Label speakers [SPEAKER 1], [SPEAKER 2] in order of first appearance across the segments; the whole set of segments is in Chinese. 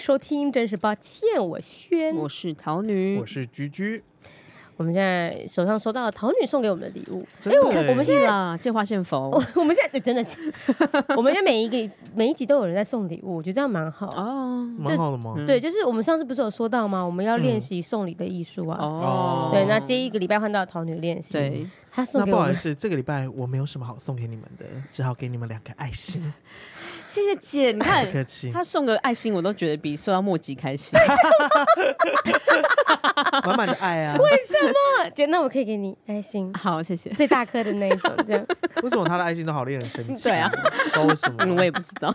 [SPEAKER 1] 收听，真是抱歉，我轩。
[SPEAKER 2] 我是桃女，
[SPEAKER 3] 我是居居，
[SPEAKER 1] 我们现在手上收到桃女送给我们的礼物，
[SPEAKER 3] 真的
[SPEAKER 1] 哎
[SPEAKER 3] 哎
[SPEAKER 1] 我
[SPEAKER 3] 耶
[SPEAKER 1] 我们现在
[SPEAKER 2] 啦，借花献佛
[SPEAKER 1] 我我们现在真的， 我们现在每一个每一集都有人在送礼物，我觉得这样蛮好。
[SPEAKER 2] 哦
[SPEAKER 3] 蛮好的吗？
[SPEAKER 1] 对，就是嗯我们上次不是有说到吗？我们要练习送礼的艺术啊。
[SPEAKER 2] 哦，
[SPEAKER 1] 对，那这一个礼拜换到桃女练习，
[SPEAKER 2] 对
[SPEAKER 1] 她送
[SPEAKER 3] 那
[SPEAKER 1] 给
[SPEAKER 3] 不
[SPEAKER 1] 我
[SPEAKER 3] 好意
[SPEAKER 1] 们
[SPEAKER 3] 思，这个礼拜我没有什么好送给你们的，只好给你们两个爱
[SPEAKER 1] 嗯
[SPEAKER 3] 心。
[SPEAKER 2] 谢谢姐，你看
[SPEAKER 1] 哎
[SPEAKER 3] 不客气，
[SPEAKER 2] 他送个爱心，我都觉得比收到莫吉开心。
[SPEAKER 3] 满满的爱啊！
[SPEAKER 1] 啊姐，那我可以给你爱心，
[SPEAKER 2] 好，谢谢。
[SPEAKER 1] 最大颗的那一种，这样。
[SPEAKER 3] 为什么他的爱心都好令人生气？
[SPEAKER 2] 对啊，
[SPEAKER 3] 不知道为什
[SPEAKER 2] 嗯，我
[SPEAKER 3] 么。啊
[SPEAKER 2] 也不知道。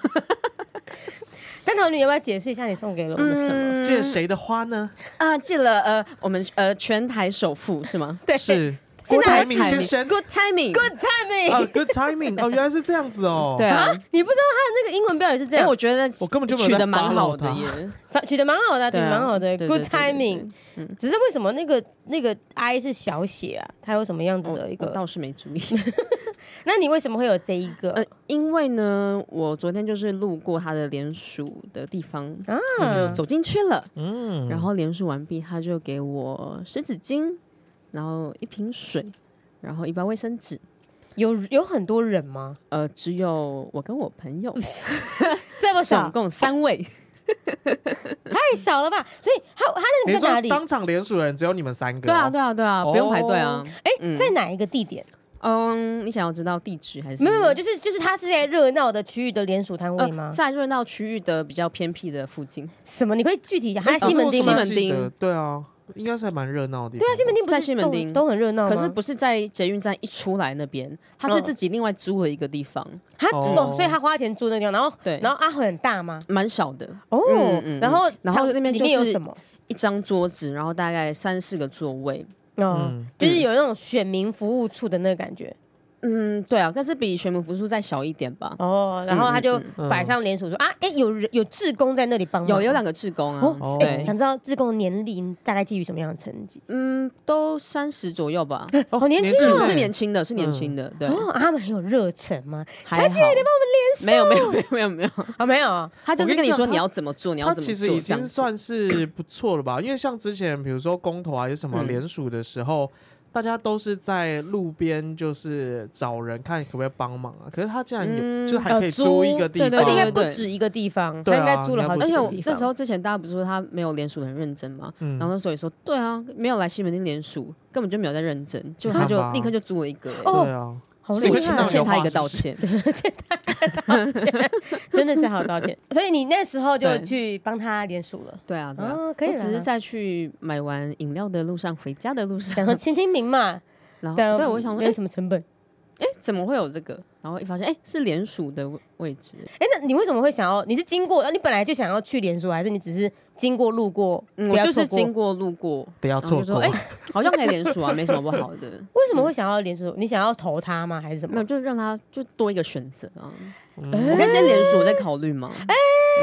[SPEAKER 1] 但桃女要不要解释一下你送给了我们什么？
[SPEAKER 3] 借谁的花呢？
[SPEAKER 2] 啊，借了呃，我们呃全台首富是吗
[SPEAKER 1] 对，
[SPEAKER 3] 是
[SPEAKER 1] 现
[SPEAKER 3] 郭
[SPEAKER 1] 在还
[SPEAKER 3] 台
[SPEAKER 1] 是
[SPEAKER 3] 铭先生。
[SPEAKER 2] ？Good timing。
[SPEAKER 1] good timing
[SPEAKER 3] 啊，Good timing！哦，原来是这样子哦。
[SPEAKER 2] 对
[SPEAKER 1] 啊，
[SPEAKER 2] 啊
[SPEAKER 1] 你不知道他的那个英文标语是这
[SPEAKER 2] 哎，
[SPEAKER 1] 样，
[SPEAKER 2] 我觉得
[SPEAKER 3] 我根本就没有
[SPEAKER 2] 取
[SPEAKER 3] 在
[SPEAKER 2] 得蛮
[SPEAKER 3] follow
[SPEAKER 2] 好的
[SPEAKER 3] 他
[SPEAKER 2] 耶，
[SPEAKER 1] 反哦取得蛮好的啊，取
[SPEAKER 2] 对
[SPEAKER 1] 得
[SPEAKER 2] 啊
[SPEAKER 1] 蛮好的
[SPEAKER 2] 对对
[SPEAKER 1] ，good
[SPEAKER 2] 对对对
[SPEAKER 1] timing。只是为什么那个那个 I 是小写啊？它有什么样子的一
[SPEAKER 2] 我我
[SPEAKER 1] 个？
[SPEAKER 2] 倒是没注意。
[SPEAKER 1] 那你为什么会有这一个
[SPEAKER 2] 呃？，因为呢，我昨天就是路过他的联署的地方，
[SPEAKER 1] 啊
[SPEAKER 2] 就走进去了。嗯，然后联署完毕，他就给我湿纸巾，然后一瓶水，然后一包卫生纸。
[SPEAKER 1] 有有很多人吗？
[SPEAKER 2] 呃，只有我跟我朋友
[SPEAKER 1] 这么
[SPEAKER 2] 总
[SPEAKER 1] 少，
[SPEAKER 2] 共 三位，
[SPEAKER 1] 太少了吧？所以他他那
[SPEAKER 3] 你
[SPEAKER 1] 个在哪
[SPEAKER 3] 说
[SPEAKER 1] 里？
[SPEAKER 3] 当场联署的人只有你们三个
[SPEAKER 2] 对啊，
[SPEAKER 3] 哦？
[SPEAKER 2] 对啊，对啊，不用排队啊。
[SPEAKER 1] 哎，在哪一个地点？
[SPEAKER 2] 嗯，你想要知道地址还是
[SPEAKER 1] 哦没有没有，就是就是他是在热闹的区域的联署摊位
[SPEAKER 2] 呃，
[SPEAKER 1] 吗？
[SPEAKER 2] 在热闹区域的比较偏僻的附近，
[SPEAKER 1] 什么？你可以具体一下？他
[SPEAKER 3] 啊，
[SPEAKER 1] 在西门町
[SPEAKER 3] 这
[SPEAKER 1] 吗
[SPEAKER 3] 我？
[SPEAKER 2] 呃西门
[SPEAKER 3] 记得
[SPEAKER 2] 町
[SPEAKER 3] 对啊，应该是还蛮热闹的地方。
[SPEAKER 1] 对啊，西门町不是
[SPEAKER 2] 在西门
[SPEAKER 1] 都
[SPEAKER 2] 町
[SPEAKER 1] 都很热闹吗？
[SPEAKER 2] 可是不是在捷运站一出来那边，他
[SPEAKER 1] 嗯
[SPEAKER 2] 是自己另外租了一个地方，
[SPEAKER 1] 他哦
[SPEAKER 3] 哦，
[SPEAKER 1] 所以他花钱租那个地方，然后
[SPEAKER 2] 对
[SPEAKER 1] 然后阿啊很大吗？
[SPEAKER 2] 蛮少的，
[SPEAKER 1] 哦
[SPEAKER 2] 嗯嗯，
[SPEAKER 1] 然后
[SPEAKER 2] 然后那边
[SPEAKER 1] 里
[SPEAKER 2] 就
[SPEAKER 1] 面有
[SPEAKER 2] 是
[SPEAKER 1] 什么？
[SPEAKER 2] 一张桌子，然后大概三四个座位。
[SPEAKER 1] 哦，就是有那种选民服务处的那个感觉
[SPEAKER 2] 嗯，对啊，但是比玄门福叔再小一点吧。
[SPEAKER 1] 哦，然后他就
[SPEAKER 3] 嗯
[SPEAKER 1] 摆上联署说啊，哎，有人有志工在那里帮忙，
[SPEAKER 2] 有有两个志工啊，
[SPEAKER 1] 哦，哎
[SPEAKER 2] 对，
[SPEAKER 1] 想知道志工的年龄大概基于什么样的成绩？
[SPEAKER 2] 嗯，都三十左 右吧，
[SPEAKER 3] 哦
[SPEAKER 1] 好年轻
[SPEAKER 3] 纪
[SPEAKER 1] 哦
[SPEAKER 3] 很
[SPEAKER 2] 是年轻的，是年轻的，对。
[SPEAKER 1] 哦，啊他们很有热忱吗？小
[SPEAKER 2] 还
[SPEAKER 1] 姐，你
[SPEAKER 2] 没有没有没有没有没有，
[SPEAKER 1] 帮啊没有啊，
[SPEAKER 2] 他就是
[SPEAKER 3] 我跟
[SPEAKER 2] 跟
[SPEAKER 3] 你
[SPEAKER 2] 你说
[SPEAKER 3] 讲
[SPEAKER 2] 你要怎么做，你要
[SPEAKER 3] 他
[SPEAKER 2] 怎么
[SPEAKER 3] 其实已
[SPEAKER 2] 做，这样
[SPEAKER 3] 经
[SPEAKER 2] 子。
[SPEAKER 3] 算是不错了吧？因为像之前比如说公投还是什么
[SPEAKER 2] 嗯
[SPEAKER 3] 联署的时候，大家都是在路边就是找人看可不可以帮忙啊。可是他竟然也、就还可以
[SPEAKER 1] 呃
[SPEAKER 3] 租一个地方，
[SPEAKER 2] 对
[SPEAKER 1] 而且应该
[SPEAKER 2] 对
[SPEAKER 1] 不止一个地方，他
[SPEAKER 3] 对啊
[SPEAKER 1] 应该租了好
[SPEAKER 3] 应该
[SPEAKER 2] 而
[SPEAKER 1] 几
[SPEAKER 2] 且
[SPEAKER 1] 个
[SPEAKER 2] 我
[SPEAKER 1] 地方。
[SPEAKER 2] 那时候之前大家不是说他没有联署的很认真吗？
[SPEAKER 3] 嗯
[SPEAKER 2] 然后那时候也说，对啊，没有来西门町联署，根本就没有在认真，就他
[SPEAKER 3] 看
[SPEAKER 2] 就
[SPEAKER 3] 吧
[SPEAKER 2] 立刻就租了一个、欸，
[SPEAKER 1] 哦
[SPEAKER 3] 对啊，
[SPEAKER 1] 好
[SPEAKER 3] 是
[SPEAKER 1] 厉
[SPEAKER 3] 因为
[SPEAKER 1] 害
[SPEAKER 3] 听到
[SPEAKER 1] 啊，
[SPEAKER 3] 有
[SPEAKER 2] 欠他一
[SPEAKER 3] 话
[SPEAKER 2] 个
[SPEAKER 3] 是不
[SPEAKER 2] 道
[SPEAKER 3] 是
[SPEAKER 2] 歉。
[SPEAKER 1] 真的是好道 歉。所以你那时候就
[SPEAKER 2] 对
[SPEAKER 1] 去帮他联署了，
[SPEAKER 2] 对啊，对啊，
[SPEAKER 1] 哦可以
[SPEAKER 2] 我只
[SPEAKER 1] 啦
[SPEAKER 2] 是在去买完饮料的路上，回家的路
[SPEAKER 1] 想
[SPEAKER 2] 上，
[SPEAKER 1] 说签签名 嘛，
[SPEAKER 2] 然后
[SPEAKER 1] 但
[SPEAKER 2] 对我想说，
[SPEAKER 1] 没
[SPEAKER 2] 哎
[SPEAKER 1] 有什么成本。
[SPEAKER 2] 哎，诶怎么会有这个？然后一发现，哎，是联署的位位置。
[SPEAKER 1] 哎，那你为什么会想要？你是经过，呃你本来就想要去连锁，还是你只是经过路过？
[SPEAKER 2] 嗯，
[SPEAKER 1] 不
[SPEAKER 2] 我
[SPEAKER 1] 要
[SPEAKER 2] 就是
[SPEAKER 1] 错过
[SPEAKER 2] 经过路过，
[SPEAKER 3] 不要
[SPEAKER 2] 然后
[SPEAKER 3] 错
[SPEAKER 2] 就说，
[SPEAKER 3] 过。
[SPEAKER 2] 哎，好像可以联署啊，没什么不好 的。
[SPEAKER 1] 为什么会想要连锁？你想要投他吗？还是什
[SPEAKER 2] 嗯没 有，
[SPEAKER 1] 么？
[SPEAKER 2] 就让他就多一个选择
[SPEAKER 1] 哎
[SPEAKER 2] 啊。
[SPEAKER 3] 嗯
[SPEAKER 2] 我可以先联署，我再考虑嘛。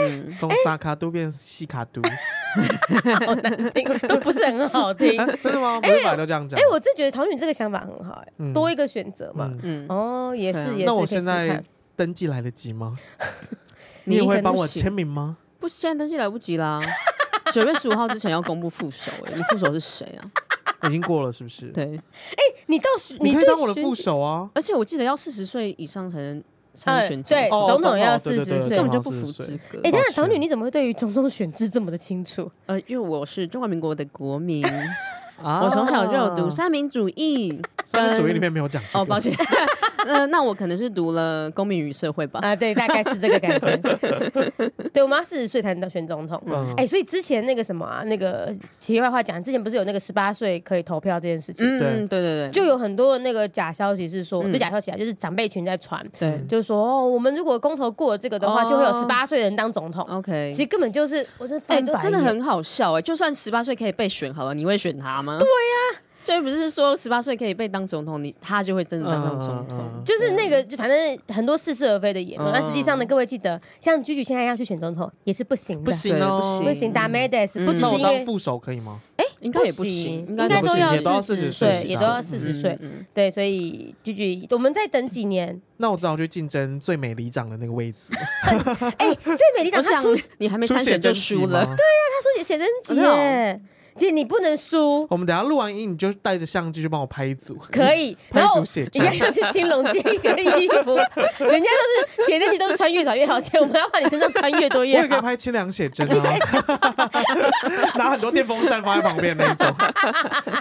[SPEAKER 2] 嗯，
[SPEAKER 3] 从沙卡都变西卡都，
[SPEAKER 1] 好难听， 都不是很好 听。
[SPEAKER 3] 啊真的吗？不是本来都这样讲。
[SPEAKER 1] 哎，我真觉得陶女这个想法很好，哎，
[SPEAKER 3] 嗯
[SPEAKER 1] 多一个选择嘛。
[SPEAKER 2] 嗯，
[SPEAKER 1] 哦，也是
[SPEAKER 2] 对啊
[SPEAKER 1] 也是，
[SPEAKER 3] 那
[SPEAKER 1] 可
[SPEAKER 3] 我
[SPEAKER 1] 以试
[SPEAKER 3] 现
[SPEAKER 1] 试
[SPEAKER 3] 在
[SPEAKER 1] 看。
[SPEAKER 3] 登记来得及吗？
[SPEAKER 2] 你
[SPEAKER 3] 你也
[SPEAKER 2] 可
[SPEAKER 3] 会
[SPEAKER 2] 能
[SPEAKER 3] 帮
[SPEAKER 2] 不
[SPEAKER 3] 我
[SPEAKER 2] 行
[SPEAKER 3] 签名吗？
[SPEAKER 2] 不，现在登记来不及啦。九月十五号之前要公布副手，哎，你副手是谁啊？
[SPEAKER 3] 已经过了是不是？
[SPEAKER 2] 对，
[SPEAKER 1] 你到时
[SPEAKER 3] 你可以
[SPEAKER 1] 对
[SPEAKER 3] 当我的
[SPEAKER 1] 选
[SPEAKER 3] 副手啊。
[SPEAKER 2] 而且我记得要四十岁以上才能才
[SPEAKER 1] 呃
[SPEAKER 2] 能选
[SPEAKER 1] 对，
[SPEAKER 2] 哎总统，
[SPEAKER 3] 哦
[SPEAKER 1] 总统
[SPEAKER 3] 总
[SPEAKER 1] 要
[SPEAKER 3] 统对
[SPEAKER 1] 四
[SPEAKER 3] 对
[SPEAKER 1] 十
[SPEAKER 3] 对
[SPEAKER 1] 岁
[SPEAKER 2] 根
[SPEAKER 3] 对。
[SPEAKER 2] 本就
[SPEAKER 3] 哦
[SPEAKER 2] 不符
[SPEAKER 3] 40岁
[SPEAKER 2] 资格。
[SPEAKER 1] 哎，等
[SPEAKER 3] 抱
[SPEAKER 1] 下，
[SPEAKER 3] 歉
[SPEAKER 1] 陶女你怎么会对于种种选制这么的清楚？
[SPEAKER 2] 呃，因为我是中华民国的国民，
[SPEAKER 3] 啊
[SPEAKER 2] 我从小就有读三民主义。
[SPEAKER 3] 三民主义
[SPEAKER 2] 跟
[SPEAKER 3] 里面没有讲这个。
[SPEAKER 2] 哦，抱歉， 呃，那我可能是读了公民与社会吧。
[SPEAKER 1] 啊，对，大概是这个感 觉。对，我们要四十岁才能当选总统。
[SPEAKER 3] 嗯
[SPEAKER 1] 哎、所以之前那个什么啊，那个题外话讲，之前不是有那个十八岁可以投票这件事情，
[SPEAKER 2] 嗯，对对对，
[SPEAKER 1] 就有很多那个假消息是说，
[SPEAKER 2] 嗯
[SPEAKER 1] 不是假消息啊，就是长辈群在传，
[SPEAKER 2] 对
[SPEAKER 1] 就是说哦，我们如果公投过了这个的话，
[SPEAKER 2] 哦
[SPEAKER 1] 就会有十八岁的人当总统。
[SPEAKER 2] ，OK
[SPEAKER 1] 其。实根本就是，我真的翻
[SPEAKER 2] 哎，
[SPEAKER 1] 白
[SPEAKER 2] 这
[SPEAKER 1] 眼
[SPEAKER 2] 真的很好笑哎！就算十八岁可以被选好了，你会选他吗？对呀，所以不是说十八岁可以被当总统，你他就会真的当上总
[SPEAKER 3] 嗯嗯
[SPEAKER 2] 统
[SPEAKER 3] 嗯。
[SPEAKER 1] 就是那个，就反正很多似是而非的言论。
[SPEAKER 2] 哦
[SPEAKER 1] 那、实际上呢，各位记得，像居居现在要去选总统也是不行的，
[SPEAKER 3] 不行
[SPEAKER 2] 对
[SPEAKER 3] 哦，
[SPEAKER 2] 不行
[SPEAKER 1] 不行打 Medes，、
[SPEAKER 2] 嗯
[SPEAKER 1] 不只
[SPEAKER 3] 那
[SPEAKER 1] 是
[SPEAKER 3] 我
[SPEAKER 1] 因为
[SPEAKER 3] 当副手可以吗？
[SPEAKER 2] 应该也
[SPEAKER 1] 不
[SPEAKER 2] 行，
[SPEAKER 1] 行
[SPEAKER 2] 应
[SPEAKER 1] 应该
[SPEAKER 2] 都
[SPEAKER 1] 都要
[SPEAKER 3] 也都要
[SPEAKER 1] 40
[SPEAKER 3] 40
[SPEAKER 1] 岁，
[SPEAKER 3] 以
[SPEAKER 1] 也
[SPEAKER 3] 上
[SPEAKER 1] 都要四十岁。
[SPEAKER 2] 嗯
[SPEAKER 1] 对，所以句句，我们再等几年。
[SPEAKER 3] 那我只好去竞争最美里长的那个位置，
[SPEAKER 1] 哎，最美丽
[SPEAKER 2] 我
[SPEAKER 1] 长他
[SPEAKER 2] 想
[SPEAKER 1] 出
[SPEAKER 2] 你还没
[SPEAKER 3] 出
[SPEAKER 2] 参选
[SPEAKER 3] 写
[SPEAKER 2] 就
[SPEAKER 3] 真集
[SPEAKER 2] 输了，
[SPEAKER 3] 吗。
[SPEAKER 1] 他出写写真集
[SPEAKER 2] 真的哦
[SPEAKER 1] 耶，姐你不能输，
[SPEAKER 3] 我们等一下录完音，你就带着相机去帮我拍一组，
[SPEAKER 1] 可以。啊
[SPEAKER 3] 拍
[SPEAKER 1] 然
[SPEAKER 3] 一
[SPEAKER 1] 后
[SPEAKER 3] 组写
[SPEAKER 1] 你
[SPEAKER 3] 真
[SPEAKER 1] 要。去青龙借一个衣服，人家都是写真集都是穿越少越好，姐我们要把你身上穿越多
[SPEAKER 3] 我
[SPEAKER 1] 越
[SPEAKER 3] 也可以
[SPEAKER 1] 好。
[SPEAKER 3] 拍清凉写真啊，拿很多电风扇放在旁边那一种。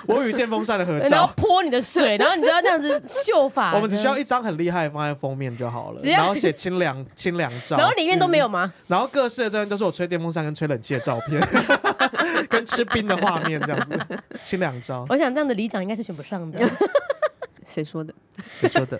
[SPEAKER 3] 我有与电风扇的合
[SPEAKER 1] 然后
[SPEAKER 3] 照，
[SPEAKER 1] 泼你的水，然后你就要这样子秀法。
[SPEAKER 3] 我们只需要一张很厉害放在封面就好了，
[SPEAKER 1] 只要
[SPEAKER 3] 然后写清凉清凉照，
[SPEAKER 1] 然后里面都没有吗？
[SPEAKER 3] 然后各式的照片都是我吹电风扇跟吹冷气的照 片，跟吃冰的画面这样子，清凉照。
[SPEAKER 1] 我想这样的里长应该是选不上的。
[SPEAKER 2] 谁说的？
[SPEAKER 3] 谁说的？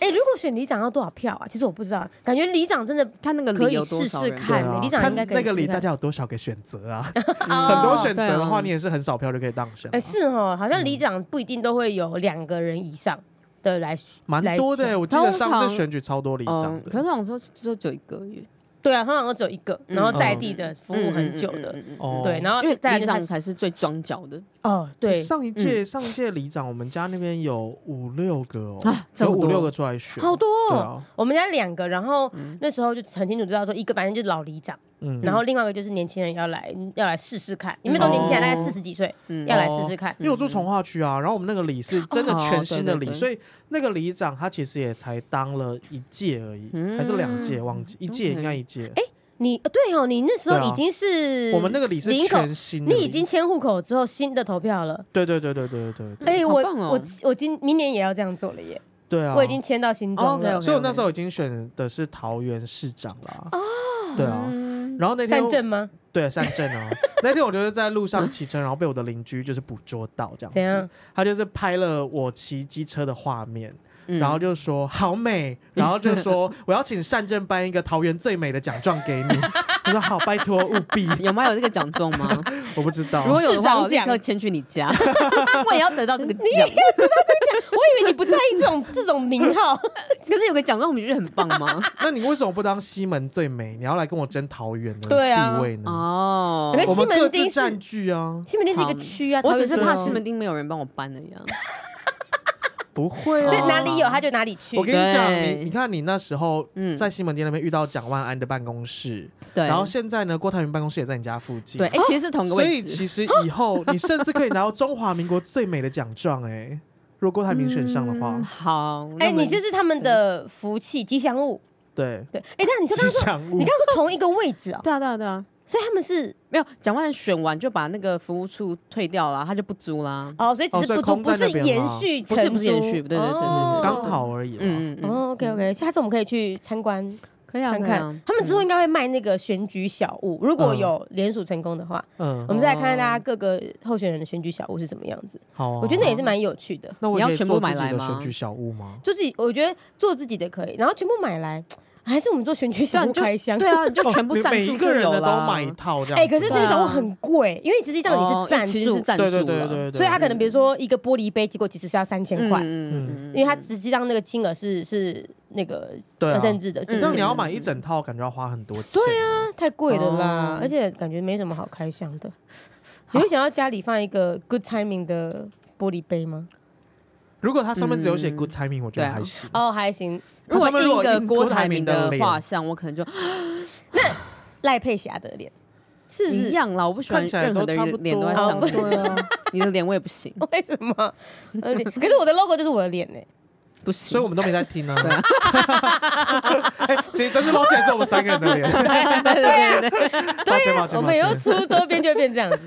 [SPEAKER 1] 哎，如果选里长要多少票啊？其实我不知道，感觉里长真的
[SPEAKER 2] 看那个
[SPEAKER 1] 可
[SPEAKER 2] 理
[SPEAKER 1] 以
[SPEAKER 2] 由多
[SPEAKER 1] 试
[SPEAKER 2] 少
[SPEAKER 1] 试
[SPEAKER 2] 人？
[SPEAKER 1] 看
[SPEAKER 3] 对啊，
[SPEAKER 1] 里长应该可以
[SPEAKER 3] 看那个
[SPEAKER 1] 试
[SPEAKER 3] 里
[SPEAKER 1] 试看
[SPEAKER 3] 大家有多少个选择啊？
[SPEAKER 1] 哦
[SPEAKER 3] 很多选择的
[SPEAKER 2] 对啊
[SPEAKER 3] 话，你也是很少票就可以当选
[SPEAKER 1] 哎、，是哦，好
[SPEAKER 3] 嗯
[SPEAKER 1] 像里长不一定都会有两个人以上的来。
[SPEAKER 3] 蛮多的
[SPEAKER 1] 来
[SPEAKER 3] 欸。
[SPEAKER 1] 讲
[SPEAKER 3] 我记得
[SPEAKER 2] 通
[SPEAKER 3] 上
[SPEAKER 2] 常
[SPEAKER 3] 次选举超多里长
[SPEAKER 2] 嗯，可
[SPEAKER 3] 的
[SPEAKER 2] 是哦我说就只有一个月，
[SPEAKER 1] 对啊，通常都只有一个，
[SPEAKER 2] 嗯
[SPEAKER 1] 然后在地的服务很久的，
[SPEAKER 2] 嗯，嗯嗯嗯嗯嗯
[SPEAKER 3] 哦。
[SPEAKER 1] 对，然后
[SPEAKER 2] 因为
[SPEAKER 1] 再来
[SPEAKER 2] 里
[SPEAKER 1] 就是他
[SPEAKER 2] 长才是最装脚的
[SPEAKER 1] 哦，对，
[SPEAKER 3] 上一届上一届里长，我们家那边有五六个哦
[SPEAKER 2] 啊，这
[SPEAKER 3] 有
[SPEAKER 2] 么
[SPEAKER 3] 五
[SPEAKER 2] 多
[SPEAKER 3] 六个出来选，
[SPEAKER 1] 好多、
[SPEAKER 3] 对
[SPEAKER 1] 哦。
[SPEAKER 3] 啊，
[SPEAKER 1] 我们家两个，然后那时候就很清楚知道说，一个反正就是老里长，
[SPEAKER 3] 嗯，
[SPEAKER 1] 然后另外一个就是年轻人要来要来试试看，因为都年轻人，
[SPEAKER 3] 哦
[SPEAKER 1] 大概四十几岁，
[SPEAKER 2] 嗯
[SPEAKER 1] 要来试试看。
[SPEAKER 3] 因为我住从化区啊，然后我们那个里是真的
[SPEAKER 2] 哦
[SPEAKER 3] 全新的
[SPEAKER 2] 对
[SPEAKER 3] 里，
[SPEAKER 2] 对对
[SPEAKER 3] 所以那个里长他其实也才当了一届而已，
[SPEAKER 2] 嗯
[SPEAKER 3] 还是两届忘记，一届
[SPEAKER 2] OK
[SPEAKER 3] 应该一届。
[SPEAKER 1] 你呃对哦，你那时
[SPEAKER 3] 对
[SPEAKER 1] 候
[SPEAKER 3] 啊
[SPEAKER 1] 已经是
[SPEAKER 3] 我们那个里是
[SPEAKER 1] 林口，
[SPEAKER 3] 全新的里，
[SPEAKER 1] 你已经迁户口之后新的投票了。
[SPEAKER 3] 对对对对对对对
[SPEAKER 1] 哎、
[SPEAKER 2] 好
[SPEAKER 1] 我
[SPEAKER 2] 棒哦
[SPEAKER 1] 我我今明年也要这样做了耶，
[SPEAKER 3] 对啊！哦
[SPEAKER 1] 我已经迁到新庄了
[SPEAKER 2] OK，OK。
[SPEAKER 3] 所以我那时候已经选的是桃园市长啦。对啊。然后那天
[SPEAKER 1] 善政吗？
[SPEAKER 3] 对善政啊，那天我就是在路上骑车，然后被我的邻居就是捕捉到这样子，
[SPEAKER 1] 怎样？
[SPEAKER 3] 他就是拍了我骑机车的画面，
[SPEAKER 2] 嗯
[SPEAKER 3] 然后就说好美，然后就说我要请善政颁一个桃园最美的奖状给你。 我说好，拜托务 必，
[SPEAKER 2] 有吗？有这个奖状 吗？
[SPEAKER 3] 我不知道。
[SPEAKER 2] 如果有
[SPEAKER 1] 市
[SPEAKER 2] 的话，
[SPEAKER 1] 长
[SPEAKER 2] 我立
[SPEAKER 1] 奖
[SPEAKER 2] 刻迁去你 家，我也要得到这个奖。
[SPEAKER 1] 我以为你不在意这种这种名 号，
[SPEAKER 2] 可是有个奖状，我们觉得很棒吗？
[SPEAKER 3] 那你为什么不当西门最美？你要来跟我争桃园的
[SPEAKER 1] 对啊
[SPEAKER 3] 地位呢？
[SPEAKER 2] 哦
[SPEAKER 1] 可是
[SPEAKER 3] 我们
[SPEAKER 1] 西门
[SPEAKER 3] 各
[SPEAKER 1] 町
[SPEAKER 3] 自
[SPEAKER 1] 是
[SPEAKER 3] 占 据啊，
[SPEAKER 1] 西门町是一个区啊，
[SPEAKER 2] 我
[SPEAKER 1] 桃
[SPEAKER 2] 只
[SPEAKER 1] 园
[SPEAKER 2] 是
[SPEAKER 1] 不
[SPEAKER 2] 怕西门町没有人帮我搬而已啊。
[SPEAKER 3] 不会啊，
[SPEAKER 1] 所以哪里有他就哪里去
[SPEAKER 3] 我。跟你讲，
[SPEAKER 2] 对
[SPEAKER 3] 你你看你那时候
[SPEAKER 2] 嗯
[SPEAKER 3] 在西门町那边遇到蒋万安的办公室，
[SPEAKER 2] 对，
[SPEAKER 3] 然后现在呢，郭台铭办公室也在你家附近，
[SPEAKER 2] 对，哎，其实是同个
[SPEAKER 3] 所
[SPEAKER 2] 位
[SPEAKER 3] 以
[SPEAKER 2] 置。
[SPEAKER 3] 其 实以后你甚至可以拿到中华民国最美的奖状，哎，如果郭台铭选上的话
[SPEAKER 2] 嗯，好，那
[SPEAKER 1] 哎，
[SPEAKER 2] 我们
[SPEAKER 1] 你就是他们的福气吉祥物。
[SPEAKER 3] 对，
[SPEAKER 1] 对，哎，那你就刚
[SPEAKER 3] 吉
[SPEAKER 1] 刚说，
[SPEAKER 3] 祥物
[SPEAKER 1] 你刚刚说同一个位置哦，
[SPEAKER 2] 对啊对啊对啊，
[SPEAKER 1] 所以他们是
[SPEAKER 2] 没有蒋万安选完就把那个服务处退掉了，他就不租啦。
[SPEAKER 1] 哦，所以只是
[SPEAKER 3] 哦所以
[SPEAKER 1] 不租，
[SPEAKER 3] 空
[SPEAKER 1] 不
[SPEAKER 3] 在
[SPEAKER 1] 是
[SPEAKER 3] 那边
[SPEAKER 1] 延
[SPEAKER 3] 吗
[SPEAKER 1] 续
[SPEAKER 2] 不
[SPEAKER 1] 承租，
[SPEAKER 2] 是不是延续对对对对对
[SPEAKER 1] 哦
[SPEAKER 3] 刚。好而已啦。
[SPEAKER 2] 嗯嗯嗯，
[SPEAKER 1] 哦，OK OK，下次我们可以去参观
[SPEAKER 2] 可以啊，
[SPEAKER 1] 看
[SPEAKER 2] 可以啊
[SPEAKER 1] 看，他们之后 应该会卖那个选举小物，如果
[SPEAKER 3] 嗯
[SPEAKER 1] 有联署成功的话，
[SPEAKER 3] 嗯
[SPEAKER 1] 我，们再来看看大家各个候选人的选举小物是怎么样子。
[SPEAKER 3] 好
[SPEAKER 2] 哦
[SPEAKER 3] 啊，
[SPEAKER 1] 我觉得那也是蛮有趣的。
[SPEAKER 3] 那我
[SPEAKER 2] 你要
[SPEAKER 3] 可以
[SPEAKER 2] 全部
[SPEAKER 3] 做自
[SPEAKER 2] 买
[SPEAKER 3] 己
[SPEAKER 2] 来
[SPEAKER 3] 的
[SPEAKER 2] 吗
[SPEAKER 3] 选举小物吗？
[SPEAKER 1] 就自己，我觉得做自己的可以，然后全部买来，还是我们做选举小
[SPEAKER 2] 对啊
[SPEAKER 1] 屋
[SPEAKER 2] 你就
[SPEAKER 1] 开箱。
[SPEAKER 2] 对啊，你就
[SPEAKER 3] 哦
[SPEAKER 2] 全部
[SPEAKER 3] 每
[SPEAKER 2] 赞
[SPEAKER 3] 每
[SPEAKER 2] 助
[SPEAKER 3] 一
[SPEAKER 2] 就
[SPEAKER 3] 个人
[SPEAKER 2] 有
[SPEAKER 3] 的都
[SPEAKER 2] 啦。
[SPEAKER 3] 买一套这样子。
[SPEAKER 1] 哎、可是选举小屋
[SPEAKER 2] 对啊
[SPEAKER 1] 很贵，因为实际上你
[SPEAKER 2] 哦
[SPEAKER 1] 是赞
[SPEAKER 2] 其实
[SPEAKER 1] 助，
[SPEAKER 2] 是赞助
[SPEAKER 3] 对
[SPEAKER 2] 了，
[SPEAKER 3] 对对对对，
[SPEAKER 1] 所以他可能比如说一个玻璃杯，结果其实是要三千块，
[SPEAKER 2] 嗯
[SPEAKER 1] 因为他实际上那个金额是是那个
[SPEAKER 3] 对啊
[SPEAKER 1] 甚至的，就
[SPEAKER 3] 那
[SPEAKER 1] 是
[SPEAKER 3] 你要买一整套，感觉要花很多钱。
[SPEAKER 1] 对啊，太贵了啦
[SPEAKER 2] 哦，
[SPEAKER 1] 而且感觉没什么好开箱的。你会想要家里放一个 good timing 的玻璃杯吗？
[SPEAKER 3] 如果它上面只有写
[SPEAKER 2] 嗯
[SPEAKER 3] good timing，我觉
[SPEAKER 2] 对
[SPEAKER 3] 得
[SPEAKER 2] 啊
[SPEAKER 3] 还行。
[SPEAKER 1] 哦，还行，
[SPEAKER 2] 如果
[SPEAKER 3] 他上面
[SPEAKER 2] 印
[SPEAKER 3] 如
[SPEAKER 2] 一
[SPEAKER 3] 果
[SPEAKER 2] 个
[SPEAKER 3] 印
[SPEAKER 2] 郭
[SPEAKER 3] 郭
[SPEAKER 2] 台
[SPEAKER 3] 台
[SPEAKER 2] 铭
[SPEAKER 3] 铭的
[SPEAKER 2] 的
[SPEAKER 3] 脸
[SPEAKER 2] 画像，我可能就
[SPEAKER 1] 赖佩霞的脸是不
[SPEAKER 2] 一
[SPEAKER 1] 是？
[SPEAKER 2] 样啦。我不喜欢
[SPEAKER 3] 看起来
[SPEAKER 2] 任何
[SPEAKER 3] 都
[SPEAKER 2] 的
[SPEAKER 3] 差不
[SPEAKER 2] 人脸都
[SPEAKER 3] 多
[SPEAKER 2] 在上
[SPEAKER 3] 啊，
[SPEAKER 2] 面，
[SPEAKER 3] 对啊，
[SPEAKER 2] 你的脸我也不行，
[SPEAKER 1] 为什么？呃脸可是我的 logo 就是我的脸呢、欸
[SPEAKER 2] 不行。
[SPEAKER 3] 所以我们都没在听啊。 哎，其实真正捞起来是我们三个 人的脸，
[SPEAKER 2] 对对啊对，啊
[SPEAKER 3] 抱歉抱歉
[SPEAKER 1] 我
[SPEAKER 3] 抱
[SPEAKER 1] 们以后
[SPEAKER 3] 歉。
[SPEAKER 1] 出周边就会变这样子。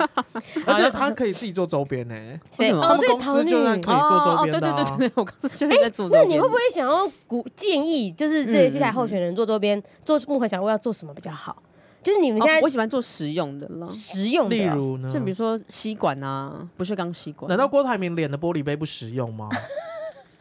[SPEAKER 3] 而且他可以自己做周边呢，
[SPEAKER 1] 谁？
[SPEAKER 2] 为什么
[SPEAKER 1] 哦，
[SPEAKER 3] 他们
[SPEAKER 1] 对，
[SPEAKER 3] 公
[SPEAKER 1] 桃
[SPEAKER 3] 司
[SPEAKER 1] 女。
[SPEAKER 3] 就算可以做周
[SPEAKER 2] 哦哦
[SPEAKER 3] 边
[SPEAKER 2] 对
[SPEAKER 3] 的啊
[SPEAKER 2] 对。对对对，我刚刚就是在做周
[SPEAKER 1] 那你
[SPEAKER 2] 边。
[SPEAKER 1] 会不会想要鼓建议，就是这些台候选人做周边、做幕后小屋要做什么比较好？就是你们现
[SPEAKER 2] 哦？我
[SPEAKER 1] 在
[SPEAKER 2] 喜欢做实用的啦，
[SPEAKER 1] 实用的
[SPEAKER 3] 例
[SPEAKER 1] 啊，
[SPEAKER 3] 如呢
[SPEAKER 2] 就？比如说吸管啊，不是钢吸管。
[SPEAKER 3] 难道郭台铭脸的玻璃杯不实 用吗？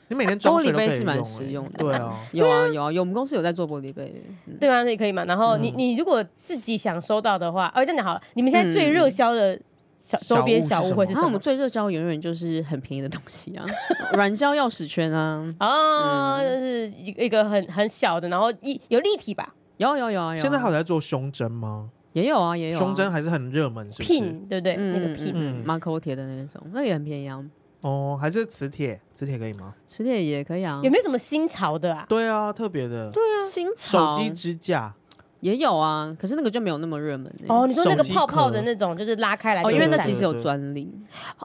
[SPEAKER 3] 你每天装
[SPEAKER 2] 玻
[SPEAKER 3] 水
[SPEAKER 2] 璃
[SPEAKER 3] 都可
[SPEAKER 2] 杯
[SPEAKER 3] 以
[SPEAKER 2] 是
[SPEAKER 3] 用
[SPEAKER 2] 蛮
[SPEAKER 3] 欸
[SPEAKER 2] 实用的
[SPEAKER 3] 对啊，
[SPEAKER 2] 有啊有啊有，我们公司有在做玻璃杯。
[SPEAKER 1] 对啊吧？那也可以嘛。然后你你如果自己想收到的话，哦，这样讲好了，你们现在最热销的小周边小物会是
[SPEAKER 2] 然
[SPEAKER 1] 什
[SPEAKER 2] 后我
[SPEAKER 1] 么
[SPEAKER 2] 们？最热销永远就是很便宜的东西啊， 软胶钥匙圈啊，
[SPEAKER 1] 哦，就是一个一个很很小的，然后一有立体吧。
[SPEAKER 2] 有有有啊有啊。
[SPEAKER 3] 现在还有在做胸针吗？
[SPEAKER 2] 也有啊，也有啊
[SPEAKER 3] 胸针还是很热门，是不是？
[SPEAKER 1] 聘对不对？
[SPEAKER 2] 嗯
[SPEAKER 1] 那个
[SPEAKER 2] 嗯
[SPEAKER 1] 聘，
[SPEAKER 2] 嗯
[SPEAKER 3] 嗯
[SPEAKER 2] 马口铁的那种，那也很便宜啊，
[SPEAKER 3] 哦，还是磁铁，磁铁可以吗？
[SPEAKER 2] 磁铁也可以啊
[SPEAKER 1] 有。没有什么新潮的啊？
[SPEAKER 3] 对啊，特别的，
[SPEAKER 2] 新
[SPEAKER 3] 手
[SPEAKER 2] 潮
[SPEAKER 3] 机支架，
[SPEAKER 2] 也有啊，可是那个就没有那么热门欸
[SPEAKER 1] 哦，你说那个
[SPEAKER 3] 手机壳
[SPEAKER 1] 泡泡的那种，就是拉开来可
[SPEAKER 2] 哦，
[SPEAKER 1] 以
[SPEAKER 2] 因为那
[SPEAKER 1] 展
[SPEAKER 2] 其实有
[SPEAKER 3] 对
[SPEAKER 2] 专利，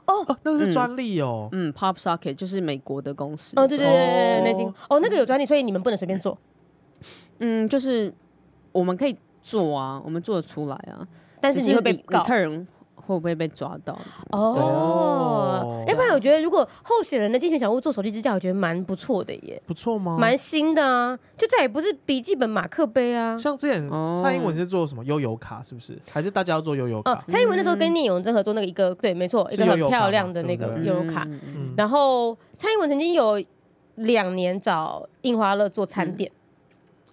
[SPEAKER 3] 哦，那个
[SPEAKER 2] 嗯
[SPEAKER 3] 是专利哦。
[SPEAKER 2] 嗯，Pop Socket 就是美国的公司，
[SPEAKER 1] 哦，对对对对对，
[SPEAKER 3] 哦
[SPEAKER 1] 那已经哦，那个有专利，所以你们不能随便做，
[SPEAKER 2] 嗯，就是我们可以做啊，我们做得出来啊，
[SPEAKER 1] 但是
[SPEAKER 2] 只
[SPEAKER 1] 你会被
[SPEAKER 2] 你
[SPEAKER 1] 告
[SPEAKER 2] 客人会不会被抓到？
[SPEAKER 1] 哦。要不然我觉得，如果候选人的竞选小屋做手机支架，我觉得蛮不错的耶，
[SPEAKER 3] 不错吗？
[SPEAKER 1] 蛮新的啊，就再也不是笔记本马克杯啊。
[SPEAKER 3] 像之前
[SPEAKER 2] 哦
[SPEAKER 3] 蔡英文是做什么悠游卡，是不是？还是大家要做悠游
[SPEAKER 1] 哦
[SPEAKER 3] 卡，？
[SPEAKER 1] 蔡英文那时候跟聂永贞合作那个一个，对，没错，一
[SPEAKER 3] 嗯是
[SPEAKER 1] 个很
[SPEAKER 3] 悠游卡
[SPEAKER 1] 漂
[SPEAKER 3] 嘛
[SPEAKER 1] 亮的那
[SPEAKER 3] 对不
[SPEAKER 1] 个
[SPEAKER 3] 对
[SPEAKER 1] 悠游卡。
[SPEAKER 2] 嗯
[SPEAKER 3] 嗯，
[SPEAKER 1] 然后蔡英文曾经有两年找印花乐做
[SPEAKER 3] 嗯
[SPEAKER 1] 餐店，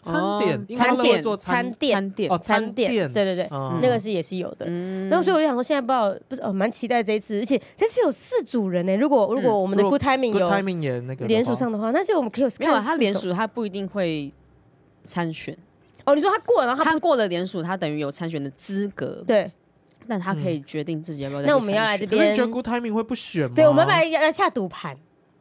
[SPEAKER 3] 餐
[SPEAKER 2] 哦
[SPEAKER 3] 点，因为
[SPEAKER 1] 餐
[SPEAKER 3] 他们会
[SPEAKER 1] 店
[SPEAKER 3] 做
[SPEAKER 1] 餐
[SPEAKER 3] 餐，
[SPEAKER 1] 店
[SPEAKER 2] 餐店
[SPEAKER 3] 哦
[SPEAKER 1] 餐
[SPEAKER 3] 餐
[SPEAKER 1] 店，
[SPEAKER 3] 店
[SPEAKER 1] 对对对，
[SPEAKER 3] 嗯
[SPEAKER 1] 那个是也是有的。
[SPEAKER 2] 嗯
[SPEAKER 1] 然后所以我就想说，现在不知道不是哦，蛮期待这一次，而且这次有四组人呢。欸如果如果我们的
[SPEAKER 3] 嗯如果
[SPEAKER 1] Good Timing
[SPEAKER 3] Good
[SPEAKER 1] 有
[SPEAKER 3] Timing 也那个
[SPEAKER 1] 联署
[SPEAKER 3] 的话
[SPEAKER 1] 上的话，那就我们可以有
[SPEAKER 2] 没有啊，
[SPEAKER 1] 看
[SPEAKER 2] 他
[SPEAKER 1] 四
[SPEAKER 2] 联
[SPEAKER 1] 种
[SPEAKER 2] 署他不一定会参选，
[SPEAKER 1] 哦，你说他过了，然后他
[SPEAKER 2] 他过了联署，他等于有参选的资格，
[SPEAKER 1] 对嗯
[SPEAKER 2] 但他可以决定自己要不要再去
[SPEAKER 1] 那我们要来这
[SPEAKER 2] 参选
[SPEAKER 3] 可是
[SPEAKER 1] 边
[SPEAKER 3] 你觉得 Good Timing 会不选吗？
[SPEAKER 1] 对，我们要来要要下赌盘，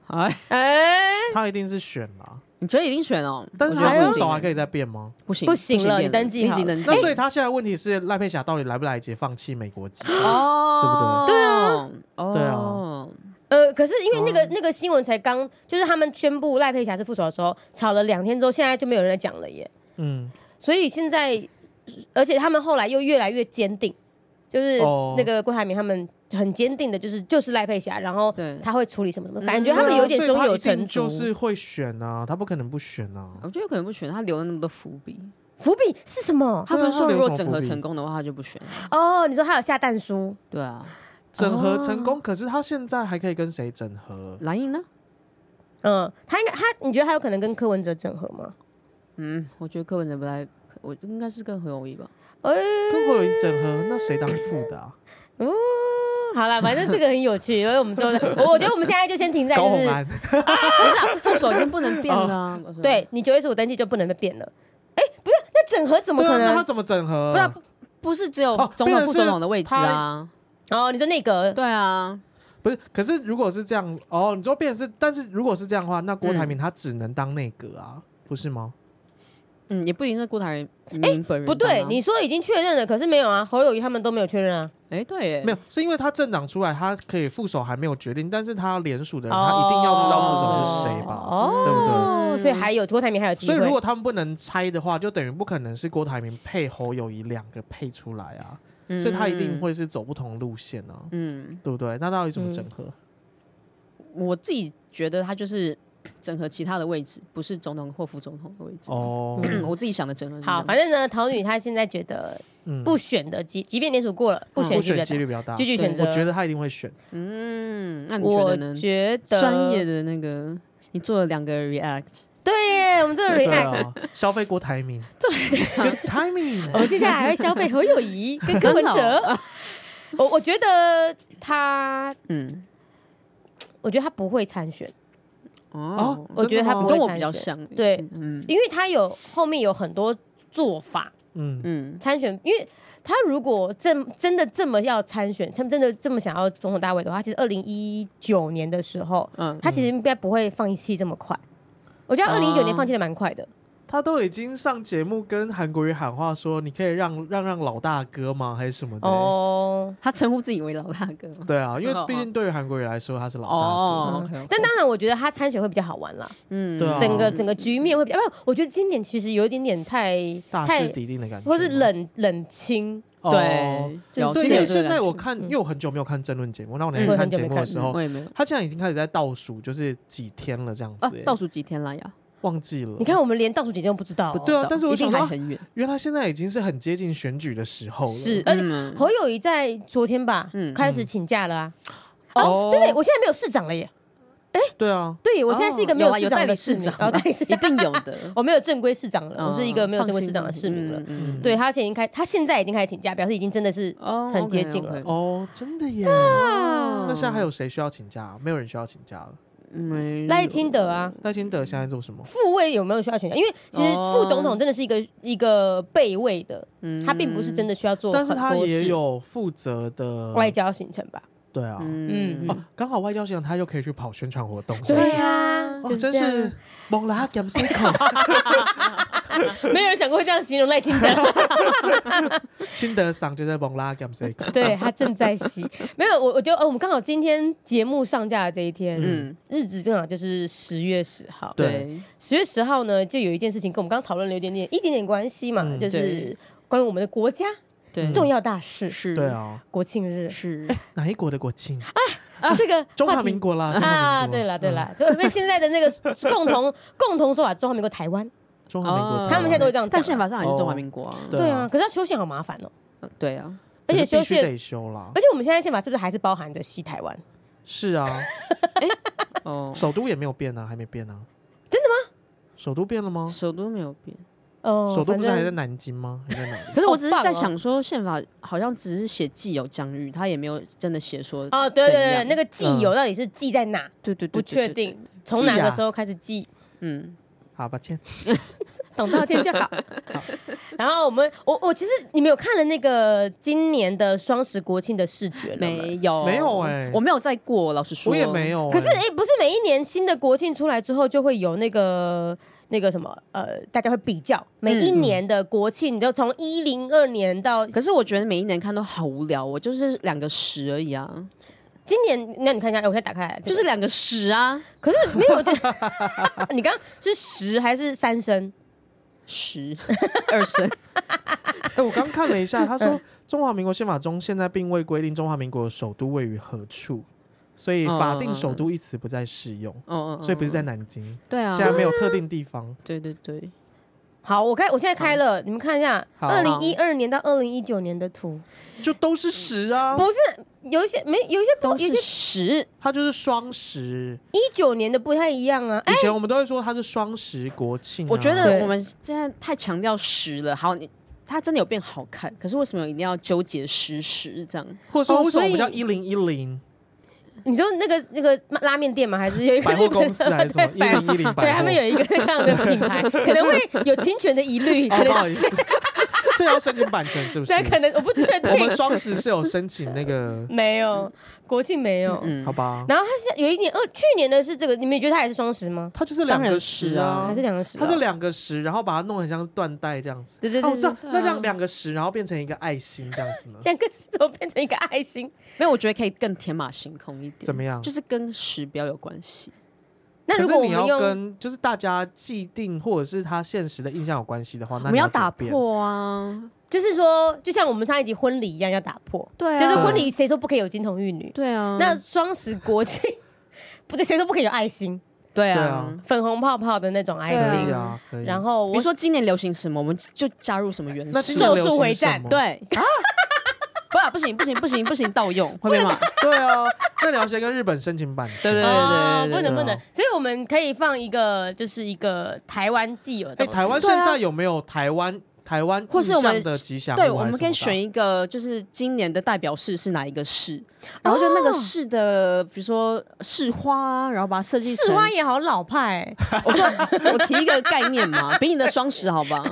[SPEAKER 2] 哎，
[SPEAKER 1] 哎，
[SPEAKER 3] 他一定是选啦，
[SPEAKER 2] 你觉得一定选哦？
[SPEAKER 3] 但是
[SPEAKER 2] 我觉
[SPEAKER 3] 他
[SPEAKER 2] 得嗯
[SPEAKER 3] 的
[SPEAKER 2] 不
[SPEAKER 3] 手
[SPEAKER 2] 行
[SPEAKER 3] 还可以再变吗？
[SPEAKER 2] 不行
[SPEAKER 1] 不行了你登记
[SPEAKER 2] 已
[SPEAKER 1] 好
[SPEAKER 2] 经
[SPEAKER 1] 了
[SPEAKER 2] 登记
[SPEAKER 3] 那所以他现在问题是赖佩霞到底来不来得及放弃美国籍？
[SPEAKER 2] 哦， 对啊，哦，
[SPEAKER 3] 对啊
[SPEAKER 1] 呃，可是因为那
[SPEAKER 3] 哦
[SPEAKER 1] 个那个新闻才刚，就是他们宣布赖佩霞是副手的时候，吵了两天之后，现在就没有人来讲了耶。
[SPEAKER 3] 嗯，
[SPEAKER 1] 所以现在，而且他们后来又越来越坚定，就是
[SPEAKER 3] 哦
[SPEAKER 1] 那个郭台铭他们很坚定的，就是就是赖佩霞，然后
[SPEAKER 2] 对
[SPEAKER 1] 他会处理什么什么，
[SPEAKER 2] 嗯
[SPEAKER 1] 感觉他们有点胸有
[SPEAKER 3] 对啊所以他一
[SPEAKER 1] 成
[SPEAKER 3] 定
[SPEAKER 1] 竹，哦
[SPEAKER 3] 就是会选啊，他不可能不选啊。
[SPEAKER 2] 我觉得有可能不选，他留了那么多伏笔。
[SPEAKER 1] 伏笔是什么？
[SPEAKER 2] 他不是说
[SPEAKER 3] 他留
[SPEAKER 2] 如果整
[SPEAKER 3] 什么伏
[SPEAKER 2] 合
[SPEAKER 3] 笔
[SPEAKER 2] 成功的话，他就不选了。
[SPEAKER 1] 哦，你说他有下蛋书，
[SPEAKER 2] 对啊，
[SPEAKER 3] 整合成功，可是他现在还可以跟谁整合？
[SPEAKER 2] 蓝印呢？
[SPEAKER 1] 嗯，他应该他，你觉得他有可能跟柯文哲整合吗？
[SPEAKER 2] 嗯，我觉得柯文哲不太，我应该是跟何友谊吧。
[SPEAKER 3] 跟侯友谊整合，那谁当副的啊？
[SPEAKER 1] 哦，好了，反正这个很有趣，因为我们之后再， 我我觉得我们现在就先停在
[SPEAKER 3] 高
[SPEAKER 1] 就
[SPEAKER 3] 虹
[SPEAKER 1] 是，
[SPEAKER 3] 安，
[SPEAKER 2] 不是啊，副手已经不能变了
[SPEAKER 3] 哦
[SPEAKER 2] 啊。
[SPEAKER 3] 嗯
[SPEAKER 2] 我说，
[SPEAKER 1] 对你九月十五登记就不能再变了，哎，不是，那整合怎么
[SPEAKER 3] 对
[SPEAKER 1] 可
[SPEAKER 3] 啊，那
[SPEAKER 1] 能
[SPEAKER 3] 他？怎么整合？
[SPEAKER 2] 不是啊不是只有
[SPEAKER 3] 哦
[SPEAKER 2] 总统、
[SPEAKER 3] 变成
[SPEAKER 2] 副总
[SPEAKER 3] 是
[SPEAKER 2] 统的位置啊。
[SPEAKER 1] 哦，你说内阁
[SPEAKER 2] 对啊，
[SPEAKER 3] 不是，可是如果是这样，哦，你说变成是，但是如果是这样的话，那郭台
[SPEAKER 1] 嗯
[SPEAKER 3] 铭他只能当内阁啊，不是吗？
[SPEAKER 2] 嗯，也不一定是郭台铭本人
[SPEAKER 1] 不
[SPEAKER 2] 当
[SPEAKER 1] 对，
[SPEAKER 2] 啊
[SPEAKER 1] 你说已经确认了，可是没有啊，侯友谊他们都没有确认啊。
[SPEAKER 2] 哎，对耶，
[SPEAKER 3] 没有，是因为他政党出来，他可以副手还没有决定，但是他要联署的人，他一定要知道副手是谁吧？
[SPEAKER 1] 哦，
[SPEAKER 3] 对不
[SPEAKER 2] 对
[SPEAKER 1] 所以还有郭台铭还有机
[SPEAKER 3] 所
[SPEAKER 1] 会。
[SPEAKER 3] 以如果他们不能拆的话，就等于不可能是郭台铭配侯友谊两个配出来啊，
[SPEAKER 2] 有
[SPEAKER 3] 所以他一定。会是走不同路线啊，
[SPEAKER 2] 嗯，
[SPEAKER 3] 对不对？那到底怎么整合？
[SPEAKER 2] 我自己觉得他就是整合其他的位置，不是总统或副总统的位置。
[SPEAKER 3] 哦，
[SPEAKER 2] 嗯， 我自己想的整合是这
[SPEAKER 1] 好，
[SPEAKER 2] 样。
[SPEAKER 1] 反正呢，桃女她现在觉得
[SPEAKER 3] 嗯
[SPEAKER 1] 不选的即即便联署过了，不选
[SPEAKER 3] 不
[SPEAKER 1] 举
[SPEAKER 3] 选
[SPEAKER 1] 的
[SPEAKER 3] 几率比较大
[SPEAKER 1] 就，去选择。
[SPEAKER 3] 我觉得他一定会选。
[SPEAKER 2] 嗯，那你觉
[SPEAKER 1] 我
[SPEAKER 2] 得呢？
[SPEAKER 1] 觉得
[SPEAKER 2] 专业的那个，你做了两个 react，
[SPEAKER 1] 对耶，我们这个
[SPEAKER 3] 对
[SPEAKER 1] react，
[SPEAKER 3] 啊，消费郭台铭， 对啊哦
[SPEAKER 1] 我
[SPEAKER 3] ，timing，
[SPEAKER 1] 们接下来还会消费侯友谊跟柯文
[SPEAKER 2] 真的
[SPEAKER 1] 哲。我我觉得他，
[SPEAKER 2] 嗯，
[SPEAKER 1] 我觉得他不会参选，
[SPEAKER 2] 哦，
[SPEAKER 1] 我觉得他
[SPEAKER 3] 真
[SPEAKER 1] 不
[SPEAKER 3] 的吗
[SPEAKER 1] 会
[SPEAKER 2] 跟我
[SPEAKER 1] 参
[SPEAKER 2] 比较
[SPEAKER 1] 选
[SPEAKER 2] 像，
[SPEAKER 1] 对
[SPEAKER 2] 嗯
[SPEAKER 1] 因为他有后面有很多做法，
[SPEAKER 3] 嗯，
[SPEAKER 2] 嗯
[SPEAKER 1] 参选，因为他如果真真的这么要参选，他真的这么想要总统大位的话，其实二零一九年的时候，
[SPEAKER 2] 嗯，
[SPEAKER 1] 他其实应该不会放弃这么快。我觉得二零一九年放弃的蛮快的，
[SPEAKER 3] 他都已经上节目跟韩国瑜喊话说，你可以让让让老大哥吗？还是什么的？
[SPEAKER 1] 哦。
[SPEAKER 2] 他称呼自己为老大哥吗
[SPEAKER 3] 对啊，因
[SPEAKER 1] 嗯
[SPEAKER 2] 哦
[SPEAKER 3] 为毕竟对于韩国瑜来说，他是老大
[SPEAKER 2] 哦，
[SPEAKER 1] 但当然，我觉得他参选会比较好玩啦，
[SPEAKER 2] 嗯
[SPEAKER 3] 对啊
[SPEAKER 1] 整个整个局面会比较。啊不，我觉得今年其实有一点点太
[SPEAKER 3] 哥，大
[SPEAKER 1] 太
[SPEAKER 3] 势，敌定的感觉，
[SPEAKER 1] 或是冷冷清。
[SPEAKER 3] 哦
[SPEAKER 2] 对，有
[SPEAKER 3] 所
[SPEAKER 2] 这个有
[SPEAKER 3] 以
[SPEAKER 2] 这个
[SPEAKER 3] 现在
[SPEAKER 2] 感
[SPEAKER 3] 我
[SPEAKER 2] 觉
[SPEAKER 3] 看，
[SPEAKER 1] 嗯
[SPEAKER 3] 因为我很久没有看争论节目，那我
[SPEAKER 1] 嗯
[SPEAKER 3] 那
[SPEAKER 1] 我也很
[SPEAKER 3] 天看
[SPEAKER 1] 久没
[SPEAKER 3] 节目
[SPEAKER 1] 看
[SPEAKER 3] 的时候，
[SPEAKER 2] 我也没有
[SPEAKER 3] 他现在已经开始在倒数，就是几天了这样
[SPEAKER 2] 啊
[SPEAKER 3] 子，，
[SPEAKER 2] 倒数几天了呀，
[SPEAKER 3] 忘记了。
[SPEAKER 1] 你看，，我们连倒数几天都不知道哦、
[SPEAKER 2] 不知
[SPEAKER 3] 对啊
[SPEAKER 2] 道
[SPEAKER 3] 但是我
[SPEAKER 2] 一定
[SPEAKER 3] 想说
[SPEAKER 2] 还
[SPEAKER 3] 啊
[SPEAKER 2] 很远，
[SPEAKER 3] 原来现在已经是很接近选举的时候了。
[SPEAKER 1] 是，而且
[SPEAKER 2] 嗯
[SPEAKER 1] 侯友谊在昨天吧，
[SPEAKER 2] 嗯
[SPEAKER 1] 开始请假了啊。
[SPEAKER 3] 哦，
[SPEAKER 1] 对，我现在没有市长了耶。
[SPEAKER 3] 对啊，
[SPEAKER 1] 对，我现在是一个没
[SPEAKER 2] 哦有啊
[SPEAKER 1] 市
[SPEAKER 2] 有
[SPEAKER 1] 长
[SPEAKER 2] 代
[SPEAKER 1] 的
[SPEAKER 2] 理
[SPEAKER 1] 市
[SPEAKER 2] 市
[SPEAKER 1] 民
[SPEAKER 2] 长
[SPEAKER 1] 哦，
[SPEAKER 2] 啦，
[SPEAKER 1] 代理市
[SPEAKER 2] 一
[SPEAKER 1] 长。
[SPEAKER 2] 定有的
[SPEAKER 1] 我没有正规市长了，我是一个没有
[SPEAKER 2] 嗯放
[SPEAKER 1] 正规市
[SPEAKER 2] 心
[SPEAKER 1] 长的市民了。，
[SPEAKER 2] 嗯嗯
[SPEAKER 1] 对他现在已经开，他现在已经开始请假，表示已经真的是
[SPEAKER 2] 哦
[SPEAKER 1] 很接近了
[SPEAKER 2] ，OK，OK
[SPEAKER 1] 啊
[SPEAKER 2] 嗯
[SPEAKER 3] 啊哦，真的耶。那现在还有谁需要请假？没有人需要请假了。
[SPEAKER 2] 没
[SPEAKER 1] 赖
[SPEAKER 2] 有
[SPEAKER 1] 清德啊，
[SPEAKER 3] 赖清德现在做什么？
[SPEAKER 1] 副位有没有需要选举？因为其实
[SPEAKER 2] 嗯哦
[SPEAKER 1] 副总统真的是一个、一个备位的，
[SPEAKER 2] 嗯
[SPEAKER 1] 他并不是真的需要做
[SPEAKER 3] 但
[SPEAKER 1] 很多
[SPEAKER 3] 是他也
[SPEAKER 1] 事。
[SPEAKER 3] 有负责的
[SPEAKER 1] 外，交行程吧，
[SPEAKER 3] 对啊，
[SPEAKER 1] 嗯
[SPEAKER 3] 哦，刚好外交行他又可以去跑宣传活动，
[SPEAKER 1] 对
[SPEAKER 3] 呀，
[SPEAKER 1] 啊
[SPEAKER 3] 哦
[SPEAKER 1] 就是
[SPEAKER 3] 真
[SPEAKER 1] 这样
[SPEAKER 3] 是蒙拉 g a m s
[SPEAKER 1] 没有人想过会这样形容赖清 德。
[SPEAKER 3] 金德赏就在蒙拉 g a m s
[SPEAKER 1] 对他正在洗，没有我，我觉得呃，我们刚好今天节目上架的这一天，
[SPEAKER 2] 嗯
[SPEAKER 1] 日子正好就是十月十号。
[SPEAKER 2] 对
[SPEAKER 1] 十月十号呢，就有一件事情跟我们刚刚讨论了有点点一点点关系嘛，
[SPEAKER 3] 嗯
[SPEAKER 1] 就是
[SPEAKER 2] 对
[SPEAKER 1] 关于我们的国家
[SPEAKER 2] 对
[SPEAKER 1] 重要大事、
[SPEAKER 2] 是
[SPEAKER 3] 对啊，
[SPEAKER 1] 国庆日
[SPEAKER 2] 是
[SPEAKER 3] 哪一国的国庆？
[SPEAKER 1] 嗯啊，这个
[SPEAKER 3] 嗯 中华
[SPEAKER 1] 话题
[SPEAKER 3] 民国啦，中华民国嗯
[SPEAKER 1] 啊，对了对，了，就因为现在的 那个共同共同说法，中华民国台湾，
[SPEAKER 3] 嗯中华民国
[SPEAKER 2] 哦
[SPEAKER 3] 台湾，
[SPEAKER 1] 他们现在都会这样讲
[SPEAKER 2] 但宪法上还是中华民国啊，
[SPEAKER 1] 对啊，，可是要修宪好麻烦哦，
[SPEAKER 2] 呃对 啊，
[SPEAKER 1] 而且
[SPEAKER 3] 可是
[SPEAKER 1] 修
[SPEAKER 3] 必须
[SPEAKER 1] 宪，
[SPEAKER 3] 得修啦
[SPEAKER 1] 而，且我们现在宪法是不是还是包含着西台湾？
[SPEAKER 3] 是啊，
[SPEAKER 2] 哦，
[SPEAKER 3] 首都也没有变啊，还没变啊，
[SPEAKER 1] 真
[SPEAKER 3] 的吗？首都变了吗？
[SPEAKER 2] 首都没有变。
[SPEAKER 1] 哦
[SPEAKER 3] 首都不是还在
[SPEAKER 1] 反正
[SPEAKER 3] 南京吗？还在哪 里？
[SPEAKER 2] 可是我
[SPEAKER 1] 好
[SPEAKER 2] 只是
[SPEAKER 1] 棒
[SPEAKER 2] 在
[SPEAKER 1] 哦
[SPEAKER 2] 想说，宪法好像只是写既有疆域，他也没有真的写说
[SPEAKER 1] 哦，对对
[SPEAKER 2] 怎
[SPEAKER 1] 对，
[SPEAKER 2] 样
[SPEAKER 1] 那个寄
[SPEAKER 3] 嗯
[SPEAKER 1] 有到底是寄在哪？
[SPEAKER 2] 对对对
[SPEAKER 1] 不
[SPEAKER 2] 对
[SPEAKER 1] 确
[SPEAKER 2] 对对
[SPEAKER 1] 定，从
[SPEAKER 3] 寄
[SPEAKER 1] 哪个
[SPEAKER 3] 啊
[SPEAKER 1] 时候开始寄？
[SPEAKER 2] 嗯，
[SPEAKER 3] 好吧，歉，
[SPEAKER 1] 懂道歉就好。然后我们，我我其实你们有看了那个今年的双十国庆的视觉了吗？
[SPEAKER 2] 没有
[SPEAKER 3] 没有欸
[SPEAKER 2] 我没有再过，老实说，
[SPEAKER 3] 我也没有欸。
[SPEAKER 1] 可是哎、诶不是每一年新的国庆出来之后，就会有那个那个什么呃，大家会比较每一年的国庆，你就从一零二年到
[SPEAKER 2] 可是我觉得每一年看都好无聊，我就是两个十而已啊，
[SPEAKER 1] 今年，那你看一下，诶我现在打开来，
[SPEAKER 2] 就
[SPEAKER 1] 就是是
[SPEAKER 2] 两个十啊，
[SPEAKER 1] 可是没有，就你刚刚是十还是三声？
[SPEAKER 2] 十 二十，
[SPEAKER 3] 哎，我刚看了 一下，他说《中华民国宪法》中现在并未规定中华民国的首都位于何处，所以
[SPEAKER 2] 嗯
[SPEAKER 3] 法
[SPEAKER 2] 嗯
[SPEAKER 3] 定
[SPEAKER 2] 嗯
[SPEAKER 3] 首
[SPEAKER 2] 嗯
[SPEAKER 3] 都一词不再适用，
[SPEAKER 2] 哦，嗯
[SPEAKER 3] 所以不是在
[SPEAKER 2] 嗯
[SPEAKER 3] 南京，
[SPEAKER 2] 对啊
[SPEAKER 3] 现，在没有特定地方。
[SPEAKER 2] 对对对，
[SPEAKER 1] 好，我开，我现在开了，你们看一下，
[SPEAKER 3] 好
[SPEAKER 1] 二零一二年到二零一九年的图，
[SPEAKER 3] 就都是十啊，
[SPEAKER 1] 嗯不是有一些没有一些不
[SPEAKER 2] 都
[SPEAKER 1] 有一
[SPEAKER 2] 哦
[SPEAKER 1] 些
[SPEAKER 2] 是十，
[SPEAKER 3] 它就是双十。
[SPEAKER 1] 一九年的不太一样啊，哎
[SPEAKER 3] 以前我们都会说它是双十国庆啊、
[SPEAKER 2] 我觉
[SPEAKER 1] 对
[SPEAKER 2] 得我们现在太强调十了，好你。它真的有变好看，可是为什么一定要纠结十十这样？
[SPEAKER 3] 或者说
[SPEAKER 1] 哦
[SPEAKER 3] 为什么我们
[SPEAKER 1] 所
[SPEAKER 3] 叫
[SPEAKER 1] 以
[SPEAKER 3] 一零一零
[SPEAKER 1] 你说那个那个拉面店吗？还是有一个
[SPEAKER 3] 百货
[SPEAKER 1] 日本
[SPEAKER 3] 公司还是什么
[SPEAKER 1] 对
[SPEAKER 3] 一
[SPEAKER 1] 百
[SPEAKER 3] 零一零百货？
[SPEAKER 1] 对他们有一个这样的品牌，可能会有侵权的疑虑，可
[SPEAKER 3] 哦，不好
[SPEAKER 1] 能
[SPEAKER 3] 意
[SPEAKER 1] 是
[SPEAKER 3] 思，这要申请版权是不是
[SPEAKER 1] 对，？可能 我不确
[SPEAKER 3] 我们
[SPEAKER 1] 定，
[SPEAKER 3] 双十是有申请那个，
[SPEAKER 1] 没有国庆没有。
[SPEAKER 2] 嗯
[SPEAKER 3] 好，吧？
[SPEAKER 1] 然后他现在有一年二去年的是这个，你们也觉得他也是双十吗？
[SPEAKER 3] 它就是两
[SPEAKER 2] 当
[SPEAKER 3] 个
[SPEAKER 2] 然是
[SPEAKER 3] 十
[SPEAKER 2] 啊
[SPEAKER 1] 还是两个十？
[SPEAKER 3] 它嗯是两个十，然后把它弄得很像缎带这样子。
[SPEAKER 1] 对对
[SPEAKER 3] 哦，
[SPEAKER 1] 对
[SPEAKER 3] 我知道
[SPEAKER 1] 对，，啊
[SPEAKER 3] 那这样两个十，然后变成一个爱心这样子呢？
[SPEAKER 1] 两个十怎么变成一个爱心？
[SPEAKER 2] 没有，我觉得可以更天马行空一点。
[SPEAKER 3] 怎么样
[SPEAKER 2] 就是跟十比较有关系。
[SPEAKER 1] 那
[SPEAKER 3] 可
[SPEAKER 1] 如
[SPEAKER 3] 是
[SPEAKER 1] 果我
[SPEAKER 3] 你
[SPEAKER 1] 们
[SPEAKER 3] 要
[SPEAKER 1] 用
[SPEAKER 3] 跟就是大家既定或者是他现实的印象有关系的话，
[SPEAKER 2] 我
[SPEAKER 3] 那
[SPEAKER 2] 们
[SPEAKER 3] 你
[SPEAKER 2] 要
[SPEAKER 3] 怎么
[SPEAKER 2] 打
[SPEAKER 3] 变
[SPEAKER 2] 破啊，
[SPEAKER 1] 就是说，就像我们上一集婚礼一样要打破，
[SPEAKER 2] 对
[SPEAKER 3] 嗯
[SPEAKER 2] 啊，
[SPEAKER 1] 就是婚礼谁说不可以有金童玉女？
[SPEAKER 2] 对啊，
[SPEAKER 1] 那双十国庆 不对，谁说不可以有爱心？
[SPEAKER 2] 对
[SPEAKER 3] 对
[SPEAKER 2] 啊
[SPEAKER 3] 啊。
[SPEAKER 1] 粉红泡泡的那种爱
[SPEAKER 2] 对
[SPEAKER 3] 可
[SPEAKER 1] 心
[SPEAKER 3] 以。啊，可以。
[SPEAKER 1] 然后
[SPEAKER 2] 比
[SPEAKER 1] 我
[SPEAKER 2] 如说今年流行什么，我们就加入什么元
[SPEAKER 3] 那
[SPEAKER 2] 素
[SPEAKER 3] 今。年
[SPEAKER 1] 咒
[SPEAKER 3] 流
[SPEAKER 1] 术
[SPEAKER 3] 行
[SPEAKER 1] 回
[SPEAKER 3] 什
[SPEAKER 1] 战
[SPEAKER 3] 么
[SPEAKER 2] 对啊， 不啊，不行不行不行不行，盗用会被骂。
[SPEAKER 3] 对啊，那你要先跟日本申请版权。
[SPEAKER 2] 对对
[SPEAKER 1] 哦，
[SPEAKER 2] 对
[SPEAKER 1] 不
[SPEAKER 2] 对
[SPEAKER 1] 能
[SPEAKER 2] 对
[SPEAKER 3] 对
[SPEAKER 1] 不
[SPEAKER 3] 啊
[SPEAKER 1] 能，所以我们可以放一个，就是一个台湾既有的东
[SPEAKER 3] 哎、
[SPEAKER 1] 西。
[SPEAKER 3] 台湾
[SPEAKER 2] 对啊
[SPEAKER 3] 现在有没有台湾台湾
[SPEAKER 2] 或是我们
[SPEAKER 3] 印象的吉祥物
[SPEAKER 2] 对，
[SPEAKER 3] 还
[SPEAKER 2] 我们
[SPEAKER 3] 是
[SPEAKER 2] 可以
[SPEAKER 3] 什么的啊
[SPEAKER 2] 选一个，就是今年的代表市是哪一个市，然后就
[SPEAKER 3] 哦
[SPEAKER 2] 那个市的，比如说市花啊，然后把它设计成
[SPEAKER 1] 市花也好老派，
[SPEAKER 2] 我说我提一个概念嘛，比你的双十好 吧？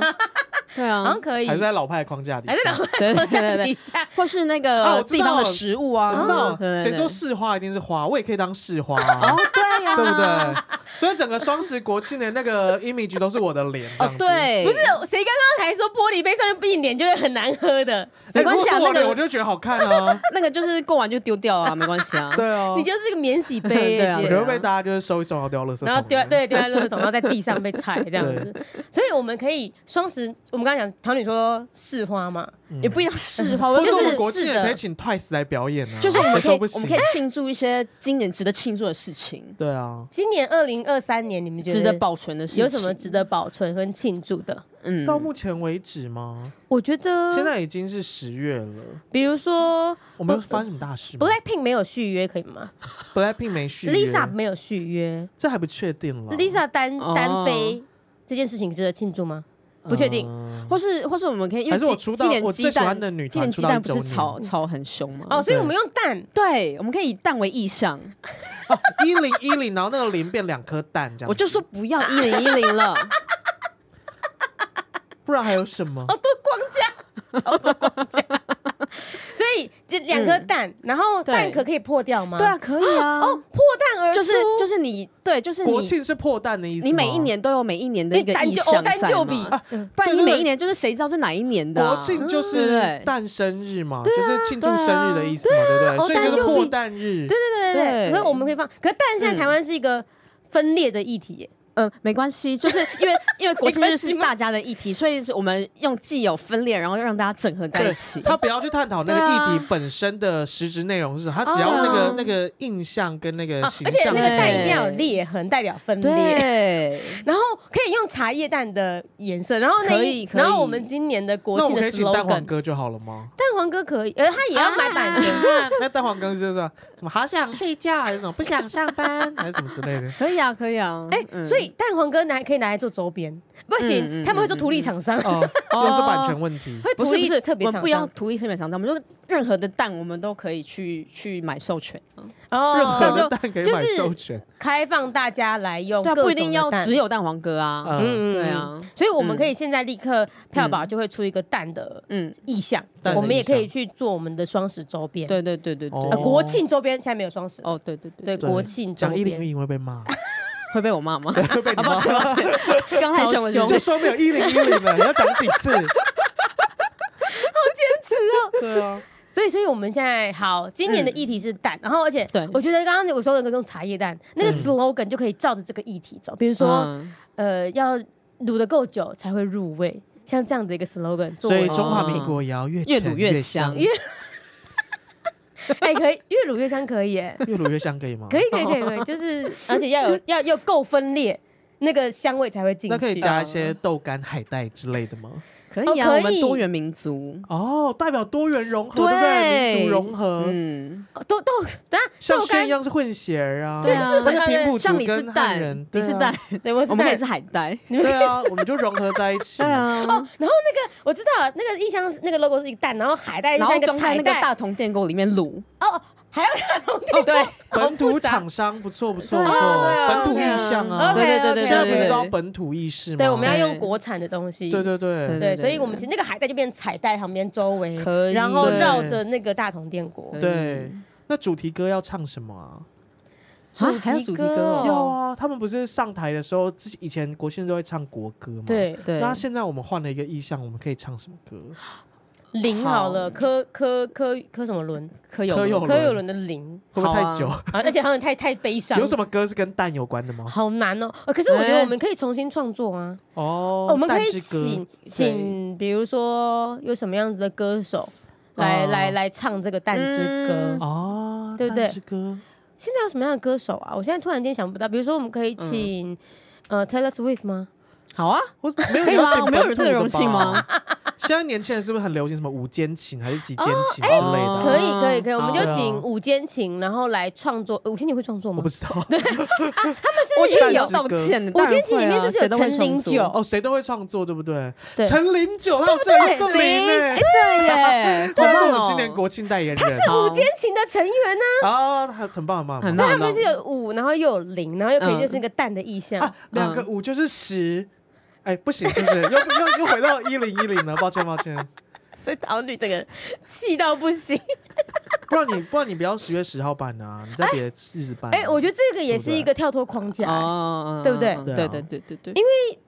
[SPEAKER 2] 对
[SPEAKER 1] 好
[SPEAKER 2] 啊
[SPEAKER 1] 像，可以
[SPEAKER 3] 还是。在老派框架底下。
[SPEAKER 1] 还是老派
[SPEAKER 2] 对对对
[SPEAKER 1] 底
[SPEAKER 2] 对，
[SPEAKER 1] 下，
[SPEAKER 2] 或是那
[SPEAKER 3] 啊
[SPEAKER 2] 个
[SPEAKER 3] 我知
[SPEAKER 2] 地
[SPEAKER 3] 道
[SPEAKER 2] 方的食物啊，
[SPEAKER 3] 我知道
[SPEAKER 2] 对对
[SPEAKER 3] 谁
[SPEAKER 2] 对
[SPEAKER 3] 说市花一定是花，我也可以当市花、啊
[SPEAKER 2] 哦，，对呀，
[SPEAKER 3] 对不？对？所以整个双十国庆的那个 image 都是我的脸。这样
[SPEAKER 2] 哦，
[SPEAKER 3] 子，
[SPEAKER 2] 对，
[SPEAKER 3] 哎
[SPEAKER 1] 不是谁刚刚还说玻璃杯上面一脸就是很难喝的，
[SPEAKER 2] 没
[SPEAKER 3] 哎
[SPEAKER 2] 关系啊
[SPEAKER 3] 如果是我的
[SPEAKER 2] 那个
[SPEAKER 3] 我就觉得好 看啊。
[SPEAKER 2] 那个，就是过完就丢掉啊，没关系啊。
[SPEAKER 3] 对啊，
[SPEAKER 1] 你就是个免 洗杯
[SPEAKER 2] 对啊
[SPEAKER 1] 姐
[SPEAKER 3] 可能被大家就是收一收，然后丢到垃圾桶。
[SPEAKER 1] 然后丢在对丢在垃圾桶，然后在地上被踩 这样子。所以我们可以双十，我们刚刚讲唐女说市花嘛，也不一定要市花，
[SPEAKER 3] 或
[SPEAKER 1] 就是
[SPEAKER 3] 我
[SPEAKER 1] 是
[SPEAKER 3] 们国庆
[SPEAKER 1] 是
[SPEAKER 3] 也可
[SPEAKER 1] 的
[SPEAKER 3] 以。请 Twice 来表演啊，
[SPEAKER 2] 就是我们可
[SPEAKER 3] 谁
[SPEAKER 2] 以
[SPEAKER 3] 说不，
[SPEAKER 2] 我
[SPEAKER 3] 行
[SPEAKER 2] 们可以庆祝一些今年值得庆祝的事情，
[SPEAKER 3] 对啊，
[SPEAKER 1] 今年二零二三年，你们觉得
[SPEAKER 2] 值得保存的事情。
[SPEAKER 1] 有什么值？得保存跟庆祝的？
[SPEAKER 2] 嗯，
[SPEAKER 3] 到目前为止吗？
[SPEAKER 1] 我觉得
[SPEAKER 3] 现在已经是十月了，
[SPEAKER 1] 比如说
[SPEAKER 3] 我们发生什么大事吗
[SPEAKER 1] Blackpink 没有续约，可以吗
[SPEAKER 3] Blackpink 没续约
[SPEAKER 1] ？Lisa 没有续约
[SPEAKER 3] 这还不确定了。
[SPEAKER 1] ，Lisa 单
[SPEAKER 2] 哦
[SPEAKER 1] 单飞这件事情值得庆祝吗？不确定。
[SPEAKER 3] 嗯
[SPEAKER 2] 或是或是我们可以因
[SPEAKER 3] 还
[SPEAKER 2] 为
[SPEAKER 3] 是我
[SPEAKER 2] 纪
[SPEAKER 3] 出
[SPEAKER 2] 纪
[SPEAKER 3] 道
[SPEAKER 2] 念
[SPEAKER 3] 我
[SPEAKER 2] 鸡
[SPEAKER 3] 最喜欢
[SPEAKER 2] 蛋，
[SPEAKER 3] 的女
[SPEAKER 2] 纪
[SPEAKER 3] 团
[SPEAKER 2] 念
[SPEAKER 3] 出
[SPEAKER 2] 鸡
[SPEAKER 3] 道一
[SPEAKER 2] 蛋
[SPEAKER 3] 周
[SPEAKER 2] 不是
[SPEAKER 3] 年，
[SPEAKER 2] 吵吵很凶吗？
[SPEAKER 1] 哦，所以
[SPEAKER 3] 对
[SPEAKER 1] 我们用蛋，
[SPEAKER 2] 对，我们可以以蛋为意象。
[SPEAKER 3] 一零一零，然后那个零变两颗蛋这样子，
[SPEAKER 2] 我就说不要一零一零 了，
[SPEAKER 3] 不然还有什么？
[SPEAKER 1] 哦 所以这两颗蛋，然后
[SPEAKER 2] 嗯对
[SPEAKER 1] 蛋壳可以破掉吗？
[SPEAKER 2] 对啊，，可以啊。
[SPEAKER 1] 哦，破蛋而出，
[SPEAKER 2] 就是就是你对，就是
[SPEAKER 3] 国
[SPEAKER 2] 你
[SPEAKER 3] 庆是破蛋的意思吗，
[SPEAKER 2] 你每一年都有每一年的一个
[SPEAKER 1] 你单
[SPEAKER 2] 意
[SPEAKER 1] 就
[SPEAKER 2] 象
[SPEAKER 1] 哦单
[SPEAKER 2] 在
[SPEAKER 1] 就
[SPEAKER 2] 嘛
[SPEAKER 1] 比
[SPEAKER 3] 啊，
[SPEAKER 2] 不然
[SPEAKER 3] 对
[SPEAKER 2] 你
[SPEAKER 3] 对
[SPEAKER 2] 每
[SPEAKER 3] 对
[SPEAKER 2] 一年就是谁知道是哪一年的啊？
[SPEAKER 3] 国庆就
[SPEAKER 2] 对不
[SPEAKER 3] 是
[SPEAKER 2] 对
[SPEAKER 3] 诞生日嘛，就是庆祝生日的意思嘛，对不对？
[SPEAKER 1] 哦
[SPEAKER 3] 所以就
[SPEAKER 1] 但
[SPEAKER 3] 是
[SPEAKER 1] 就
[SPEAKER 3] 破
[SPEAKER 1] 比
[SPEAKER 3] 蛋日，
[SPEAKER 1] 对对对。
[SPEAKER 2] 对嗯
[SPEAKER 1] 可是我们可以放，可是蛋现在台湾是一个分裂的议题耶，
[SPEAKER 2] 呃，没关系，就是 因为因为国庆
[SPEAKER 1] 没
[SPEAKER 2] 日
[SPEAKER 1] 关系
[SPEAKER 2] 是
[SPEAKER 1] 吗
[SPEAKER 2] 大家的议题，所以是我们用既有分裂，然后让大家整合在一起。
[SPEAKER 3] 他不要去探讨那个
[SPEAKER 2] 对
[SPEAKER 3] 议题本身的实质内容是什么，他只要那个那个印象跟那个
[SPEAKER 1] 啊
[SPEAKER 3] 形
[SPEAKER 1] 而且
[SPEAKER 3] 象
[SPEAKER 1] 那个
[SPEAKER 3] 的
[SPEAKER 1] 蛋
[SPEAKER 3] 东
[SPEAKER 1] 一定
[SPEAKER 3] 西。
[SPEAKER 1] 要有裂痕，代表分裂。
[SPEAKER 2] 对，
[SPEAKER 1] 然后可以用茶叶蛋的颜色，然后那
[SPEAKER 2] 可
[SPEAKER 1] 一
[SPEAKER 2] 以可以
[SPEAKER 1] 然后我们今年的国
[SPEAKER 3] 那我
[SPEAKER 1] 庆
[SPEAKER 3] 们
[SPEAKER 1] 的
[SPEAKER 3] 可以请蛋
[SPEAKER 1] slogan，
[SPEAKER 3] 黄哥就好了吗？
[SPEAKER 1] 蛋黄哥可以，呃，他也要买版权。
[SPEAKER 2] 啊
[SPEAKER 3] 那蛋黄哥就是说什么好想睡觉，还是什么不想上班，还是什么之类的。
[SPEAKER 2] 可以啊，可以啊。
[SPEAKER 1] 哎、所以蛋黄哥拿可以拿来做周边，不行，
[SPEAKER 2] 嗯嗯
[SPEAKER 1] 他们会做图利厂商，
[SPEAKER 3] 哦，又是版权问题。
[SPEAKER 1] 会
[SPEAKER 2] 不
[SPEAKER 1] 图
[SPEAKER 2] 是不
[SPEAKER 1] 利
[SPEAKER 2] 是，
[SPEAKER 1] 特别
[SPEAKER 2] 我
[SPEAKER 1] 厂
[SPEAKER 2] 们
[SPEAKER 1] 商，
[SPEAKER 2] 不要图一特别厂商，我们就任何的蛋我们都可以去去买授权。
[SPEAKER 3] 任
[SPEAKER 1] 哦，
[SPEAKER 3] 何
[SPEAKER 1] 叫
[SPEAKER 3] 的
[SPEAKER 1] 做
[SPEAKER 3] 蛋可以
[SPEAKER 1] 就
[SPEAKER 3] 买
[SPEAKER 1] 是
[SPEAKER 3] 授权，
[SPEAKER 1] 开放大家来用，
[SPEAKER 2] 对啊，不一定要只
[SPEAKER 1] 有，
[SPEAKER 2] 有蛋黄哥啊。
[SPEAKER 3] 嗯，
[SPEAKER 2] 对，啊，
[SPEAKER 1] 所以我们可以现在立刻票宝就会出一个蛋的
[SPEAKER 2] 嗯，
[SPEAKER 1] 意向，
[SPEAKER 3] 蛋的
[SPEAKER 1] 我们也
[SPEAKER 3] 意向
[SPEAKER 1] 可以去做我们的双十周边，
[SPEAKER 2] 对对对对对。
[SPEAKER 1] 呃，
[SPEAKER 3] 哦
[SPEAKER 1] 国庆周边现在没有双十，
[SPEAKER 2] 哦，对对对，
[SPEAKER 1] 对，
[SPEAKER 3] 对
[SPEAKER 1] 国庆周
[SPEAKER 3] 讲一零
[SPEAKER 1] 边。
[SPEAKER 3] 一会被骂，
[SPEAKER 2] 会被我骂吗？
[SPEAKER 3] 会被你
[SPEAKER 2] 啊，抱
[SPEAKER 3] 骂。
[SPEAKER 2] 歉抱歉，刚才凶了
[SPEAKER 1] 超凶
[SPEAKER 2] 凶
[SPEAKER 3] 就说没有一零一零了，你要讲几 次？好坚持哦。 对啊，
[SPEAKER 1] 所以，所以我们现在好，今年的议题是蛋，然后而且
[SPEAKER 2] 对
[SPEAKER 1] 我觉得刚刚我说的那个用茶叶蛋，那个 slogan 就可以照着这个议题走，比如说
[SPEAKER 2] 嗯
[SPEAKER 1] 呃，要卤的够久才会入味，像这样的一个 slogan 作
[SPEAKER 3] 所
[SPEAKER 1] 为
[SPEAKER 3] 以中华民国也要越
[SPEAKER 2] 越
[SPEAKER 3] 沉
[SPEAKER 2] 卤越
[SPEAKER 3] 香
[SPEAKER 2] 香，
[SPEAKER 1] 哎、可以越卤越香，可以耶，
[SPEAKER 3] 越卤越香可以吗？
[SPEAKER 1] 可以，可以，可以，可以，就是而且要有要要够分裂，那个香味才会进去。
[SPEAKER 3] 那可以加一
[SPEAKER 1] 嗯
[SPEAKER 3] 些豆干、海带之类的吗？
[SPEAKER 2] 可
[SPEAKER 1] 哦
[SPEAKER 2] 以啊，
[SPEAKER 1] 可
[SPEAKER 2] 我们
[SPEAKER 1] 以
[SPEAKER 2] 多元民族。
[SPEAKER 3] 哦，代表多元融合，对
[SPEAKER 2] 对
[SPEAKER 3] 不对？民族融合，
[SPEAKER 2] 嗯，
[SPEAKER 1] 哦豆豆，等一下
[SPEAKER 3] 像
[SPEAKER 1] 豆
[SPEAKER 3] 轩
[SPEAKER 1] 干
[SPEAKER 3] 一，样是混血儿啊，
[SPEAKER 2] 是啊
[SPEAKER 3] 那个平埔
[SPEAKER 2] 像
[SPEAKER 3] 族
[SPEAKER 2] 你是
[SPEAKER 3] 跟汉人
[SPEAKER 2] 蛋，，你是
[SPEAKER 3] 对啊
[SPEAKER 2] 蛋，，
[SPEAKER 1] 对，我是
[SPEAKER 2] 我们可以
[SPEAKER 1] 蛋
[SPEAKER 2] 是海带。
[SPEAKER 3] 对啊，我们就融合在一 起。
[SPEAKER 2] 啊，
[SPEAKER 1] 然后那个我知道那个意箱是那个 logo 是一个蛋，然后海带
[SPEAKER 2] 然
[SPEAKER 1] 像
[SPEAKER 2] 后
[SPEAKER 1] 哎一
[SPEAKER 2] 装在
[SPEAKER 1] 彩
[SPEAKER 2] 那个
[SPEAKER 1] 带
[SPEAKER 2] 大铜电锅里面卤。
[SPEAKER 1] 哦，还要 大红
[SPEAKER 3] 哦
[SPEAKER 1] 地对，
[SPEAKER 3] 本土厂商不错不错不
[SPEAKER 2] 对啊
[SPEAKER 3] 错
[SPEAKER 2] 对，啊
[SPEAKER 3] 本土
[SPEAKER 1] 对啊
[SPEAKER 3] 意向
[SPEAKER 1] 哦
[SPEAKER 3] 啊，
[SPEAKER 1] OK，
[SPEAKER 2] 对对对对
[SPEAKER 3] 现在不是
[SPEAKER 2] 对
[SPEAKER 3] 都要
[SPEAKER 2] 对对
[SPEAKER 3] 本土意识吗？
[SPEAKER 1] 对，我们要
[SPEAKER 2] 对
[SPEAKER 1] 用国产的东西。
[SPEAKER 3] 对对对
[SPEAKER 1] 对
[SPEAKER 2] 对对
[SPEAKER 1] 所以我们
[SPEAKER 2] 对
[SPEAKER 1] 其实那个海带就变彩带旁边周围，
[SPEAKER 2] 可以
[SPEAKER 1] 然后
[SPEAKER 3] 对
[SPEAKER 1] 绕着那个大同电锅。
[SPEAKER 2] 可以
[SPEAKER 3] 对。那主题歌要唱什么啊？
[SPEAKER 1] 主
[SPEAKER 2] 啊
[SPEAKER 1] 题
[SPEAKER 2] 还有主题
[SPEAKER 1] 歌
[SPEAKER 2] 歌
[SPEAKER 1] 哦
[SPEAKER 2] 哦，
[SPEAKER 3] 要啊，他们不是上台的时候，之前以前国庆都会唱国歌吗？。
[SPEAKER 1] 对，
[SPEAKER 2] 对，
[SPEAKER 3] 那现在我们换了一个意向，我们可以唱什么歌？
[SPEAKER 1] 零好了，柯柯柯柯什么伦，
[SPEAKER 2] 可有
[SPEAKER 3] 柯有
[SPEAKER 2] 吗
[SPEAKER 1] 柯有伦的零
[SPEAKER 3] 会不会
[SPEAKER 2] 好啊
[SPEAKER 3] 太久？
[SPEAKER 1] 啊，而且好像太太悲伤。
[SPEAKER 3] 有什么歌是跟蛋有关的吗？
[SPEAKER 1] 好难哦、呃可是我觉得
[SPEAKER 2] 哎
[SPEAKER 1] 我们可以重新创作啊，
[SPEAKER 3] 哦，
[SPEAKER 1] 我们可
[SPEAKER 3] 蛋
[SPEAKER 1] 以
[SPEAKER 3] 之歌
[SPEAKER 1] 请请，比如说有什么样子的歌手来、
[SPEAKER 3] 哦
[SPEAKER 1] 来来唱这个《蛋之歌》
[SPEAKER 2] 嗯
[SPEAKER 3] 哦，
[SPEAKER 1] 对不对
[SPEAKER 3] 蛋之歌
[SPEAKER 1] 现在有什么样的歌手啊？我现在突然间想不到，比如说我们可以请、呃 Taylor Swift 吗？
[SPEAKER 2] 好啊，
[SPEAKER 3] 我没有
[SPEAKER 2] 可以
[SPEAKER 3] 邀
[SPEAKER 2] 吗
[SPEAKER 3] 请
[SPEAKER 2] 我们有
[SPEAKER 3] 本
[SPEAKER 2] 这
[SPEAKER 3] 土
[SPEAKER 2] 个
[SPEAKER 3] 的
[SPEAKER 2] 荣幸
[SPEAKER 3] 吧
[SPEAKER 2] 吗？
[SPEAKER 3] 现在年轻人是不是很流行什么五间情还是几间情之类的
[SPEAKER 2] 哦
[SPEAKER 3] 啊？
[SPEAKER 1] 可以，可以，可以，我们就
[SPEAKER 3] 对啊
[SPEAKER 1] 请五间琴，然后来创作。呃五间琴会创作
[SPEAKER 3] 我
[SPEAKER 1] 吗
[SPEAKER 3] 不？知道，
[SPEAKER 1] 是不
[SPEAKER 3] 我
[SPEAKER 1] 是
[SPEAKER 3] 觉得
[SPEAKER 1] 也有
[SPEAKER 3] 是
[SPEAKER 2] 道歉的。
[SPEAKER 1] 我今天
[SPEAKER 2] 当
[SPEAKER 1] 里
[SPEAKER 2] 然
[SPEAKER 1] 面
[SPEAKER 2] 会
[SPEAKER 1] 是
[SPEAKER 2] 啊
[SPEAKER 1] 不是有
[SPEAKER 2] 谁都会
[SPEAKER 1] 陈零
[SPEAKER 2] 创作
[SPEAKER 1] 九
[SPEAKER 3] 哦，谁都会创作，对不对？
[SPEAKER 1] 对
[SPEAKER 3] 陈零九，他有生日送
[SPEAKER 2] 零，
[SPEAKER 3] 零
[SPEAKER 2] 哎
[SPEAKER 3] 哎，
[SPEAKER 2] 对耶，
[SPEAKER 3] 他是
[SPEAKER 2] 好棒
[SPEAKER 3] 我们
[SPEAKER 2] 哦
[SPEAKER 3] 今年国庆代言人，
[SPEAKER 1] 五间琴的成员呢、
[SPEAKER 3] 啊，很很棒很棒很
[SPEAKER 2] 很
[SPEAKER 1] 所
[SPEAKER 3] 棒
[SPEAKER 1] 以
[SPEAKER 2] 棒
[SPEAKER 1] 他们是有五，然后又有零，然后又可以
[SPEAKER 2] 嗯
[SPEAKER 1] 就是那个蛋的意象。
[SPEAKER 3] 啊，两个五就是十。哎，不行，是不是？又又又回到一零一零了？抱歉，抱歉。
[SPEAKER 1] 所以桃女整个 气到不行。
[SPEAKER 3] 不然你，不然你不要十月十号办啊，你在别的日子办。啊
[SPEAKER 1] 哎、我觉得这个也是一个跳脱框架、
[SPEAKER 2] 哦，
[SPEAKER 1] 对不对
[SPEAKER 2] 嗯
[SPEAKER 3] 对啊
[SPEAKER 2] 对对对对对，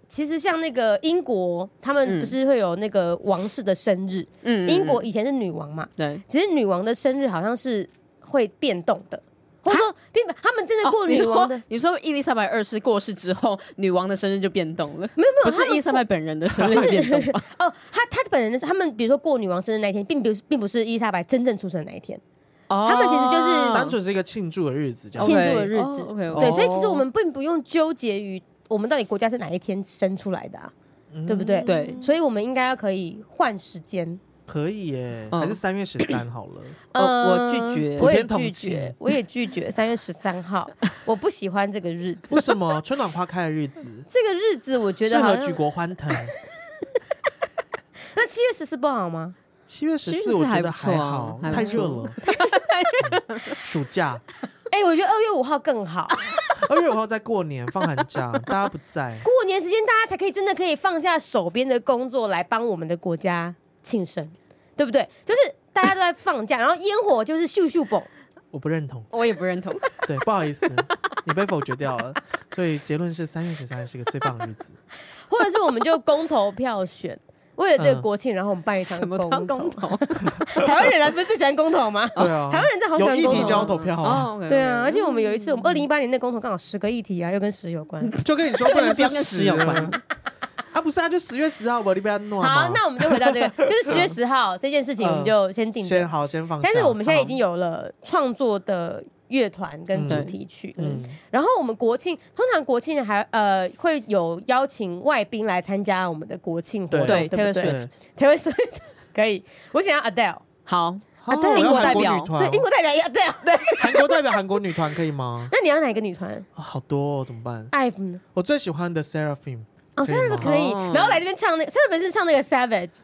[SPEAKER 1] 其实像那个英国，他们
[SPEAKER 2] 嗯
[SPEAKER 1] 不是会有那个王室的生日？
[SPEAKER 2] 嗯
[SPEAKER 1] 英国以前是女王嘛，
[SPEAKER 2] 对
[SPEAKER 1] 其实女王的生日好像是会变动的，或者说变，他们真的
[SPEAKER 2] 哦
[SPEAKER 1] 过女王的。
[SPEAKER 2] 你说，你说伊丽莎白二世过世之后，女王的生日就变动了，
[SPEAKER 1] 没有没有，
[SPEAKER 2] 不是
[SPEAKER 1] 他
[SPEAKER 2] 伊
[SPEAKER 1] 们
[SPEAKER 2] 丽莎白本人的生日
[SPEAKER 1] 就是
[SPEAKER 2] 变动 吧？
[SPEAKER 1] 哦，他他本人的他们，比如说过女王生日那一天，并不是并不是伊丽莎白真正出生的那一天，
[SPEAKER 2] 哦
[SPEAKER 1] 他们其实就是
[SPEAKER 3] 单纯是一个庆祝的日子，这样
[SPEAKER 1] 庆
[SPEAKER 3] 子。
[SPEAKER 1] 祝的日子
[SPEAKER 2] OK，
[SPEAKER 3] 哦
[SPEAKER 1] 对，所以其实我们并不用纠结于我们到底国家是哪一天生出来的、啊，对不对？，
[SPEAKER 2] 嗯对，
[SPEAKER 1] 所以我们应该要可以换时间。
[SPEAKER 3] 可以耶，
[SPEAKER 2] 嗯
[SPEAKER 3] 还是三月十三好了。
[SPEAKER 2] 哦我拒
[SPEAKER 1] 嗯
[SPEAKER 2] 绝
[SPEAKER 1] 我也拒
[SPEAKER 3] 普天同庆
[SPEAKER 1] 绝，我也拒绝。三月十三号，我不喜欢 这个日子。
[SPEAKER 3] 为什么春暖花开的日子
[SPEAKER 1] 这个日子我觉
[SPEAKER 3] 适
[SPEAKER 1] 得好
[SPEAKER 3] 合 举
[SPEAKER 1] 像
[SPEAKER 3] 国欢腾？
[SPEAKER 1] 那七月十四不好吗？
[SPEAKER 3] 七月十
[SPEAKER 2] 其实
[SPEAKER 3] 四
[SPEAKER 2] 是
[SPEAKER 3] 我觉
[SPEAKER 2] 还
[SPEAKER 3] 得
[SPEAKER 2] 不错
[SPEAKER 3] 还
[SPEAKER 2] 啊
[SPEAKER 3] 好，
[SPEAKER 2] 还不
[SPEAKER 3] 太热
[SPEAKER 2] 错
[SPEAKER 3] 了。嗯暑假
[SPEAKER 1] 哎、我觉得二月五号更好。
[SPEAKER 3] 二月五号在过年放寒假，大家不在，
[SPEAKER 1] 过年时间大家才可以真的可以放下手边的工作来帮我们的国家庆生，对不对？就是大家都在放假，然后烟火就是咻咻蹦，
[SPEAKER 3] 我不认同。
[SPEAKER 2] 我也不认同。
[SPEAKER 3] 对，不好意思，你被否决掉了。所以结论是三月十三是个最棒的日子。
[SPEAKER 1] 或者是我们就公投票选。为了这个国庆，然后我们办一场
[SPEAKER 2] 嗯 什么
[SPEAKER 1] 公
[SPEAKER 2] 当
[SPEAKER 1] 投。
[SPEAKER 2] 公投？ 哦
[SPEAKER 1] 台湾人啊，不是最喜欢公投吗？
[SPEAKER 3] 对啊，
[SPEAKER 1] 台湾人真的好喜
[SPEAKER 3] 有
[SPEAKER 1] 欢
[SPEAKER 3] 议题
[SPEAKER 1] 公
[SPEAKER 3] 就要
[SPEAKER 1] 投。
[SPEAKER 3] 投票啊，
[SPEAKER 2] 哦，OK，OK，OK
[SPEAKER 1] 对啊，而且我们有一次，我们二零一八年那公投刚好十个议题啊，又跟十有关。
[SPEAKER 3] 就跟你说
[SPEAKER 2] 这
[SPEAKER 3] 不
[SPEAKER 2] 个
[SPEAKER 3] 能
[SPEAKER 2] 就不要
[SPEAKER 3] 是
[SPEAKER 2] 跟
[SPEAKER 3] 十
[SPEAKER 2] 屎有
[SPEAKER 3] 啊
[SPEAKER 2] 关。
[SPEAKER 3] 啊，不是啊，就十月十号我礼拜弄
[SPEAKER 1] 好，那我们就回到这个，就是十月十号这件事
[SPEAKER 2] 嗯
[SPEAKER 1] 情，我们就先定着
[SPEAKER 3] 先。好先放下。
[SPEAKER 1] 但是我们现在已经有了创作的乐团跟主题曲，
[SPEAKER 3] 好嗯，
[SPEAKER 1] 然后我们国庆通常国庆还呃会有邀请外宾来参加我们的国庆活动，
[SPEAKER 2] 对
[SPEAKER 1] 对
[SPEAKER 2] ，Taylor
[SPEAKER 1] 不对
[SPEAKER 2] Swift，
[SPEAKER 1] Taylor Swift 可以，我想要 Adele，
[SPEAKER 2] 好，
[SPEAKER 3] 好
[SPEAKER 2] 啊对
[SPEAKER 3] 我要
[SPEAKER 2] 英国
[SPEAKER 3] 韩
[SPEAKER 2] 代
[SPEAKER 3] 女
[SPEAKER 2] 表
[SPEAKER 3] 团
[SPEAKER 1] 对，英国代表也 Adele，对。
[SPEAKER 3] 韩国代表韩国女团可以吗？
[SPEAKER 1] 那你要哪一个女团
[SPEAKER 3] 啊好多哦，怎么办？
[SPEAKER 1] ？IVE 呢？
[SPEAKER 3] 我最喜欢的 Seraphim
[SPEAKER 1] 哦 s e r a
[SPEAKER 3] 吗
[SPEAKER 1] p 可以
[SPEAKER 2] 哦，
[SPEAKER 1] 然后来这边唱那 s e r a p 是唱那个 Savage，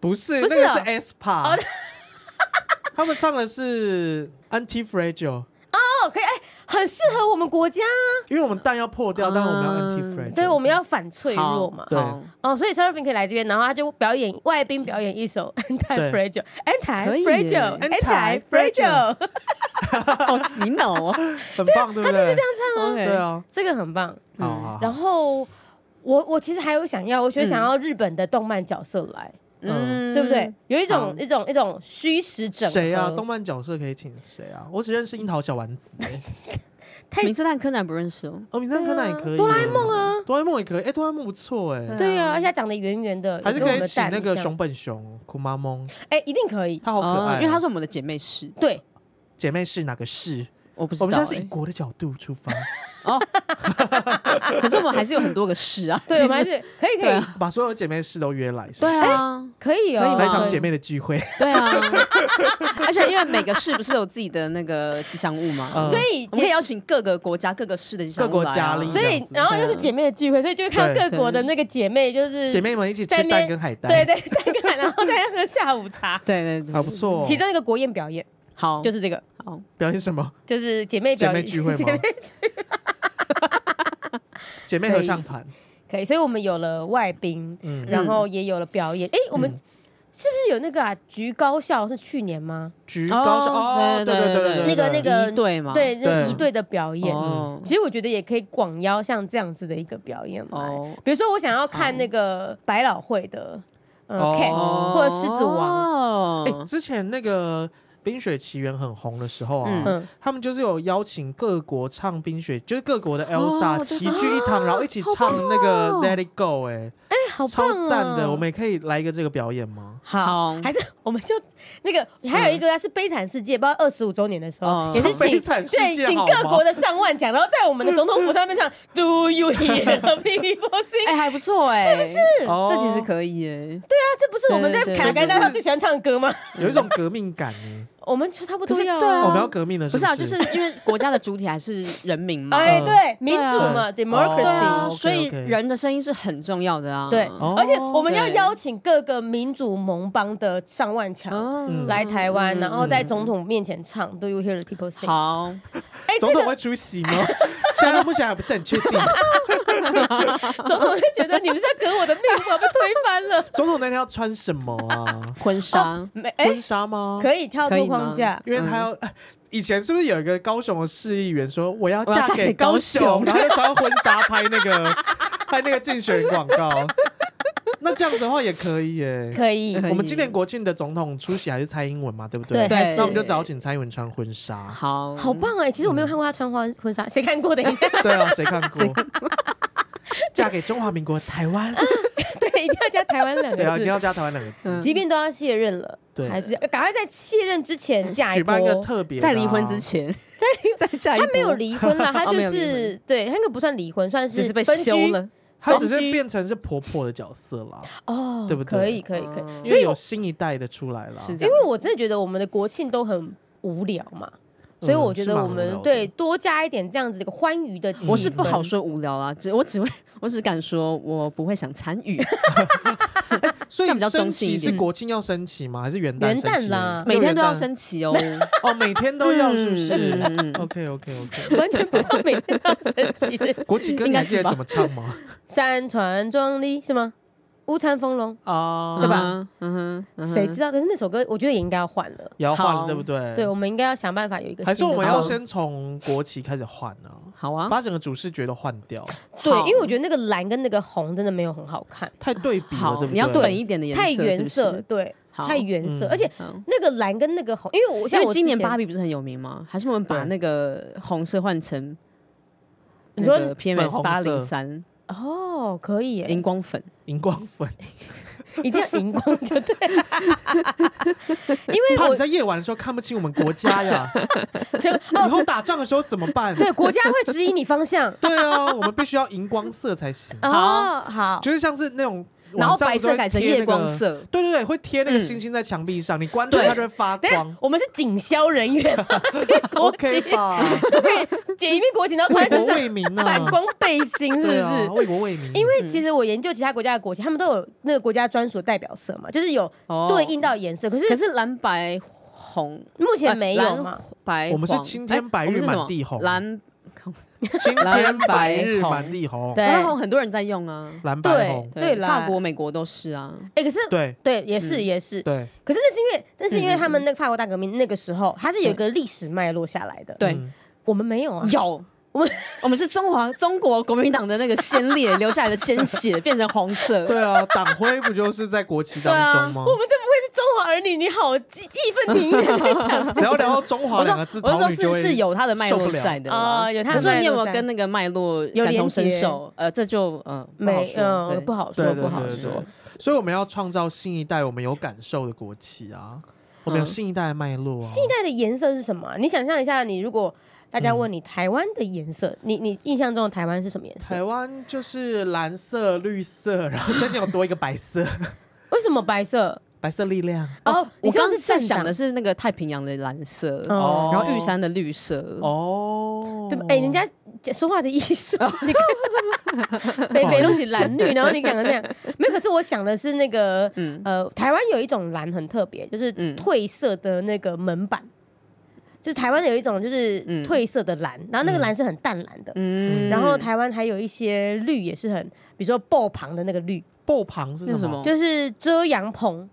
[SPEAKER 3] 不是，
[SPEAKER 1] 不
[SPEAKER 3] 那
[SPEAKER 1] 是
[SPEAKER 3] 个
[SPEAKER 1] 哦
[SPEAKER 3] 是 S p a 他们唱的是 Anti Fragile，
[SPEAKER 1] 哦，可以，哎，很适合我们国家，
[SPEAKER 3] 因为我们蛋要破掉，但我们要
[SPEAKER 2] 嗯
[SPEAKER 3] Anti Fragile。
[SPEAKER 1] 啊对，我们要反脆弱嘛。
[SPEAKER 3] 对
[SPEAKER 2] 好
[SPEAKER 1] 哦，所以 s e r a p 可以来这边，然后他就表演外宾表演一首 Anti
[SPEAKER 3] 对
[SPEAKER 1] Fragile Anti
[SPEAKER 2] 可以耶
[SPEAKER 1] Fragile Anti Fragile，
[SPEAKER 2] 好洗脑 哦。
[SPEAKER 3] 很棒，
[SPEAKER 1] 啊
[SPEAKER 3] 对不对？
[SPEAKER 2] OK，
[SPEAKER 3] 对啊，
[SPEAKER 1] 这个很棒。
[SPEAKER 3] 好好好，
[SPEAKER 1] 嗯然后我我其实还有想要，我觉得想要日本的动漫角色来，
[SPEAKER 3] 嗯
[SPEAKER 1] 对不对？？有一
[SPEAKER 2] 好
[SPEAKER 1] 种一种一种虚实整合，
[SPEAKER 3] 谁啊？动漫角色可以请谁啊？我只认识樱桃小丸子 欸，
[SPEAKER 1] 太
[SPEAKER 2] 名侦探柯南不认识哦。
[SPEAKER 3] 哦，名侦探柯南也可以，
[SPEAKER 1] 哆啦 A 梦，啊，
[SPEAKER 3] 哆啦 A 梦也可以，哎，哆啦 A 梦不错哎，
[SPEAKER 1] 对啊，而且他长得圆圆的，
[SPEAKER 3] 还是
[SPEAKER 1] 有跟
[SPEAKER 3] 可
[SPEAKER 1] 我
[SPEAKER 3] 以
[SPEAKER 1] 们
[SPEAKER 3] 请
[SPEAKER 1] 蛋
[SPEAKER 3] 那个
[SPEAKER 1] 一样
[SPEAKER 3] 熊本熊、库妈蒙，
[SPEAKER 1] 哎，一定可以，
[SPEAKER 3] 他好可爱哦，
[SPEAKER 2] 因为她是我们的姐妹市，
[SPEAKER 1] 对，
[SPEAKER 3] 姐妹是哪个是？
[SPEAKER 2] 我不知
[SPEAKER 3] 我
[SPEAKER 2] 道。
[SPEAKER 3] 们
[SPEAKER 1] 哎
[SPEAKER 3] 现在是以
[SPEAKER 2] 欸
[SPEAKER 3] 国的角度出发，
[SPEAKER 2] 可是我们还是有很多个市啊。
[SPEAKER 1] 对，
[SPEAKER 2] 其
[SPEAKER 1] 我
[SPEAKER 2] 实
[SPEAKER 1] 们还是可以可
[SPEAKER 2] 对
[SPEAKER 1] 以
[SPEAKER 2] 啊
[SPEAKER 3] 把所有姐妹市都约来，是
[SPEAKER 2] 对
[SPEAKER 3] 不是
[SPEAKER 2] 啊，
[SPEAKER 1] 可以哦，
[SPEAKER 3] 来一
[SPEAKER 2] 可以吗
[SPEAKER 3] 场姐妹的聚会，
[SPEAKER 2] 对啊。而且因为每个市不是有自己的那个吉祥物嘛
[SPEAKER 3] 嗯，
[SPEAKER 1] 所以
[SPEAKER 2] 我们可以邀请各个国家、各个市的吉祥物
[SPEAKER 3] 各国
[SPEAKER 2] 来啊
[SPEAKER 3] 家令
[SPEAKER 1] 所
[SPEAKER 3] 这
[SPEAKER 1] 以
[SPEAKER 3] 样子
[SPEAKER 1] 然后又是姐妹的聚会，所以就会看到
[SPEAKER 3] 对
[SPEAKER 1] 各国的那个姐妹就是
[SPEAKER 3] 姐妹们一起吃
[SPEAKER 1] 在那边
[SPEAKER 3] 蛋跟海带，
[SPEAKER 1] 嗯对对对，看然后大家喝下午茶，
[SPEAKER 2] 对对对，
[SPEAKER 3] 还不错 哦。
[SPEAKER 1] 嗯其中一个国宴表演
[SPEAKER 2] 好，
[SPEAKER 1] 就是是这个，
[SPEAKER 2] 好，
[SPEAKER 3] 表演什么？
[SPEAKER 1] 就是姐妹
[SPEAKER 3] 姐
[SPEAKER 1] 表
[SPEAKER 3] 妹
[SPEAKER 1] 演
[SPEAKER 3] 聚会
[SPEAKER 1] 姐
[SPEAKER 3] 吗
[SPEAKER 1] 妹？
[SPEAKER 3] 姐妹合唱团，
[SPEAKER 1] 可以，所以我们有了外宾，
[SPEAKER 3] 嗯，
[SPEAKER 1] 然后也有了表演。哎、我们是不是有那个啊？橘高校是去年吗？
[SPEAKER 3] 橘高校
[SPEAKER 2] 哦对对
[SPEAKER 3] 哦，对对
[SPEAKER 2] 对
[SPEAKER 3] 对
[SPEAKER 1] 那
[SPEAKER 2] 对
[SPEAKER 3] 对，
[SPEAKER 1] 个那个
[SPEAKER 2] 一队嘛，
[SPEAKER 1] 对，那
[SPEAKER 3] 啊对
[SPEAKER 1] 一队的表演。
[SPEAKER 2] 哦
[SPEAKER 1] 其实我觉得也可以广邀像这样子的一个表演哦。
[SPEAKER 2] 哦
[SPEAKER 1] 比如说，我想要看那个百老汇的呃
[SPEAKER 3] 哦
[SPEAKER 1] Cat、
[SPEAKER 3] 哦
[SPEAKER 1] 或者狮子王，
[SPEAKER 2] 王
[SPEAKER 3] 哎、之前那个《冰雪奇缘》很红的时候啊，
[SPEAKER 2] 嗯
[SPEAKER 1] 嗯，
[SPEAKER 3] 他们就是有邀请各国唱《冰雪》，就是各国的
[SPEAKER 2] 哦我
[SPEAKER 3] Elsa
[SPEAKER 2] 知
[SPEAKER 3] 齐聚一堂，然后一起唱那个
[SPEAKER 2] 好棒哦
[SPEAKER 3] 《Let It Go、哎、
[SPEAKER 1] 哎、好棒、
[SPEAKER 3] 超
[SPEAKER 1] 啊、
[SPEAKER 3] 赞的！我们也可以来一个这个表演吗？
[SPEAKER 1] 好
[SPEAKER 2] 好，
[SPEAKER 1] 还是我们就那个还有一个啊是《悲惨世界》，不知道二十五周年的时
[SPEAKER 2] 哦
[SPEAKER 1] 候，也是
[SPEAKER 3] 悲
[SPEAKER 1] 请
[SPEAKER 3] 惨世
[SPEAKER 1] 对
[SPEAKER 3] 界
[SPEAKER 1] 请
[SPEAKER 3] 好
[SPEAKER 1] 各
[SPEAKER 3] 吗
[SPEAKER 1] 国的上万奖，然后在我们的总统府上面 唱 Do you hear the people sing？
[SPEAKER 2] 哎还不错哎，是不是？
[SPEAKER 3] 哦
[SPEAKER 2] 这其实可以哎，
[SPEAKER 1] 啊，这不是我们在
[SPEAKER 2] 对对
[SPEAKER 1] 卡拉
[SPEAKER 2] 对
[SPEAKER 1] 干
[SPEAKER 2] 就是
[SPEAKER 1] 大上最喜欢唱的歌吗？
[SPEAKER 3] 有一种革命感呢、
[SPEAKER 1] 我们就差不
[SPEAKER 2] 可
[SPEAKER 1] 多
[SPEAKER 2] 是
[SPEAKER 1] 要
[SPEAKER 2] 对
[SPEAKER 3] 哎
[SPEAKER 2] 啊
[SPEAKER 3] 哦我们要革命了，
[SPEAKER 2] 不是
[SPEAKER 3] 是
[SPEAKER 2] 啊，就是因为国家的主体还是人民 嘛，
[SPEAKER 1] 哎，
[SPEAKER 3] 嗯
[SPEAKER 1] 对，民主嘛
[SPEAKER 2] 对啊，
[SPEAKER 1] ，democracy，
[SPEAKER 3] 哦
[SPEAKER 2] 所以
[SPEAKER 3] OK，OK
[SPEAKER 2] 人的声音是很重要的啊，
[SPEAKER 1] 对，
[SPEAKER 3] 哦
[SPEAKER 1] 而且我们要
[SPEAKER 2] 对
[SPEAKER 1] 邀请各个民主盟邦的上万强
[SPEAKER 2] 哦
[SPEAKER 1] 来台湾，
[SPEAKER 2] 嗯
[SPEAKER 1] 然后在总统面前唱 Do you hear the people sing？
[SPEAKER 2] 好，
[SPEAKER 1] 哎，
[SPEAKER 3] 总
[SPEAKER 1] 这
[SPEAKER 3] 统
[SPEAKER 1] 个
[SPEAKER 3] 会出席吗？现在目前还不是很确定。
[SPEAKER 1] 总统会觉得你们是要革我的命，我被推翻了。
[SPEAKER 3] 总统那天要穿什么啊？
[SPEAKER 2] 婚纱
[SPEAKER 1] 没，哎，
[SPEAKER 3] 婚纱吗？
[SPEAKER 1] 可以跳
[SPEAKER 2] 可
[SPEAKER 1] 脱
[SPEAKER 2] 以吗
[SPEAKER 1] 框架。
[SPEAKER 3] 因为他要、哎以前是不是有一个高雄的市议员说我要
[SPEAKER 2] 我要
[SPEAKER 3] 嫁
[SPEAKER 2] 嫁
[SPEAKER 3] 给
[SPEAKER 2] 给高
[SPEAKER 3] 高
[SPEAKER 2] 雄
[SPEAKER 3] 雄，然后就穿婚纱拍那个 拍那个竞选广告？那这样子的话也可以耶、
[SPEAKER 1] 可以，
[SPEAKER 2] 可以
[SPEAKER 3] 我们今年国庆的总统出席还是蔡英文嘛，对不
[SPEAKER 1] 对，
[SPEAKER 3] 对？
[SPEAKER 1] 还
[SPEAKER 2] 对
[SPEAKER 1] 是
[SPEAKER 3] 那我们就找请蔡英文穿婚纱。
[SPEAKER 2] 好，
[SPEAKER 1] 好棒哎！其实我没有看过他穿婚婚纱，谁看过？等一下，
[SPEAKER 3] 对啊，谁看过？ 嫁给中华民国台湾，
[SPEAKER 1] 对，一定要加台湾两
[SPEAKER 3] 对啊，
[SPEAKER 1] 个
[SPEAKER 3] 一定
[SPEAKER 1] 字。
[SPEAKER 3] 要加台湾两个字。
[SPEAKER 2] 嗯
[SPEAKER 1] 即便都要卸任了，
[SPEAKER 3] 对
[SPEAKER 1] 还是要赶快在卸任之前嫁一
[SPEAKER 3] 举
[SPEAKER 1] 波
[SPEAKER 3] 办一。个特别的啊、
[SPEAKER 2] 在离婚之前，在在嫁一
[SPEAKER 1] 他
[SPEAKER 2] 波
[SPEAKER 1] 没有，离婚啦，他就
[SPEAKER 2] 哦没有离
[SPEAKER 1] 是对，他那个不算离婚，算
[SPEAKER 2] 只是被
[SPEAKER 1] 分居
[SPEAKER 2] 休了，
[SPEAKER 3] 她只是
[SPEAKER 1] 分居
[SPEAKER 3] 变成是婆婆的角色啦，
[SPEAKER 1] 哦，
[SPEAKER 3] 对不对
[SPEAKER 1] 可以，可以，可
[SPEAKER 2] 嗯
[SPEAKER 1] 以。
[SPEAKER 3] 因
[SPEAKER 1] 所
[SPEAKER 3] 为
[SPEAKER 1] 以
[SPEAKER 3] 有
[SPEAKER 1] 我，
[SPEAKER 3] 新一代的出来了。
[SPEAKER 2] 是这
[SPEAKER 1] 因
[SPEAKER 2] 样
[SPEAKER 1] 为我真的觉得我们的国庆都很无聊嘛，所以我觉
[SPEAKER 3] 是
[SPEAKER 1] 得
[SPEAKER 3] 蛮
[SPEAKER 1] 我
[SPEAKER 3] 无聊
[SPEAKER 1] 们
[SPEAKER 3] 的
[SPEAKER 1] 对多加一点这样子的一个欢愉的气氛。
[SPEAKER 2] 我是不好啊说无聊啦，只我只会我只敢说我不会想参与，
[SPEAKER 3] 所
[SPEAKER 2] 这样
[SPEAKER 3] 以
[SPEAKER 2] 比较
[SPEAKER 3] 升
[SPEAKER 2] 中性
[SPEAKER 3] 旗
[SPEAKER 2] 一
[SPEAKER 3] 是
[SPEAKER 2] 点。
[SPEAKER 3] 国庆要升旗吗？还是元
[SPEAKER 1] 元
[SPEAKER 3] 旦升
[SPEAKER 1] 旦
[SPEAKER 3] 旗？
[SPEAKER 1] 啦
[SPEAKER 3] 只有
[SPEAKER 2] 每天
[SPEAKER 3] 元
[SPEAKER 2] 都要
[SPEAKER 3] 旦
[SPEAKER 2] 升旗哦，
[SPEAKER 3] 哦，每天都要是不
[SPEAKER 2] 嗯
[SPEAKER 3] 是
[SPEAKER 2] 嗯嗯嗯
[SPEAKER 3] ？OK OK OK。
[SPEAKER 1] 完全不知道每天都要升级的。
[SPEAKER 3] 国旗歌
[SPEAKER 2] 应
[SPEAKER 3] 你
[SPEAKER 2] 该
[SPEAKER 3] 还记
[SPEAKER 2] 是
[SPEAKER 3] 得
[SPEAKER 2] 吧
[SPEAKER 3] 怎么唱吗？
[SPEAKER 1] 山川壮丽是吗？五彩丰隆，
[SPEAKER 3] 啊，
[SPEAKER 1] 对吧？
[SPEAKER 2] 嗯哼，嗯哼
[SPEAKER 1] 谁知道？可是那首歌我觉得也应该要换了。
[SPEAKER 3] 也要换
[SPEAKER 2] 好
[SPEAKER 3] 对不对？
[SPEAKER 1] 对，我们应该要想办法有一个
[SPEAKER 3] 还是
[SPEAKER 1] 新的
[SPEAKER 3] 我
[SPEAKER 1] 歌。
[SPEAKER 3] 们要先从国旗开始换呢、
[SPEAKER 2] 好啊，
[SPEAKER 3] 把整个主视觉都换掉，
[SPEAKER 1] 对，因为我
[SPEAKER 2] 得
[SPEAKER 1] 觉得那个蓝跟那个红真的没有很好看，
[SPEAKER 3] 太对比了，
[SPEAKER 2] 好
[SPEAKER 3] 对，不对？
[SPEAKER 2] 你要粉一点的颜色，
[SPEAKER 1] 太原
[SPEAKER 2] 是不
[SPEAKER 1] 色，
[SPEAKER 2] 是，
[SPEAKER 1] 对，
[SPEAKER 2] 好
[SPEAKER 1] 太原色，
[SPEAKER 3] 嗯
[SPEAKER 1] 而且
[SPEAKER 2] 好
[SPEAKER 1] 那个蓝跟那个红，因为我
[SPEAKER 2] 因
[SPEAKER 1] 像
[SPEAKER 2] 为
[SPEAKER 1] 我
[SPEAKER 2] 今年芭
[SPEAKER 1] 比，
[SPEAKER 2] 比不是很有名吗？还是我们把
[SPEAKER 3] 对
[SPEAKER 2] 那个红色换成
[SPEAKER 1] 你说
[SPEAKER 2] PMS 八
[SPEAKER 3] 粉
[SPEAKER 2] 零
[SPEAKER 3] 红
[SPEAKER 2] 三
[SPEAKER 1] 哦，可以耶，
[SPEAKER 2] 荧光粉，
[SPEAKER 3] 荧光粉。
[SPEAKER 1] 一定要荧光就对， 因为
[SPEAKER 3] 怕你
[SPEAKER 1] 我
[SPEAKER 3] 在夜晚的时候看不清我们国 家呀，
[SPEAKER 1] 就
[SPEAKER 3] 以
[SPEAKER 1] 哦，
[SPEAKER 3] 后打仗的时候怎么办？。
[SPEAKER 1] 对，国家会指引你方向
[SPEAKER 3] 对啊，我们必须要荧光色才行，
[SPEAKER 1] 哦，好，
[SPEAKER 3] 就是像是那种
[SPEAKER 2] 然后
[SPEAKER 3] 晚上
[SPEAKER 2] 白
[SPEAKER 3] 不是会
[SPEAKER 2] 色改成
[SPEAKER 3] 贴那
[SPEAKER 2] 夜光
[SPEAKER 3] 个。
[SPEAKER 2] 色，
[SPEAKER 3] 对对对，会贴那个
[SPEAKER 2] 嗯
[SPEAKER 3] 星星在墙壁上，你关掉它就会发
[SPEAKER 1] 等一下
[SPEAKER 3] 光。
[SPEAKER 1] 我们是警消人 员 吗，国旗
[SPEAKER 3] OK 吧？
[SPEAKER 1] 解一面国旗，然后
[SPEAKER 3] 为
[SPEAKER 1] 穿身
[SPEAKER 3] 国
[SPEAKER 1] 上
[SPEAKER 3] 为民呢？
[SPEAKER 1] 反光背心，是不
[SPEAKER 3] 对
[SPEAKER 1] 是？
[SPEAKER 3] 啊，为国为民。
[SPEAKER 1] 因为其实我研究其他国家的国旗，他们都有那个国家专属代表色嘛，就是有
[SPEAKER 2] 哦
[SPEAKER 1] 对应到颜色。可是
[SPEAKER 2] 可是蓝白红
[SPEAKER 1] 目前
[SPEAKER 2] 哎
[SPEAKER 1] 没有
[SPEAKER 2] 蓝
[SPEAKER 1] 嘛？
[SPEAKER 2] 白黄，
[SPEAKER 3] 我们是青天白
[SPEAKER 2] 哎我们
[SPEAKER 3] 日
[SPEAKER 2] 是什
[SPEAKER 3] 满
[SPEAKER 2] 么
[SPEAKER 3] 地红
[SPEAKER 2] 蓝
[SPEAKER 3] 青天
[SPEAKER 2] 蓝
[SPEAKER 3] 白
[SPEAKER 2] 白
[SPEAKER 3] 日
[SPEAKER 2] 红
[SPEAKER 3] 满地红，
[SPEAKER 1] 对
[SPEAKER 2] 蓝白红很多人在用啊，
[SPEAKER 3] 蓝白
[SPEAKER 1] 对
[SPEAKER 3] 红，
[SPEAKER 1] 对啦，
[SPEAKER 2] 法国、美国都是啊，
[SPEAKER 1] 哎，可是
[SPEAKER 3] 对
[SPEAKER 1] 对也是也是，
[SPEAKER 3] 对
[SPEAKER 1] 可是那是因为那是因为
[SPEAKER 2] 嗯嗯
[SPEAKER 1] 他们那个法国大革命那个时候，它是有一个历史脉络下来的。
[SPEAKER 2] 对，
[SPEAKER 3] 嗯
[SPEAKER 1] 我们没有啊，
[SPEAKER 2] 有。我们我们是中华中国国民党的那个先烈留下来的鲜 血变成红色，
[SPEAKER 3] 对啊，党徽不就是在国旗当中吗？
[SPEAKER 1] 啊我们这不会是中华儿女？你好激义愤填膺啊地讲 这
[SPEAKER 3] 只
[SPEAKER 1] 个
[SPEAKER 3] 要聊到中华
[SPEAKER 2] 我说
[SPEAKER 3] 两个字，
[SPEAKER 2] 我是
[SPEAKER 3] 桃
[SPEAKER 2] 说
[SPEAKER 3] 女就是会
[SPEAKER 2] 是有它的脉
[SPEAKER 3] 受
[SPEAKER 2] 络
[SPEAKER 3] 不了
[SPEAKER 2] 在的
[SPEAKER 1] 哦有它的
[SPEAKER 2] 可是
[SPEAKER 1] 脉
[SPEAKER 2] 你有没
[SPEAKER 1] 络
[SPEAKER 2] 有
[SPEAKER 1] 在
[SPEAKER 2] 跟那个脉络
[SPEAKER 1] 有
[SPEAKER 2] 感
[SPEAKER 1] 连
[SPEAKER 2] 同身
[SPEAKER 1] 结
[SPEAKER 2] 受？呃，这就呃不好
[SPEAKER 1] 没
[SPEAKER 2] 说
[SPEAKER 1] 有，
[SPEAKER 2] 对
[SPEAKER 1] 不好
[SPEAKER 3] 对
[SPEAKER 1] 说，
[SPEAKER 3] 对
[SPEAKER 1] 不好
[SPEAKER 3] 对对
[SPEAKER 1] 说。
[SPEAKER 3] 所以我们要创造新一代我们有感受的国旗啊，我们有新一代的脉络啊。
[SPEAKER 1] 新一代的颜色是什么啊？你想象一下，你如果大家问你台湾的颜色，你你印象中的台湾是什么颜色
[SPEAKER 3] 台？湾就是蓝色、绿色，然后最近有多一个白色，
[SPEAKER 1] 为什么白色？
[SPEAKER 3] 白色力量
[SPEAKER 1] 哦，你
[SPEAKER 2] 我
[SPEAKER 1] 说
[SPEAKER 2] 刚
[SPEAKER 1] 是政
[SPEAKER 2] 刚在想
[SPEAKER 1] 党
[SPEAKER 2] 的是那个太平洋的蓝色，
[SPEAKER 1] 哦，
[SPEAKER 2] 然后玉山的绿色，
[SPEAKER 3] 哦，
[SPEAKER 1] 对吧？哎，人家讲说话的艺术，
[SPEAKER 2] 哦
[SPEAKER 1] 你 看，北北东西蓝绿，然后你讲的那样，没有。可是我想的是那个，呃，台湾有一种蓝很特别，就是
[SPEAKER 2] 嗯
[SPEAKER 1] 褪色的那个门板，就是台湾有一种就是
[SPEAKER 2] 嗯
[SPEAKER 1] 褪色的蓝，然后那个蓝是很淡蓝的，
[SPEAKER 2] 嗯
[SPEAKER 1] 然后台湾还有一些绿也是很，比如说爆旁的那个绿，
[SPEAKER 3] 布旁是
[SPEAKER 2] 那
[SPEAKER 3] 什
[SPEAKER 2] 什
[SPEAKER 3] 么？
[SPEAKER 2] 么
[SPEAKER 1] 就是遮阳棚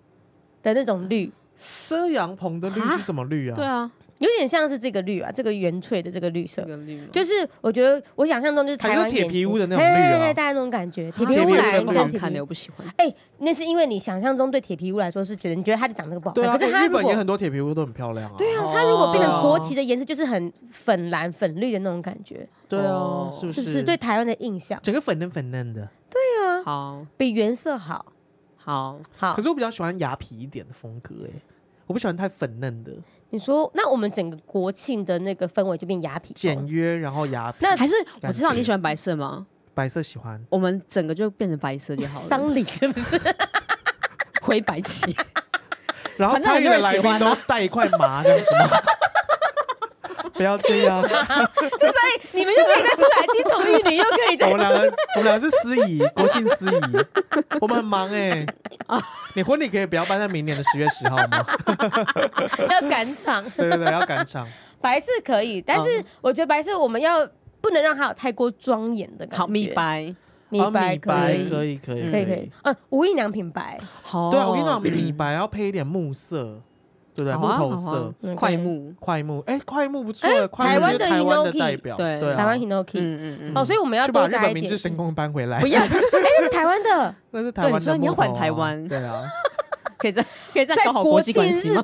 [SPEAKER 1] 的那种绿，
[SPEAKER 3] 遮阳棚的绿
[SPEAKER 2] 啊
[SPEAKER 3] 是什么绿啊？
[SPEAKER 2] 对，啊，
[SPEAKER 1] 有点像是这个绿啊，这个原萃的这个绿色
[SPEAKER 2] 这。个绿嘛
[SPEAKER 1] 就是我觉得我想象中就是台湾
[SPEAKER 3] 还是铁皮屋的那种
[SPEAKER 1] 眼睛
[SPEAKER 3] 绿啊
[SPEAKER 1] 嘿嘿嘿大家那种感觉，铁
[SPEAKER 2] 啊
[SPEAKER 1] 皮
[SPEAKER 2] 这
[SPEAKER 1] 屋
[SPEAKER 2] 个
[SPEAKER 1] 来
[SPEAKER 2] 不
[SPEAKER 1] 你
[SPEAKER 2] 好
[SPEAKER 1] 看铁
[SPEAKER 2] 看
[SPEAKER 1] 皮
[SPEAKER 2] 的，我
[SPEAKER 1] 屋，
[SPEAKER 2] 不喜欢。
[SPEAKER 1] 哎、那是因为你想象中对铁皮屋来说是觉得你觉得它长那个不好看，
[SPEAKER 3] 对啊，
[SPEAKER 1] 哎可是它
[SPEAKER 3] 日
[SPEAKER 1] 如
[SPEAKER 3] 本
[SPEAKER 1] 果
[SPEAKER 3] 也很多铁皮屋都很漂亮啊。
[SPEAKER 1] 对啊，
[SPEAKER 2] 哦
[SPEAKER 1] 它如果变成国旗的颜色就是很粉蓝粉绿的那种感觉，
[SPEAKER 3] 对啊
[SPEAKER 2] 哦，
[SPEAKER 3] 是不
[SPEAKER 1] 是不
[SPEAKER 3] 是？
[SPEAKER 1] 是对，台湾的印象？
[SPEAKER 3] 整个粉嫩粉嫩的。
[SPEAKER 1] 对啊，
[SPEAKER 2] 好
[SPEAKER 1] 比原色好
[SPEAKER 2] 好，
[SPEAKER 1] 好
[SPEAKER 3] 可。是我比较喜欢雅痞一点的风格，哎，我不喜欢太粉嫩的，
[SPEAKER 1] 你说那我们整个国庆的那个氛围就变雅痞哦风
[SPEAKER 3] 简约，然后雅
[SPEAKER 1] 那
[SPEAKER 2] 还是
[SPEAKER 3] 感
[SPEAKER 2] 我知道
[SPEAKER 3] 觉
[SPEAKER 2] 你喜欢白色吗？
[SPEAKER 3] 白色喜欢。
[SPEAKER 2] 我们整个就变成白色就好了，
[SPEAKER 1] 丧礼是不是？
[SPEAKER 2] 灰白旗。
[SPEAKER 3] 然后
[SPEAKER 2] 反正
[SPEAKER 3] 参
[SPEAKER 2] 很
[SPEAKER 3] 与
[SPEAKER 2] 多
[SPEAKER 3] 的
[SPEAKER 2] 人
[SPEAKER 3] 来
[SPEAKER 2] 喜
[SPEAKER 3] 宾
[SPEAKER 2] 欢
[SPEAKER 3] 都
[SPEAKER 2] 啊
[SPEAKER 3] 带一块麻这样子吗？ 不要这样，
[SPEAKER 1] 就所以你们就可以再出来金童玉女，又可以
[SPEAKER 3] 我
[SPEAKER 1] 再出
[SPEAKER 3] 们两个，我们两个是司仪，国庆司仪，我们很忙哎、 你婚礼可以不要办在明年的十月十号吗？
[SPEAKER 1] 要赶场。
[SPEAKER 3] 对对对，要赶场。
[SPEAKER 1] 白色可以，但
[SPEAKER 2] 嗯
[SPEAKER 1] 是我觉得白色我们要不能让它有太过庄严的感觉。
[SPEAKER 2] 好，米，白，
[SPEAKER 1] 米
[SPEAKER 3] 啊
[SPEAKER 1] 白可以，
[SPEAKER 3] 可以可以
[SPEAKER 1] 可以可以。。嗯，无印良品白，
[SPEAKER 2] 好，
[SPEAKER 3] 对啊，我跟你讲，米白要配一点木色，对不对？
[SPEAKER 2] 好
[SPEAKER 3] 木
[SPEAKER 2] 啊
[SPEAKER 3] 头
[SPEAKER 2] 好啊
[SPEAKER 3] 色。
[SPEAKER 1] OK
[SPEAKER 2] 快木，
[SPEAKER 3] 块木，哎，块木不错
[SPEAKER 1] 哎，
[SPEAKER 3] 块木就是
[SPEAKER 1] 台
[SPEAKER 3] 台
[SPEAKER 1] 湾的
[SPEAKER 3] 湾的
[SPEAKER 1] Hinoki，
[SPEAKER 3] 代表，
[SPEAKER 2] 对
[SPEAKER 3] 对啊，
[SPEAKER 1] 台湾 Hinoki。
[SPEAKER 2] 嗯嗯
[SPEAKER 1] 哦，所以我们要
[SPEAKER 3] 就把
[SPEAKER 1] 多
[SPEAKER 3] 日
[SPEAKER 1] 加
[SPEAKER 3] 本
[SPEAKER 1] 一
[SPEAKER 3] 明
[SPEAKER 1] 点
[SPEAKER 3] 治。神宫搬回来
[SPEAKER 1] 不， 要，哎，那是台湾的，
[SPEAKER 3] 那是台
[SPEAKER 2] 对
[SPEAKER 3] 湾
[SPEAKER 2] 你
[SPEAKER 3] 的
[SPEAKER 2] 说你要
[SPEAKER 3] 木头
[SPEAKER 2] 还台
[SPEAKER 3] 啊
[SPEAKER 2] 湾
[SPEAKER 3] 对啊，
[SPEAKER 2] 嗯， 可以再可以再
[SPEAKER 1] 在
[SPEAKER 2] 搞好
[SPEAKER 1] 国
[SPEAKER 2] 国际
[SPEAKER 1] 庆
[SPEAKER 2] 关系
[SPEAKER 1] 日
[SPEAKER 2] 吗？，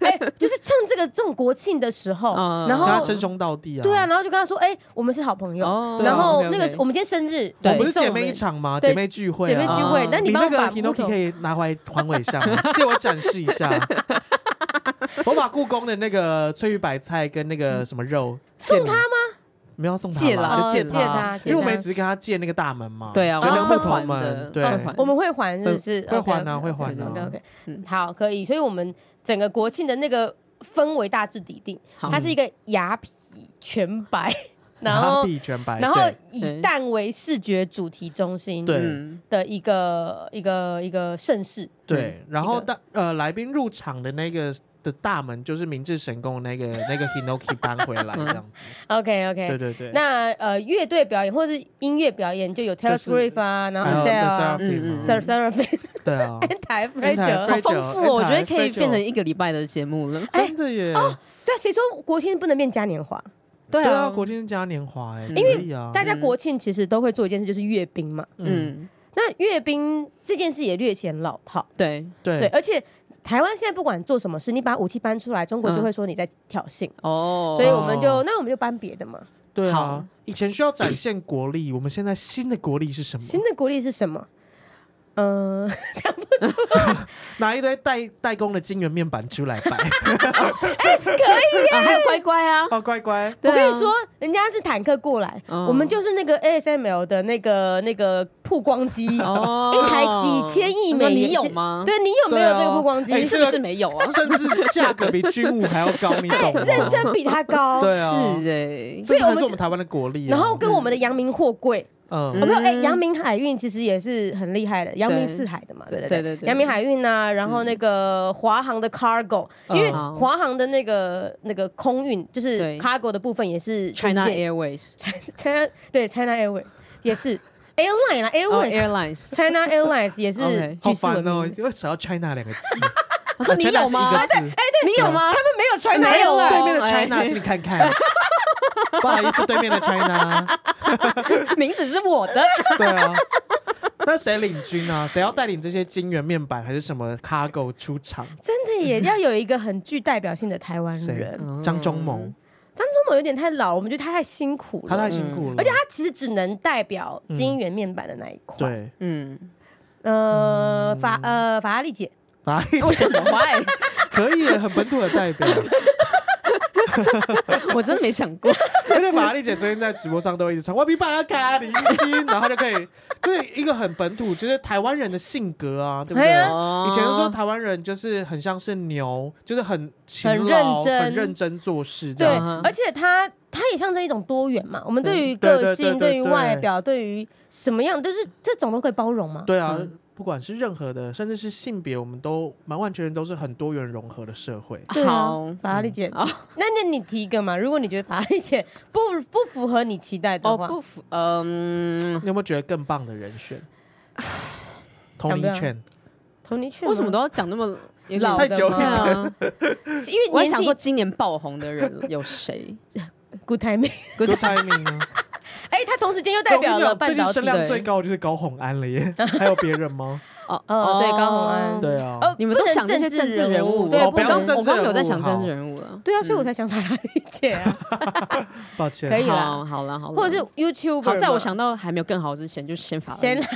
[SPEAKER 1] 哎，就是趁这个这种国庆的时候，
[SPEAKER 2] 嗯
[SPEAKER 1] 然
[SPEAKER 3] 跟他
[SPEAKER 1] 后
[SPEAKER 3] 称兄道弟
[SPEAKER 1] 哦
[SPEAKER 3] 啊，
[SPEAKER 1] 对啊，然后就跟他说，哎，我们是好朋友。
[SPEAKER 2] 哦
[SPEAKER 3] 对啊
[SPEAKER 1] 然后
[SPEAKER 2] OK，OK
[SPEAKER 1] 那个是我们今天生日，
[SPEAKER 2] 对
[SPEAKER 1] 你
[SPEAKER 3] 我们是
[SPEAKER 1] 送
[SPEAKER 3] 姐
[SPEAKER 1] 我
[SPEAKER 3] 妹一场吗？
[SPEAKER 1] 对
[SPEAKER 3] 姐妹聚会、啊，
[SPEAKER 1] 姐妹聚会
[SPEAKER 2] 啊，
[SPEAKER 1] 那你
[SPEAKER 3] 你
[SPEAKER 1] 帮
[SPEAKER 3] 那
[SPEAKER 1] 我
[SPEAKER 3] 个
[SPEAKER 1] 把
[SPEAKER 3] h i
[SPEAKER 1] 木
[SPEAKER 3] n o
[SPEAKER 1] 头
[SPEAKER 3] k i 可以拿回还我一下 吗？借我展示一下。我把故宫的那个翠玉白菜跟那个什么肉
[SPEAKER 1] 嗯送他
[SPEAKER 3] 吗？没有送他
[SPEAKER 2] 借
[SPEAKER 3] 啦，
[SPEAKER 2] 啦
[SPEAKER 3] 就借
[SPEAKER 1] 哦借他借
[SPEAKER 3] 因为我
[SPEAKER 1] 他
[SPEAKER 3] 们也只是跟他借那个大门嘛。
[SPEAKER 2] 对啊，
[SPEAKER 3] 就
[SPEAKER 2] 我
[SPEAKER 3] 那
[SPEAKER 2] 们会
[SPEAKER 3] 个木头
[SPEAKER 2] 还的
[SPEAKER 3] 门，，对，
[SPEAKER 1] 嗯我们会还是不是？
[SPEAKER 3] 会还啊
[SPEAKER 1] OK，OK，OK
[SPEAKER 3] 会还啊
[SPEAKER 1] OK OK，
[SPEAKER 2] 嗯
[SPEAKER 1] 好，可以。所以我们整个国庆的那个氛围大致底定，
[SPEAKER 2] 好
[SPEAKER 1] 它是一个雅痞全白。然后
[SPEAKER 3] 必全白，
[SPEAKER 1] 然后
[SPEAKER 3] 对
[SPEAKER 1] 以
[SPEAKER 2] 对
[SPEAKER 1] 蛋为视觉主题中心
[SPEAKER 3] 对
[SPEAKER 2] 嗯
[SPEAKER 1] 的一个一个一个盛世，
[SPEAKER 3] 对，然
[SPEAKER 1] 嗯
[SPEAKER 3] 后
[SPEAKER 1] 一个
[SPEAKER 3] 大呃来宾入场的那个的大门就是明治神宫的那个 那个 Hinoki 搬回来这 样子，
[SPEAKER 1] OK 嗯 OK，
[SPEAKER 3] 对对对，
[SPEAKER 1] 那呃，乐队表演或是音乐表演，就有 Taylor
[SPEAKER 3] 是
[SPEAKER 1] Swift 啊，然后
[SPEAKER 3] 还有
[SPEAKER 1] Adele 啊
[SPEAKER 3] The Seraphim
[SPEAKER 2] 嗯
[SPEAKER 3] 嘛
[SPEAKER 1] s a r a s a r a p h i
[SPEAKER 3] 对 啊，
[SPEAKER 1] n 台 f r e
[SPEAKER 3] Anti-
[SPEAKER 1] d e
[SPEAKER 2] 好
[SPEAKER 1] r
[SPEAKER 3] Fragile
[SPEAKER 2] 丰富哦，我觉得可以
[SPEAKER 3] Fragile
[SPEAKER 2] 变成一个礼拜的节目了。
[SPEAKER 1] 哎
[SPEAKER 3] 真的耶，
[SPEAKER 1] 对啊，谁说国庆不能变嘉年华？
[SPEAKER 2] 对
[SPEAKER 3] 对啊，国庆嘉年华哎，
[SPEAKER 2] 因
[SPEAKER 3] 可以啊，
[SPEAKER 1] 大家国庆其实都会做一件事，就是阅兵嘛。
[SPEAKER 3] 嗯，
[SPEAKER 2] 嗯，
[SPEAKER 1] 那阅兵这件事也略显老套，
[SPEAKER 2] 对，
[SPEAKER 1] 对，
[SPEAKER 3] 对，
[SPEAKER 1] 而且台湾现在不管做什么事，你把武器搬出来，中国就会说你在挑衅，
[SPEAKER 2] 哦，
[SPEAKER 1] 所以我们就那我们就搬别的嘛。
[SPEAKER 3] 对啊
[SPEAKER 2] 好，
[SPEAKER 3] 以前需要展现国力，我们现在新的国力是什么？
[SPEAKER 1] 新的国力是什么？嗯，
[SPEAKER 3] 拿一堆代代工的晶圆面板出来摆，
[SPEAKER 2] 啊，还有乖乖啊，
[SPEAKER 3] 哦，乖乖，
[SPEAKER 1] 我
[SPEAKER 2] 对
[SPEAKER 1] 跟
[SPEAKER 2] 啊
[SPEAKER 1] 你说，，人家是坦克过来，
[SPEAKER 2] 嗯
[SPEAKER 1] 我们就是那个 ASML 的那个那个曝光机，
[SPEAKER 2] 哦，
[SPEAKER 1] 一台几千亿
[SPEAKER 2] 你说
[SPEAKER 1] 美元，
[SPEAKER 2] 你有吗？
[SPEAKER 1] 对你有没有这个曝光机
[SPEAKER 3] 对啊？哎
[SPEAKER 2] 你是不是没有啊？
[SPEAKER 3] 甚至价格比军武还要高，你懂吗？
[SPEAKER 1] 哎 认真比它高，
[SPEAKER 3] 对啊，
[SPEAKER 2] 是哎，
[SPEAKER 1] 所以
[SPEAKER 3] 这才
[SPEAKER 1] 我们
[SPEAKER 3] 是
[SPEAKER 1] 就
[SPEAKER 3] 我们台湾的国力啊。
[SPEAKER 1] 然后跟我们的阳明货柜，我
[SPEAKER 3] 嗯
[SPEAKER 2] 嗯
[SPEAKER 1] 们有哎，阳明海运其实也是很厉害的，阳明四海的嘛，对不
[SPEAKER 2] 对
[SPEAKER 1] 对
[SPEAKER 2] 对嗯对
[SPEAKER 1] 阳明海运呐，然后那个华航的 cargo，因
[SPEAKER 3] 嗯
[SPEAKER 1] 为华航的那个那个空运就是 cargo 的部分也是全世
[SPEAKER 2] China 哦
[SPEAKER 1] 界
[SPEAKER 2] Airways
[SPEAKER 1] China 对 China Airways 也是 airline 啦
[SPEAKER 2] 哦
[SPEAKER 1] airways。
[SPEAKER 2] Airlines，
[SPEAKER 1] China Airlines 也是
[SPEAKER 2] OK
[SPEAKER 1] 举
[SPEAKER 3] 好
[SPEAKER 1] 世闻
[SPEAKER 3] 烦
[SPEAKER 1] 名，
[SPEAKER 3] 哦，因为只要 China 两个字，哦
[SPEAKER 2] 我说你
[SPEAKER 3] China
[SPEAKER 2] 有
[SPEAKER 3] 是一
[SPEAKER 2] 吗？
[SPEAKER 3] 个啊
[SPEAKER 2] 哎
[SPEAKER 3] 字哎
[SPEAKER 2] 对哎对，你有吗？他们没有
[SPEAKER 1] China
[SPEAKER 2] 没有
[SPEAKER 1] Airlines
[SPEAKER 2] 哦
[SPEAKER 3] 对面的 China，
[SPEAKER 2] 哎
[SPEAKER 3] 请你看看。不好意思，对面的 China，
[SPEAKER 2] 名字是我的，
[SPEAKER 3] 对啊。那谁领军啊？谁要带领这些金元面板还是什么 cargo 出场？
[SPEAKER 1] 真的也要有一个很具代表性的台湾
[SPEAKER 3] 谁
[SPEAKER 2] 嗯
[SPEAKER 1] 人。
[SPEAKER 3] 张忠谋，
[SPEAKER 1] 张忠谋有点太老，我们觉得他太辛苦了，
[SPEAKER 3] 他太辛苦了。嗯
[SPEAKER 1] 而且他其实只能代表金源面板的那一块。，
[SPEAKER 3] 对
[SPEAKER 2] 嗯，
[SPEAKER 1] 呃，法呃法拉利姐，
[SPEAKER 3] 啊，
[SPEAKER 2] 为什么坏？
[SPEAKER 3] 可以很本土的代 表。
[SPEAKER 2] 我真的没想过，
[SPEAKER 3] 因为玛丽姐最近在直播上都一直唱“我比巴拉卡里金”，然后就可以，这是一个很本土，就是台湾人的性格啊，对不对？
[SPEAKER 1] 哎呀
[SPEAKER 2] 哦
[SPEAKER 3] 以前说台湾人就是很像是牛，就是很勤
[SPEAKER 1] 很
[SPEAKER 3] 劳、
[SPEAKER 1] 认真
[SPEAKER 3] 很认真做事这
[SPEAKER 1] 对
[SPEAKER 3] 样。，
[SPEAKER 1] 而且他他也象征一种多元嘛。我们对于
[SPEAKER 3] 对对
[SPEAKER 1] 个
[SPEAKER 3] 对
[SPEAKER 1] 性、
[SPEAKER 3] 对
[SPEAKER 1] 对于
[SPEAKER 3] 对
[SPEAKER 1] 外表、对于什么样，就是这种都可以包容嘛。
[SPEAKER 3] 对啊，
[SPEAKER 2] 嗯
[SPEAKER 3] 不管是任何的，甚至是性别，我们都完完全全都是很多元融合的社 会。
[SPEAKER 1] 对
[SPEAKER 2] 好
[SPEAKER 1] 啊，法拉利姐
[SPEAKER 2] 嗯，
[SPEAKER 1] 那那你提一个嘛？如果你觉得法拉利姐不不符合你期待的
[SPEAKER 2] 哦
[SPEAKER 1] 话，
[SPEAKER 2] 不符，嗯，
[SPEAKER 3] 你有没有觉得更棒的人 选？
[SPEAKER 1] 想
[SPEAKER 3] 同
[SPEAKER 1] 不
[SPEAKER 3] 一
[SPEAKER 1] 到
[SPEAKER 3] 圈，
[SPEAKER 1] 同你去
[SPEAKER 2] 为什么都要讲那么有点
[SPEAKER 1] 老
[SPEAKER 3] 太
[SPEAKER 1] 的
[SPEAKER 3] 久
[SPEAKER 1] 吗
[SPEAKER 2] 对
[SPEAKER 3] 远了
[SPEAKER 2] 啊，
[SPEAKER 1] 因为
[SPEAKER 2] 我还
[SPEAKER 1] 年
[SPEAKER 2] 想说
[SPEAKER 1] 纪
[SPEAKER 2] 今年爆红的人有谁？
[SPEAKER 1] good timing，
[SPEAKER 3] 就 timing 啊！
[SPEAKER 1] 哎，他同时间又代表了
[SPEAKER 2] 哦
[SPEAKER 3] 我跟
[SPEAKER 1] 半
[SPEAKER 3] 你讲
[SPEAKER 1] 导
[SPEAKER 3] 最近声
[SPEAKER 1] 体。
[SPEAKER 3] 量最高的就是高洪安 了耶，还有别人吗？
[SPEAKER 2] 哦
[SPEAKER 1] 哦对高虹安
[SPEAKER 3] 对啊，
[SPEAKER 1] 哦
[SPEAKER 2] 你们都
[SPEAKER 1] 不能
[SPEAKER 2] 想这些政治
[SPEAKER 1] 人
[SPEAKER 2] 人
[SPEAKER 1] 物
[SPEAKER 2] 物，哦
[SPEAKER 1] 对
[SPEAKER 2] 我
[SPEAKER 1] 不能
[SPEAKER 2] 刚
[SPEAKER 3] 哦政治
[SPEAKER 2] 我刚
[SPEAKER 3] 人
[SPEAKER 2] 有在
[SPEAKER 3] 物
[SPEAKER 2] 想
[SPEAKER 3] 好
[SPEAKER 2] 政治人物了，
[SPEAKER 1] 对啊，所以我才想法拉利姐啊。
[SPEAKER 3] 抱歉，
[SPEAKER 1] 可以啦
[SPEAKER 2] 好好了好了，
[SPEAKER 1] 或者是 YouTube，
[SPEAKER 2] 好在我想到还没有更好之前，就先发
[SPEAKER 1] 先来，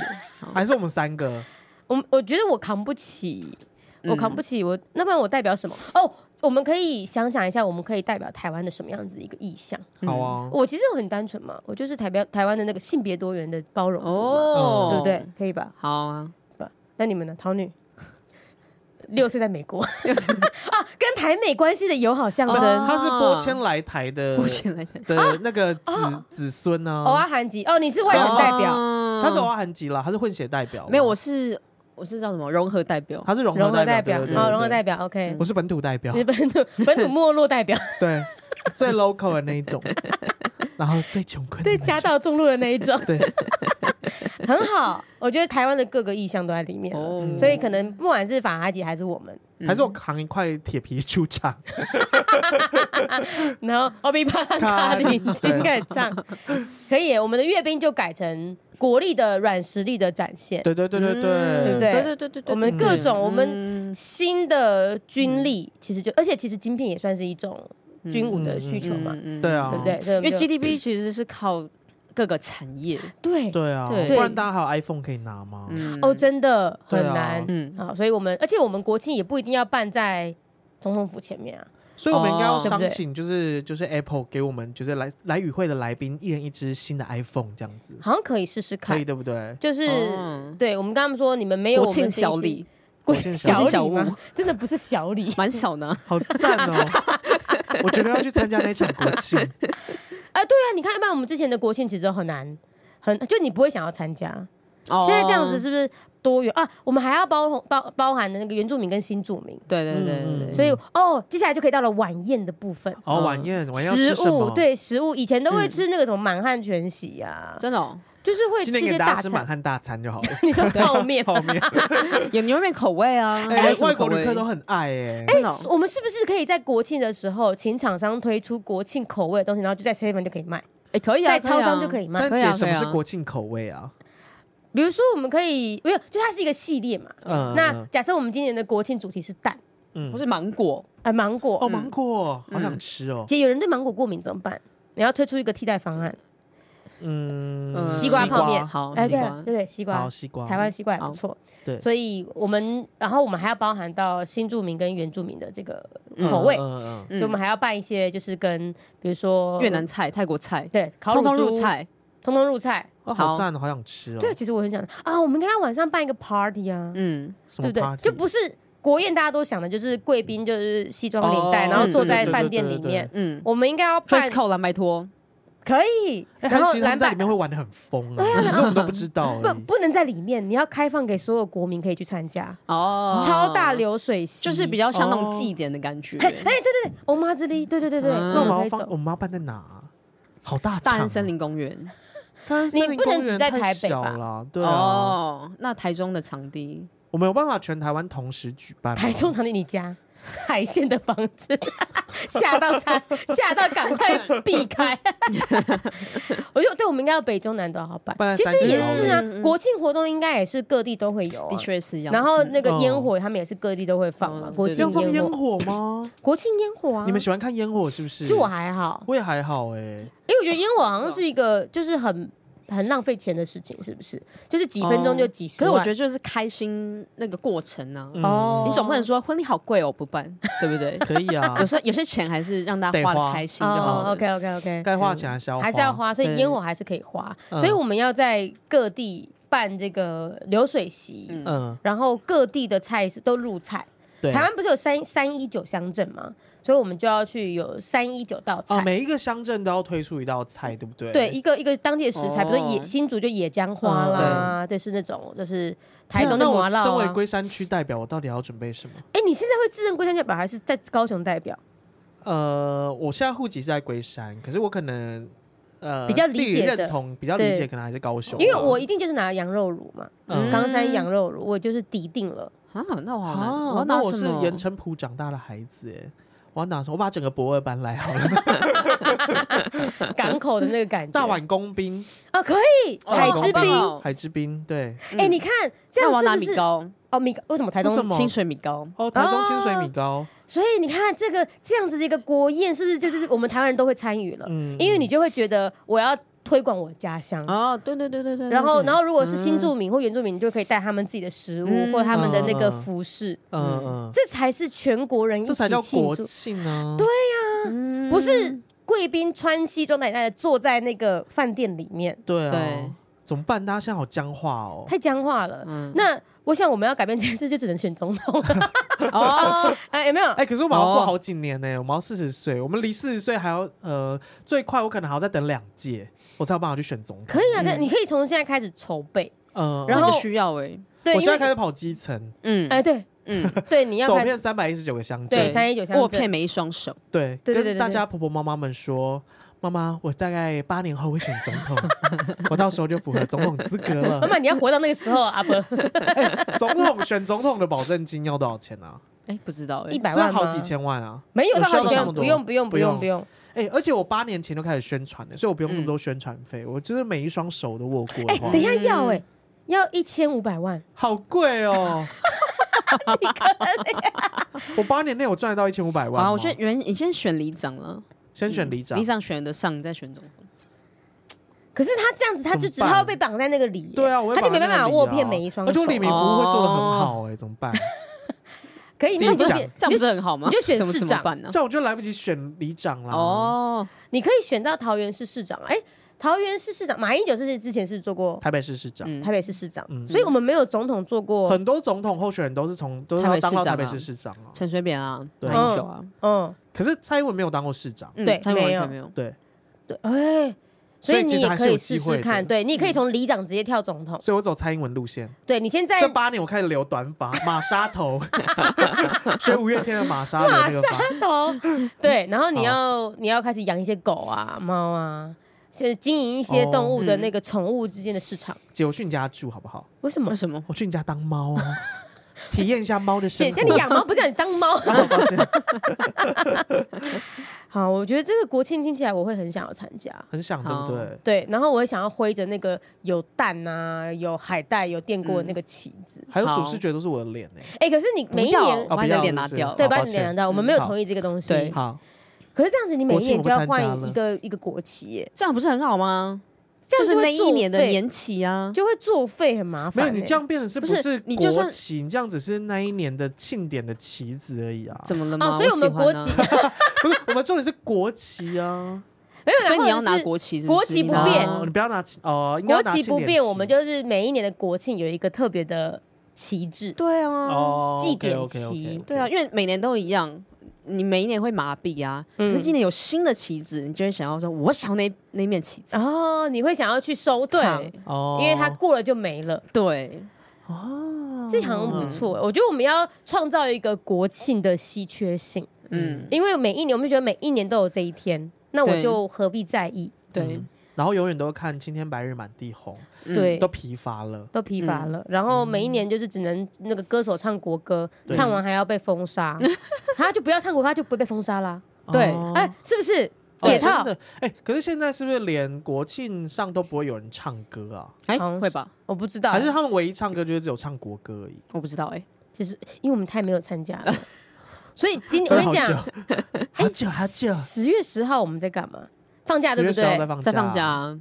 [SPEAKER 3] 还是我们三个
[SPEAKER 1] 我我觉得我扛不起，我扛不起，我那不然我代表什么？哦，我们可以想想一下，我们可以代表台湾的什么样子一个意向？
[SPEAKER 3] 好啊，
[SPEAKER 1] 我其实我很单纯嘛，我就是代表台湾的那个性别多元的
[SPEAKER 3] 嗯
[SPEAKER 1] 包容度
[SPEAKER 2] 哦
[SPEAKER 1] 嘛，对不对？？可以吧？
[SPEAKER 2] 好啊，
[SPEAKER 1] 那你们呢，桃女？六岁在美国 啊，跟台美关系的友好象征
[SPEAKER 2] 哦。
[SPEAKER 3] 他是播迁来 台的
[SPEAKER 2] 我先来
[SPEAKER 3] 的那个子子孙呢
[SPEAKER 1] 偶，尔韩籍哦，你是外省代表，
[SPEAKER 2] 表
[SPEAKER 3] 他是欧韩籍啦，他是混血代表啦，
[SPEAKER 2] 哦没有，我是我是叫什么融合代表，
[SPEAKER 3] 他是融
[SPEAKER 1] 融合代
[SPEAKER 3] 代
[SPEAKER 1] 表，
[SPEAKER 3] 对对对嗯
[SPEAKER 1] 哦，融合代
[SPEAKER 3] 表，
[SPEAKER 1] 表，OK，
[SPEAKER 3] 我是本土代表
[SPEAKER 1] 你，本土本土没落代表，
[SPEAKER 3] 对，最 local 的那一 种，然后最穷困的那
[SPEAKER 1] 对，
[SPEAKER 3] 一种，
[SPEAKER 1] 家道中落的那一种。
[SPEAKER 3] 对，
[SPEAKER 1] 很好，我觉得台湾的各个意向都在里面了
[SPEAKER 2] 哦
[SPEAKER 1] 所以可能不管是法哈姐还是我们，
[SPEAKER 2] 嗯
[SPEAKER 3] 还是我扛一块铁皮出场，
[SPEAKER 1] 然后奥比巴拉卡里应该唱，可以耶，我们的阅兵就改成国力的软实力的展现，
[SPEAKER 3] 对对对对
[SPEAKER 1] 对
[SPEAKER 3] 对
[SPEAKER 1] 嗯不对
[SPEAKER 2] 对对对对，对
[SPEAKER 1] 我们各种我们
[SPEAKER 2] 嗯
[SPEAKER 1] 新的军力其实就，而且其实晶片也算是一种军武的需求嘛，
[SPEAKER 2] 嗯嗯嗯
[SPEAKER 3] 对啊
[SPEAKER 1] 对不对？所以我
[SPEAKER 2] 因为
[SPEAKER 1] 们就
[SPEAKER 2] GDP 其实是靠各个产业，
[SPEAKER 1] 对
[SPEAKER 3] 对啊，
[SPEAKER 2] 对
[SPEAKER 3] 不然大家还有 iPhone 可以拿吗？
[SPEAKER 2] 嗯
[SPEAKER 1] 哦，真的很
[SPEAKER 3] 对啊
[SPEAKER 1] 难
[SPEAKER 2] 嗯
[SPEAKER 1] 好，所以我们而且我们国庆也不一定要办在总统府前面啊，
[SPEAKER 3] 所以我们应该要
[SPEAKER 2] 哦
[SPEAKER 1] 对
[SPEAKER 3] 商
[SPEAKER 1] 不对
[SPEAKER 3] 请，就是就是 Apple 给我们就是来来与会的来宾一人一支新的 iPhone 这样子，
[SPEAKER 1] 好像可以试试
[SPEAKER 3] 可以
[SPEAKER 1] 看，
[SPEAKER 3] 对不对？
[SPEAKER 1] 就是。
[SPEAKER 2] 哦
[SPEAKER 1] 对，我们刚刚说你们没有
[SPEAKER 2] 国
[SPEAKER 1] 我们
[SPEAKER 2] 庆
[SPEAKER 1] 这一
[SPEAKER 2] 小
[SPEAKER 1] 些
[SPEAKER 2] 礼
[SPEAKER 1] 国
[SPEAKER 3] 庆
[SPEAKER 1] 小
[SPEAKER 2] 小礼
[SPEAKER 1] 礼吗
[SPEAKER 2] 物？。
[SPEAKER 1] 真的不是小礼
[SPEAKER 2] 蛮小呢，
[SPEAKER 3] 好赞哦！我觉得要去参加那场国庆，
[SPEAKER 1] 哎、对啊，你看，一般我们之前的国庆其实都很难，很就你不会想要参加。
[SPEAKER 2] 哦
[SPEAKER 1] 现在这样子，是不是多元啊？我们还要包包包含的那个原住民跟新住民，
[SPEAKER 2] 对对对
[SPEAKER 3] 嗯
[SPEAKER 2] 对
[SPEAKER 3] 嗯
[SPEAKER 2] 对，
[SPEAKER 1] 所以哦，接下来就可以到了晚宴的部分。
[SPEAKER 3] 哦，
[SPEAKER 2] 嗯
[SPEAKER 3] 晚宴晚宴要吃
[SPEAKER 1] 食
[SPEAKER 3] 什
[SPEAKER 1] 物
[SPEAKER 3] 么？，
[SPEAKER 1] 对食物，以前都会
[SPEAKER 2] 嗯
[SPEAKER 1] 吃那个什么满汉全席啊，
[SPEAKER 2] 真的哦
[SPEAKER 1] 就是会
[SPEAKER 3] 今
[SPEAKER 1] 吃
[SPEAKER 3] 天
[SPEAKER 1] 一
[SPEAKER 3] 给
[SPEAKER 1] 些
[SPEAKER 3] 大
[SPEAKER 1] 大
[SPEAKER 3] 家吃满啊
[SPEAKER 1] 餐。
[SPEAKER 3] 汉大餐就好了。
[SPEAKER 1] 你说泡 面哎吗
[SPEAKER 3] 泡 面，
[SPEAKER 2] 有牛肉面口味啊，还
[SPEAKER 3] 哎
[SPEAKER 2] 有，什么
[SPEAKER 3] 外
[SPEAKER 2] 口
[SPEAKER 3] 国
[SPEAKER 2] 味
[SPEAKER 3] 旅客都很爱哎。
[SPEAKER 2] 真的哦
[SPEAKER 1] 我们是不是可以在国庆的时候，请厂商推出国庆口味的东西，然后就在 Seven 就可以卖，
[SPEAKER 2] 哎可以啊，
[SPEAKER 1] 在超商就可
[SPEAKER 2] 以
[SPEAKER 1] 以卖？
[SPEAKER 3] 但
[SPEAKER 2] 可以
[SPEAKER 3] 姐，
[SPEAKER 2] 啊
[SPEAKER 3] 什
[SPEAKER 2] 可以
[SPEAKER 3] 么
[SPEAKER 2] 啊
[SPEAKER 3] 是国庆口味啊？
[SPEAKER 1] 比如说，我们可以没有，就它是一个系列嘛。
[SPEAKER 3] 嗯，
[SPEAKER 1] 那假设我们今年的国庆主题是嗯蛋，
[SPEAKER 2] 啊，不
[SPEAKER 3] 嗯，
[SPEAKER 2] 是芒果，
[SPEAKER 1] 啊，芒
[SPEAKER 3] 哦，
[SPEAKER 1] 果。
[SPEAKER 3] 芒果，好想吃哦。
[SPEAKER 1] 姐，有人对芒果过敏怎么办？你要推出一个替代方案，
[SPEAKER 3] 嗯，
[SPEAKER 2] 嗯
[SPEAKER 1] 西瓜泡面
[SPEAKER 2] 好，
[SPEAKER 1] 哎，
[SPEAKER 2] 西
[SPEAKER 1] 对啊
[SPEAKER 2] 瓜
[SPEAKER 1] 对对，西瓜
[SPEAKER 3] 好，，哦西瓜，
[SPEAKER 1] 台湾西瓜也不
[SPEAKER 2] 好
[SPEAKER 1] 错。
[SPEAKER 3] 对
[SPEAKER 1] 所以我们，然后我们还要包含到新住民跟原住民的这个口味，
[SPEAKER 3] 嗯
[SPEAKER 1] 所
[SPEAKER 3] 嗯嗯，
[SPEAKER 1] 以我们还要办一些，就是跟比如说
[SPEAKER 2] 越南菜、泰国菜，
[SPEAKER 1] 对烤
[SPEAKER 2] 通
[SPEAKER 1] 乳
[SPEAKER 2] 通入
[SPEAKER 1] 猪，
[SPEAKER 2] 菜，
[SPEAKER 1] 通通入菜。
[SPEAKER 3] 哦，好
[SPEAKER 2] 好
[SPEAKER 3] 赞哦，好想吃哦。
[SPEAKER 1] 对，，其实我很想啊，我们应该要晚上办一个 party 啊，
[SPEAKER 2] 嗯，
[SPEAKER 3] 什
[SPEAKER 1] 对不
[SPEAKER 3] 么
[SPEAKER 1] 对
[SPEAKER 3] party？？
[SPEAKER 1] 就不是国宴，大家都想的就是贵宾就是西装领带，
[SPEAKER 3] 哦
[SPEAKER 1] 然后坐
[SPEAKER 2] 嗯
[SPEAKER 1] 在
[SPEAKER 3] 对对
[SPEAKER 1] 饭
[SPEAKER 3] 对
[SPEAKER 1] 店
[SPEAKER 3] 对
[SPEAKER 1] 里
[SPEAKER 3] 对
[SPEAKER 1] 面。
[SPEAKER 2] 嗯
[SPEAKER 1] 我们应该要办
[SPEAKER 2] ，dress code 啦，拜托，
[SPEAKER 1] 可以，
[SPEAKER 3] 哎，
[SPEAKER 1] 然后
[SPEAKER 3] 其实他
[SPEAKER 1] 篮
[SPEAKER 3] 们在
[SPEAKER 1] 板
[SPEAKER 3] 里面会玩的很 疯啊，只是我们都不知道而
[SPEAKER 1] 不
[SPEAKER 2] 嗯
[SPEAKER 3] 已。
[SPEAKER 1] 不能在里面，你要开放给所有国民可以去参加，
[SPEAKER 2] 哦，
[SPEAKER 1] 超大，流水席，
[SPEAKER 2] 就是比较像那种
[SPEAKER 3] 哦
[SPEAKER 2] 祭典的感觉，
[SPEAKER 1] 嘿，哎，对对对，欧妈之力，对对对对，
[SPEAKER 2] 嗯
[SPEAKER 3] 那我们
[SPEAKER 1] 可
[SPEAKER 3] 要
[SPEAKER 1] 以
[SPEAKER 3] 放，
[SPEAKER 1] 走
[SPEAKER 3] 我们要办在哪啊？好大场啊，
[SPEAKER 2] 大安森林公园，
[SPEAKER 3] 大安森林
[SPEAKER 1] 你不能
[SPEAKER 3] 公园
[SPEAKER 1] 只在
[SPEAKER 3] 太
[SPEAKER 1] 台北
[SPEAKER 3] 小
[SPEAKER 1] 吧
[SPEAKER 3] 啦对啊，
[SPEAKER 2] 哦，那台中的场地，
[SPEAKER 3] 我们有办法全台湾同时举办吗？
[SPEAKER 1] 台中场地你家。海鲜的房子， 吓到 他，吓到赶快避开。 我就对，我们应该要北中南都好办
[SPEAKER 3] 不然，
[SPEAKER 1] 其
[SPEAKER 3] 三
[SPEAKER 1] 实
[SPEAKER 3] 级
[SPEAKER 1] 也
[SPEAKER 3] 好
[SPEAKER 1] 是啊
[SPEAKER 2] 嗯嗯，嗯
[SPEAKER 1] 国庆活动应该也是各地都会有啊、
[SPEAKER 2] 的确是要，
[SPEAKER 1] 然后那个
[SPEAKER 3] 嗯
[SPEAKER 1] 烟火，他们也是各地都会放嘛，
[SPEAKER 2] 嗯
[SPEAKER 1] 国
[SPEAKER 2] 对
[SPEAKER 1] 庆
[SPEAKER 3] 要放
[SPEAKER 1] 烟
[SPEAKER 3] 烟
[SPEAKER 1] 火，
[SPEAKER 3] 火吗？
[SPEAKER 1] 国庆烟火啊。
[SPEAKER 3] 你们喜欢看烟火是不是？
[SPEAKER 1] 其实我还好，
[SPEAKER 3] 我也还好哎，
[SPEAKER 1] 因为我觉得烟火好像是一个就是很很浪费钱的事情，是不是？就是几分钟就几十
[SPEAKER 2] 哦可是
[SPEAKER 1] 万。
[SPEAKER 2] 我觉得就是开心那个过程啊，
[SPEAKER 1] 哦
[SPEAKER 2] 你总不能说婚礼好贵哦不办，对不对？
[SPEAKER 3] 嗯 可以啊
[SPEAKER 2] 有，时候有些钱还是让大
[SPEAKER 3] 得
[SPEAKER 2] 家花
[SPEAKER 3] 花
[SPEAKER 2] 的开心就好
[SPEAKER 1] 哦
[SPEAKER 2] 了。
[SPEAKER 1] ，OK OK OK，
[SPEAKER 3] 该花钱还是要
[SPEAKER 1] 嗯还是要花，所以烟火还是可以花，
[SPEAKER 3] 嗯
[SPEAKER 1] 所以我们要在各地办这个流水席，
[SPEAKER 2] 嗯
[SPEAKER 3] 嗯，
[SPEAKER 1] 然后各地的菜是都入菜。
[SPEAKER 3] 对。
[SPEAKER 1] 台湾不是有三三一九乡镇吗？所以我们就要去有三一九道菜。嗯
[SPEAKER 3] 哦，每一个乡镇都要推出一道菜，对不对？
[SPEAKER 1] 对，，一个一个当地的食材，比如说野
[SPEAKER 2] 哦
[SPEAKER 1] 新竹就野姜花啦，对，是那种就是台中的
[SPEAKER 3] 那
[SPEAKER 1] 麻
[SPEAKER 3] 我
[SPEAKER 1] 辣
[SPEAKER 3] 身为
[SPEAKER 1] 啊。
[SPEAKER 3] 龟山区代表，我到底要准备什么？
[SPEAKER 1] 哎，你现在会自认龟山代表还是在高雄代表？
[SPEAKER 3] 呃，我现在户籍是在龟山，可是我可能呃
[SPEAKER 1] 比较理
[SPEAKER 3] 地理
[SPEAKER 1] 解的
[SPEAKER 3] 认同，比较理
[SPEAKER 1] 对
[SPEAKER 3] 解，可能还是高雄吧。啊
[SPEAKER 1] 因为我一定就是拿羊肉乳嘛，
[SPEAKER 3] 嗯
[SPEAKER 1] 冈山羊肉乳，我就是抵定 了。
[SPEAKER 2] 啊，那我好难，我
[SPEAKER 3] 啊
[SPEAKER 2] 要，
[SPEAKER 3] 那
[SPEAKER 2] 拿
[SPEAKER 3] 我
[SPEAKER 2] 什
[SPEAKER 3] 是
[SPEAKER 2] 么？
[SPEAKER 3] 盐城埔长大的孩子哎，我要拿什么？我把整个博二搬来好了，
[SPEAKER 1] 港口的那个感觉。
[SPEAKER 3] 大碗工兵、
[SPEAKER 1] 啊，可以
[SPEAKER 2] 哦
[SPEAKER 1] 海
[SPEAKER 3] 好
[SPEAKER 1] 之
[SPEAKER 3] 棒
[SPEAKER 1] 滨。
[SPEAKER 2] 哦
[SPEAKER 3] 海之滨，对，
[SPEAKER 1] 哎，你看这
[SPEAKER 2] 那我要拿
[SPEAKER 1] 样是不
[SPEAKER 2] 米
[SPEAKER 1] 是？
[SPEAKER 2] 糕，
[SPEAKER 1] 哦，米糕为什么台
[SPEAKER 3] 为什
[SPEAKER 1] 东？
[SPEAKER 3] 么
[SPEAKER 2] 清水米糕，
[SPEAKER 3] 哦，台中清水米糕，
[SPEAKER 1] 所以你看这个这样子的一个国宴，是不是就是我们台湾人都会参与了？
[SPEAKER 3] 嗯
[SPEAKER 1] 因为你就会觉得我要推广我家乡。
[SPEAKER 2] 哦，对对对对对。
[SPEAKER 1] 嗯然后，然
[SPEAKER 2] 后
[SPEAKER 1] 后如果是新住民或原住民，你就可以带他们自己的食物、
[SPEAKER 2] 嗯
[SPEAKER 1] 或他们的那个
[SPEAKER 3] 嗯嗯嗯嗯
[SPEAKER 1] 服饰，
[SPEAKER 3] 嗯嗯，
[SPEAKER 1] 这才是全国人一
[SPEAKER 3] 这
[SPEAKER 1] 起
[SPEAKER 3] 才叫
[SPEAKER 1] 嗯庆
[SPEAKER 3] 国
[SPEAKER 1] 祝，
[SPEAKER 3] 庆嗯啊，对，
[SPEAKER 2] 嗯
[SPEAKER 1] 不是贵宾穿西装奶奶的坐在那个饭店里面，
[SPEAKER 3] 对啊
[SPEAKER 2] 对，
[SPEAKER 3] 怎么办？大家现在好僵化哦，
[SPEAKER 1] 太僵化了。那我想我们要改变这件事，就只能选总统。
[SPEAKER 2] 哦，
[SPEAKER 1] 哎，有没有？
[SPEAKER 3] 哎、可是我们要过
[SPEAKER 2] 哦
[SPEAKER 3] 好几年呢、我们要四十岁，我们离四十岁还要呃，最快我可能还要再等两届，我才有办法去选总统。
[SPEAKER 1] 可以啊，可以你可以从现在开始筹备。
[SPEAKER 3] 嗯、呃，
[SPEAKER 1] 然
[SPEAKER 2] 这
[SPEAKER 1] 后
[SPEAKER 2] 个需要哎，
[SPEAKER 1] 对，
[SPEAKER 3] 我
[SPEAKER 1] 因
[SPEAKER 3] 现在
[SPEAKER 1] 为
[SPEAKER 3] 开始跑基层，
[SPEAKER 2] 嗯
[SPEAKER 1] 欸哎， 对
[SPEAKER 2] 嗯，
[SPEAKER 1] 对，你要
[SPEAKER 3] 走
[SPEAKER 1] 开始
[SPEAKER 3] 遍三百一十九个乡
[SPEAKER 1] 对
[SPEAKER 3] 镇，
[SPEAKER 1] 三一九
[SPEAKER 2] 我
[SPEAKER 1] 乡
[SPEAKER 2] 骗
[SPEAKER 1] 镇。
[SPEAKER 2] 每一双手，
[SPEAKER 3] 对，
[SPEAKER 1] 对对对对
[SPEAKER 3] 跟大家婆婆妈妈们说，妈妈，我大概八年后会选总 统，我到时候就符合总统资格
[SPEAKER 1] 妈
[SPEAKER 3] 了。
[SPEAKER 1] 妈，你要活到那个时候啊，阿 伯
[SPEAKER 3] 总统选总统的保证金要多少钱啊？
[SPEAKER 2] 哎，不知道哎
[SPEAKER 1] 一，百
[SPEAKER 3] 是
[SPEAKER 1] 万吗
[SPEAKER 3] 好几，千万啊！
[SPEAKER 1] 没有
[SPEAKER 3] 有
[SPEAKER 1] 到
[SPEAKER 3] 需要
[SPEAKER 1] 好几
[SPEAKER 3] 这
[SPEAKER 1] 千，
[SPEAKER 3] 么
[SPEAKER 1] 不
[SPEAKER 3] 多
[SPEAKER 1] 用不用不用不
[SPEAKER 3] 不
[SPEAKER 1] 用。
[SPEAKER 3] 哎、而且我八年前就开始宣传了，所以我不用这么
[SPEAKER 2] 嗯
[SPEAKER 3] 多宣传费，我就是每一双手都握过的
[SPEAKER 1] 哎，
[SPEAKER 3] 话。
[SPEAKER 1] 等一下要哎，要一千五百万。
[SPEAKER 3] 好贵哦！ 我八年内我赚得到一千五百万吗。
[SPEAKER 2] 好，我先原你先选里长了，
[SPEAKER 3] 先选里长
[SPEAKER 2] 里，长选得上，你再选总
[SPEAKER 1] 嗯
[SPEAKER 2] 统。
[SPEAKER 1] 可是他这样子，他就只
[SPEAKER 3] 怎么办
[SPEAKER 1] 他会被绑在那个里耶，
[SPEAKER 3] 对啊，我会
[SPEAKER 1] 他就没
[SPEAKER 3] 把
[SPEAKER 1] 办
[SPEAKER 3] 那个
[SPEAKER 1] 法
[SPEAKER 3] 里
[SPEAKER 1] 握
[SPEAKER 3] 啊
[SPEAKER 1] 遍每一双
[SPEAKER 3] 而且
[SPEAKER 1] 手
[SPEAKER 3] 我。里面服务会做的很好哎，怎么办？
[SPEAKER 1] 可以，
[SPEAKER 3] 自
[SPEAKER 1] 那你
[SPEAKER 3] 己
[SPEAKER 1] 就
[SPEAKER 3] 讲
[SPEAKER 1] 变
[SPEAKER 2] 这样
[SPEAKER 1] 你
[SPEAKER 2] 不
[SPEAKER 1] 就是
[SPEAKER 2] 很好吗？
[SPEAKER 1] 你就选
[SPEAKER 2] 什么
[SPEAKER 1] 市
[SPEAKER 2] 怎
[SPEAKER 1] 长
[SPEAKER 2] 么办呢？
[SPEAKER 3] 这样我就来不及选里长啊啦。
[SPEAKER 2] 哦，
[SPEAKER 1] 你可以选到桃园市市长。哎，桃园市市长马英九是之前是做过
[SPEAKER 3] 台北市市长，
[SPEAKER 2] 嗯
[SPEAKER 1] 台北市市长，
[SPEAKER 3] 嗯
[SPEAKER 1] 所以我们没有总统做过。
[SPEAKER 3] 很多总统候选人都是从都是要当到台北市市长啊。
[SPEAKER 2] 陈水扁啊，
[SPEAKER 3] 对
[SPEAKER 2] 马英九啊，
[SPEAKER 1] 嗯，
[SPEAKER 3] 可是蔡英文没有当过市长，
[SPEAKER 2] 嗯
[SPEAKER 1] 对
[SPEAKER 2] 蔡英文
[SPEAKER 1] 没有
[SPEAKER 2] 完全没有。
[SPEAKER 3] 对，
[SPEAKER 1] 对，哎，所
[SPEAKER 3] 所以
[SPEAKER 1] 以你
[SPEAKER 3] 其实
[SPEAKER 1] 也
[SPEAKER 3] 还是
[SPEAKER 1] 可以
[SPEAKER 3] 有
[SPEAKER 1] 试
[SPEAKER 3] 机会
[SPEAKER 1] 试
[SPEAKER 3] 的嗯
[SPEAKER 1] 看，对，你也可以从里长直接跳总统，
[SPEAKER 3] 所以我走蔡英文路线。
[SPEAKER 1] 对你现在
[SPEAKER 3] 这 八年我开始留短发，马莎头，学五月天的马莎留那个发。
[SPEAKER 1] 头， 对，然后你要你要开始养一些狗啊、猫啊，是经营一些动物
[SPEAKER 2] 哦嗯
[SPEAKER 1] 的那个宠物之间的市场。
[SPEAKER 3] 姐，我去你家住好不好？
[SPEAKER 1] 为什么
[SPEAKER 2] 为？什么？
[SPEAKER 3] 我去你家当猫啊，体验一下猫的生
[SPEAKER 1] 姐，
[SPEAKER 3] 活
[SPEAKER 1] 那。你养 猫不是让你当猫？
[SPEAKER 3] 啊抱歉，
[SPEAKER 1] 好，我觉得这个国庆听起来我会很想要参加。
[SPEAKER 3] 很想对不对？
[SPEAKER 1] 对，然后我会想要挥着那个有蛋啊、有海带、有电锅的那个旗子。
[SPEAKER 3] 还有主
[SPEAKER 2] 好
[SPEAKER 3] 视觉都是我的脸呢。欸
[SPEAKER 1] 哎、可是你每一
[SPEAKER 2] 嗯不要
[SPEAKER 1] 年
[SPEAKER 3] 哦
[SPEAKER 2] 把你
[SPEAKER 3] 不
[SPEAKER 2] 的
[SPEAKER 3] 要
[SPEAKER 2] 脸拿
[SPEAKER 3] 是不是
[SPEAKER 2] 掉
[SPEAKER 1] 对，
[SPEAKER 3] 好
[SPEAKER 1] 把
[SPEAKER 3] 抱
[SPEAKER 1] 你
[SPEAKER 3] 歉嗯
[SPEAKER 1] 脸拿到，我们没有
[SPEAKER 3] 好
[SPEAKER 1] 同意这个东西。
[SPEAKER 2] 对
[SPEAKER 3] 好，
[SPEAKER 1] 可是这样子，你每一
[SPEAKER 3] 国庆
[SPEAKER 1] 年就
[SPEAKER 3] 我不
[SPEAKER 1] 要
[SPEAKER 3] 参
[SPEAKER 1] 换
[SPEAKER 3] 加了
[SPEAKER 1] 一个一个国旗耶，
[SPEAKER 2] 这样不是很好吗？
[SPEAKER 1] 这样
[SPEAKER 2] 就是
[SPEAKER 1] 会
[SPEAKER 2] 那一
[SPEAKER 1] 作
[SPEAKER 2] 年的
[SPEAKER 1] 废
[SPEAKER 2] 年期啊，
[SPEAKER 1] 就会作废，很麻
[SPEAKER 3] 没
[SPEAKER 1] 烦欸
[SPEAKER 3] 有
[SPEAKER 1] 耶。
[SPEAKER 3] 你这样变成是
[SPEAKER 2] 不
[SPEAKER 3] 不
[SPEAKER 2] 是
[SPEAKER 3] 是
[SPEAKER 2] 你就
[SPEAKER 3] 国
[SPEAKER 2] 算
[SPEAKER 3] 旗？你这样只是那一年的庆典的旗子而已啊。
[SPEAKER 2] 怎么了吗？
[SPEAKER 1] 哦，所以我们
[SPEAKER 2] 喜欢
[SPEAKER 1] 国
[SPEAKER 2] 啊
[SPEAKER 1] 旗
[SPEAKER 3] 不是，我们重点是国旗啊。
[SPEAKER 1] 没有啦，
[SPEAKER 2] 所以你要
[SPEAKER 1] 或者
[SPEAKER 2] 拿
[SPEAKER 1] 是
[SPEAKER 2] 国旗是
[SPEAKER 1] 国
[SPEAKER 2] 是
[SPEAKER 1] 旗
[SPEAKER 2] 你
[SPEAKER 1] 不
[SPEAKER 2] 拿
[SPEAKER 1] 变
[SPEAKER 3] 哦你不要拿旗哦，应该要
[SPEAKER 1] 国
[SPEAKER 3] 拿
[SPEAKER 1] 旗
[SPEAKER 3] 庆
[SPEAKER 1] 不
[SPEAKER 3] 典
[SPEAKER 1] 变，
[SPEAKER 3] 旗
[SPEAKER 1] 我们就是每一年的国庆有一个特别的旗帜。
[SPEAKER 2] 对啊，
[SPEAKER 3] 哦
[SPEAKER 1] 祭
[SPEAKER 3] OK，OK，OK，
[SPEAKER 1] 典
[SPEAKER 3] OK，OK，
[SPEAKER 1] 旗
[SPEAKER 3] OK
[SPEAKER 2] 对啊，因为每年都一样，你每一年会麻痹啊。可是今年有新的旗子，你就会想要说，我想要那那面旗子。
[SPEAKER 1] 哦，你会想要去收藏，
[SPEAKER 2] 对
[SPEAKER 3] 哦，哦
[SPEAKER 1] 因为它过了就没了，
[SPEAKER 2] 对，
[SPEAKER 1] 这好像不
[SPEAKER 3] 嗯
[SPEAKER 1] 错。我觉得我们要创造一个国庆的稀缺性，
[SPEAKER 2] 嗯，
[SPEAKER 1] 因为每一年我们就觉得每一年都有这一天，那我
[SPEAKER 2] 对
[SPEAKER 1] 就何必在意？
[SPEAKER 2] 对，
[SPEAKER 3] 然后永远都看青天白日满地红，
[SPEAKER 2] 嗯
[SPEAKER 1] 对
[SPEAKER 3] 都疲乏了。
[SPEAKER 1] 都疲
[SPEAKER 3] 嗯
[SPEAKER 1] 乏了，然后每一年就是只能那个歌手唱国歌，
[SPEAKER 3] 对
[SPEAKER 1] 唱完还要被封 杀，他就不要唱国歌，他就不会被封杀啦。
[SPEAKER 2] 对
[SPEAKER 3] 哦
[SPEAKER 1] 哎，是不是
[SPEAKER 3] 哦
[SPEAKER 1] 解
[SPEAKER 3] 真
[SPEAKER 1] 套？
[SPEAKER 3] 的哎，可是现在是不是连国庆上都不会有人唱歌啊？
[SPEAKER 2] 哎
[SPEAKER 1] 好像是
[SPEAKER 2] 会吧？
[SPEAKER 1] 我不知道，
[SPEAKER 3] 还是他们唯一唱歌就是只有唱国歌而已？
[SPEAKER 2] 我不知道哎，
[SPEAKER 1] 其实因为我们太没有参加 了，所以今年
[SPEAKER 3] 真
[SPEAKER 1] 我
[SPEAKER 3] 的
[SPEAKER 1] 跟你
[SPEAKER 3] 好
[SPEAKER 1] 讲，哎
[SPEAKER 3] 久， 好久好久，
[SPEAKER 1] 十月十号我们在干嘛？放假对不
[SPEAKER 3] 10月10号
[SPEAKER 1] 对？
[SPEAKER 2] 在
[SPEAKER 3] 在
[SPEAKER 2] 放
[SPEAKER 3] 放
[SPEAKER 2] 假
[SPEAKER 3] 假。。
[SPEAKER 2] 啊，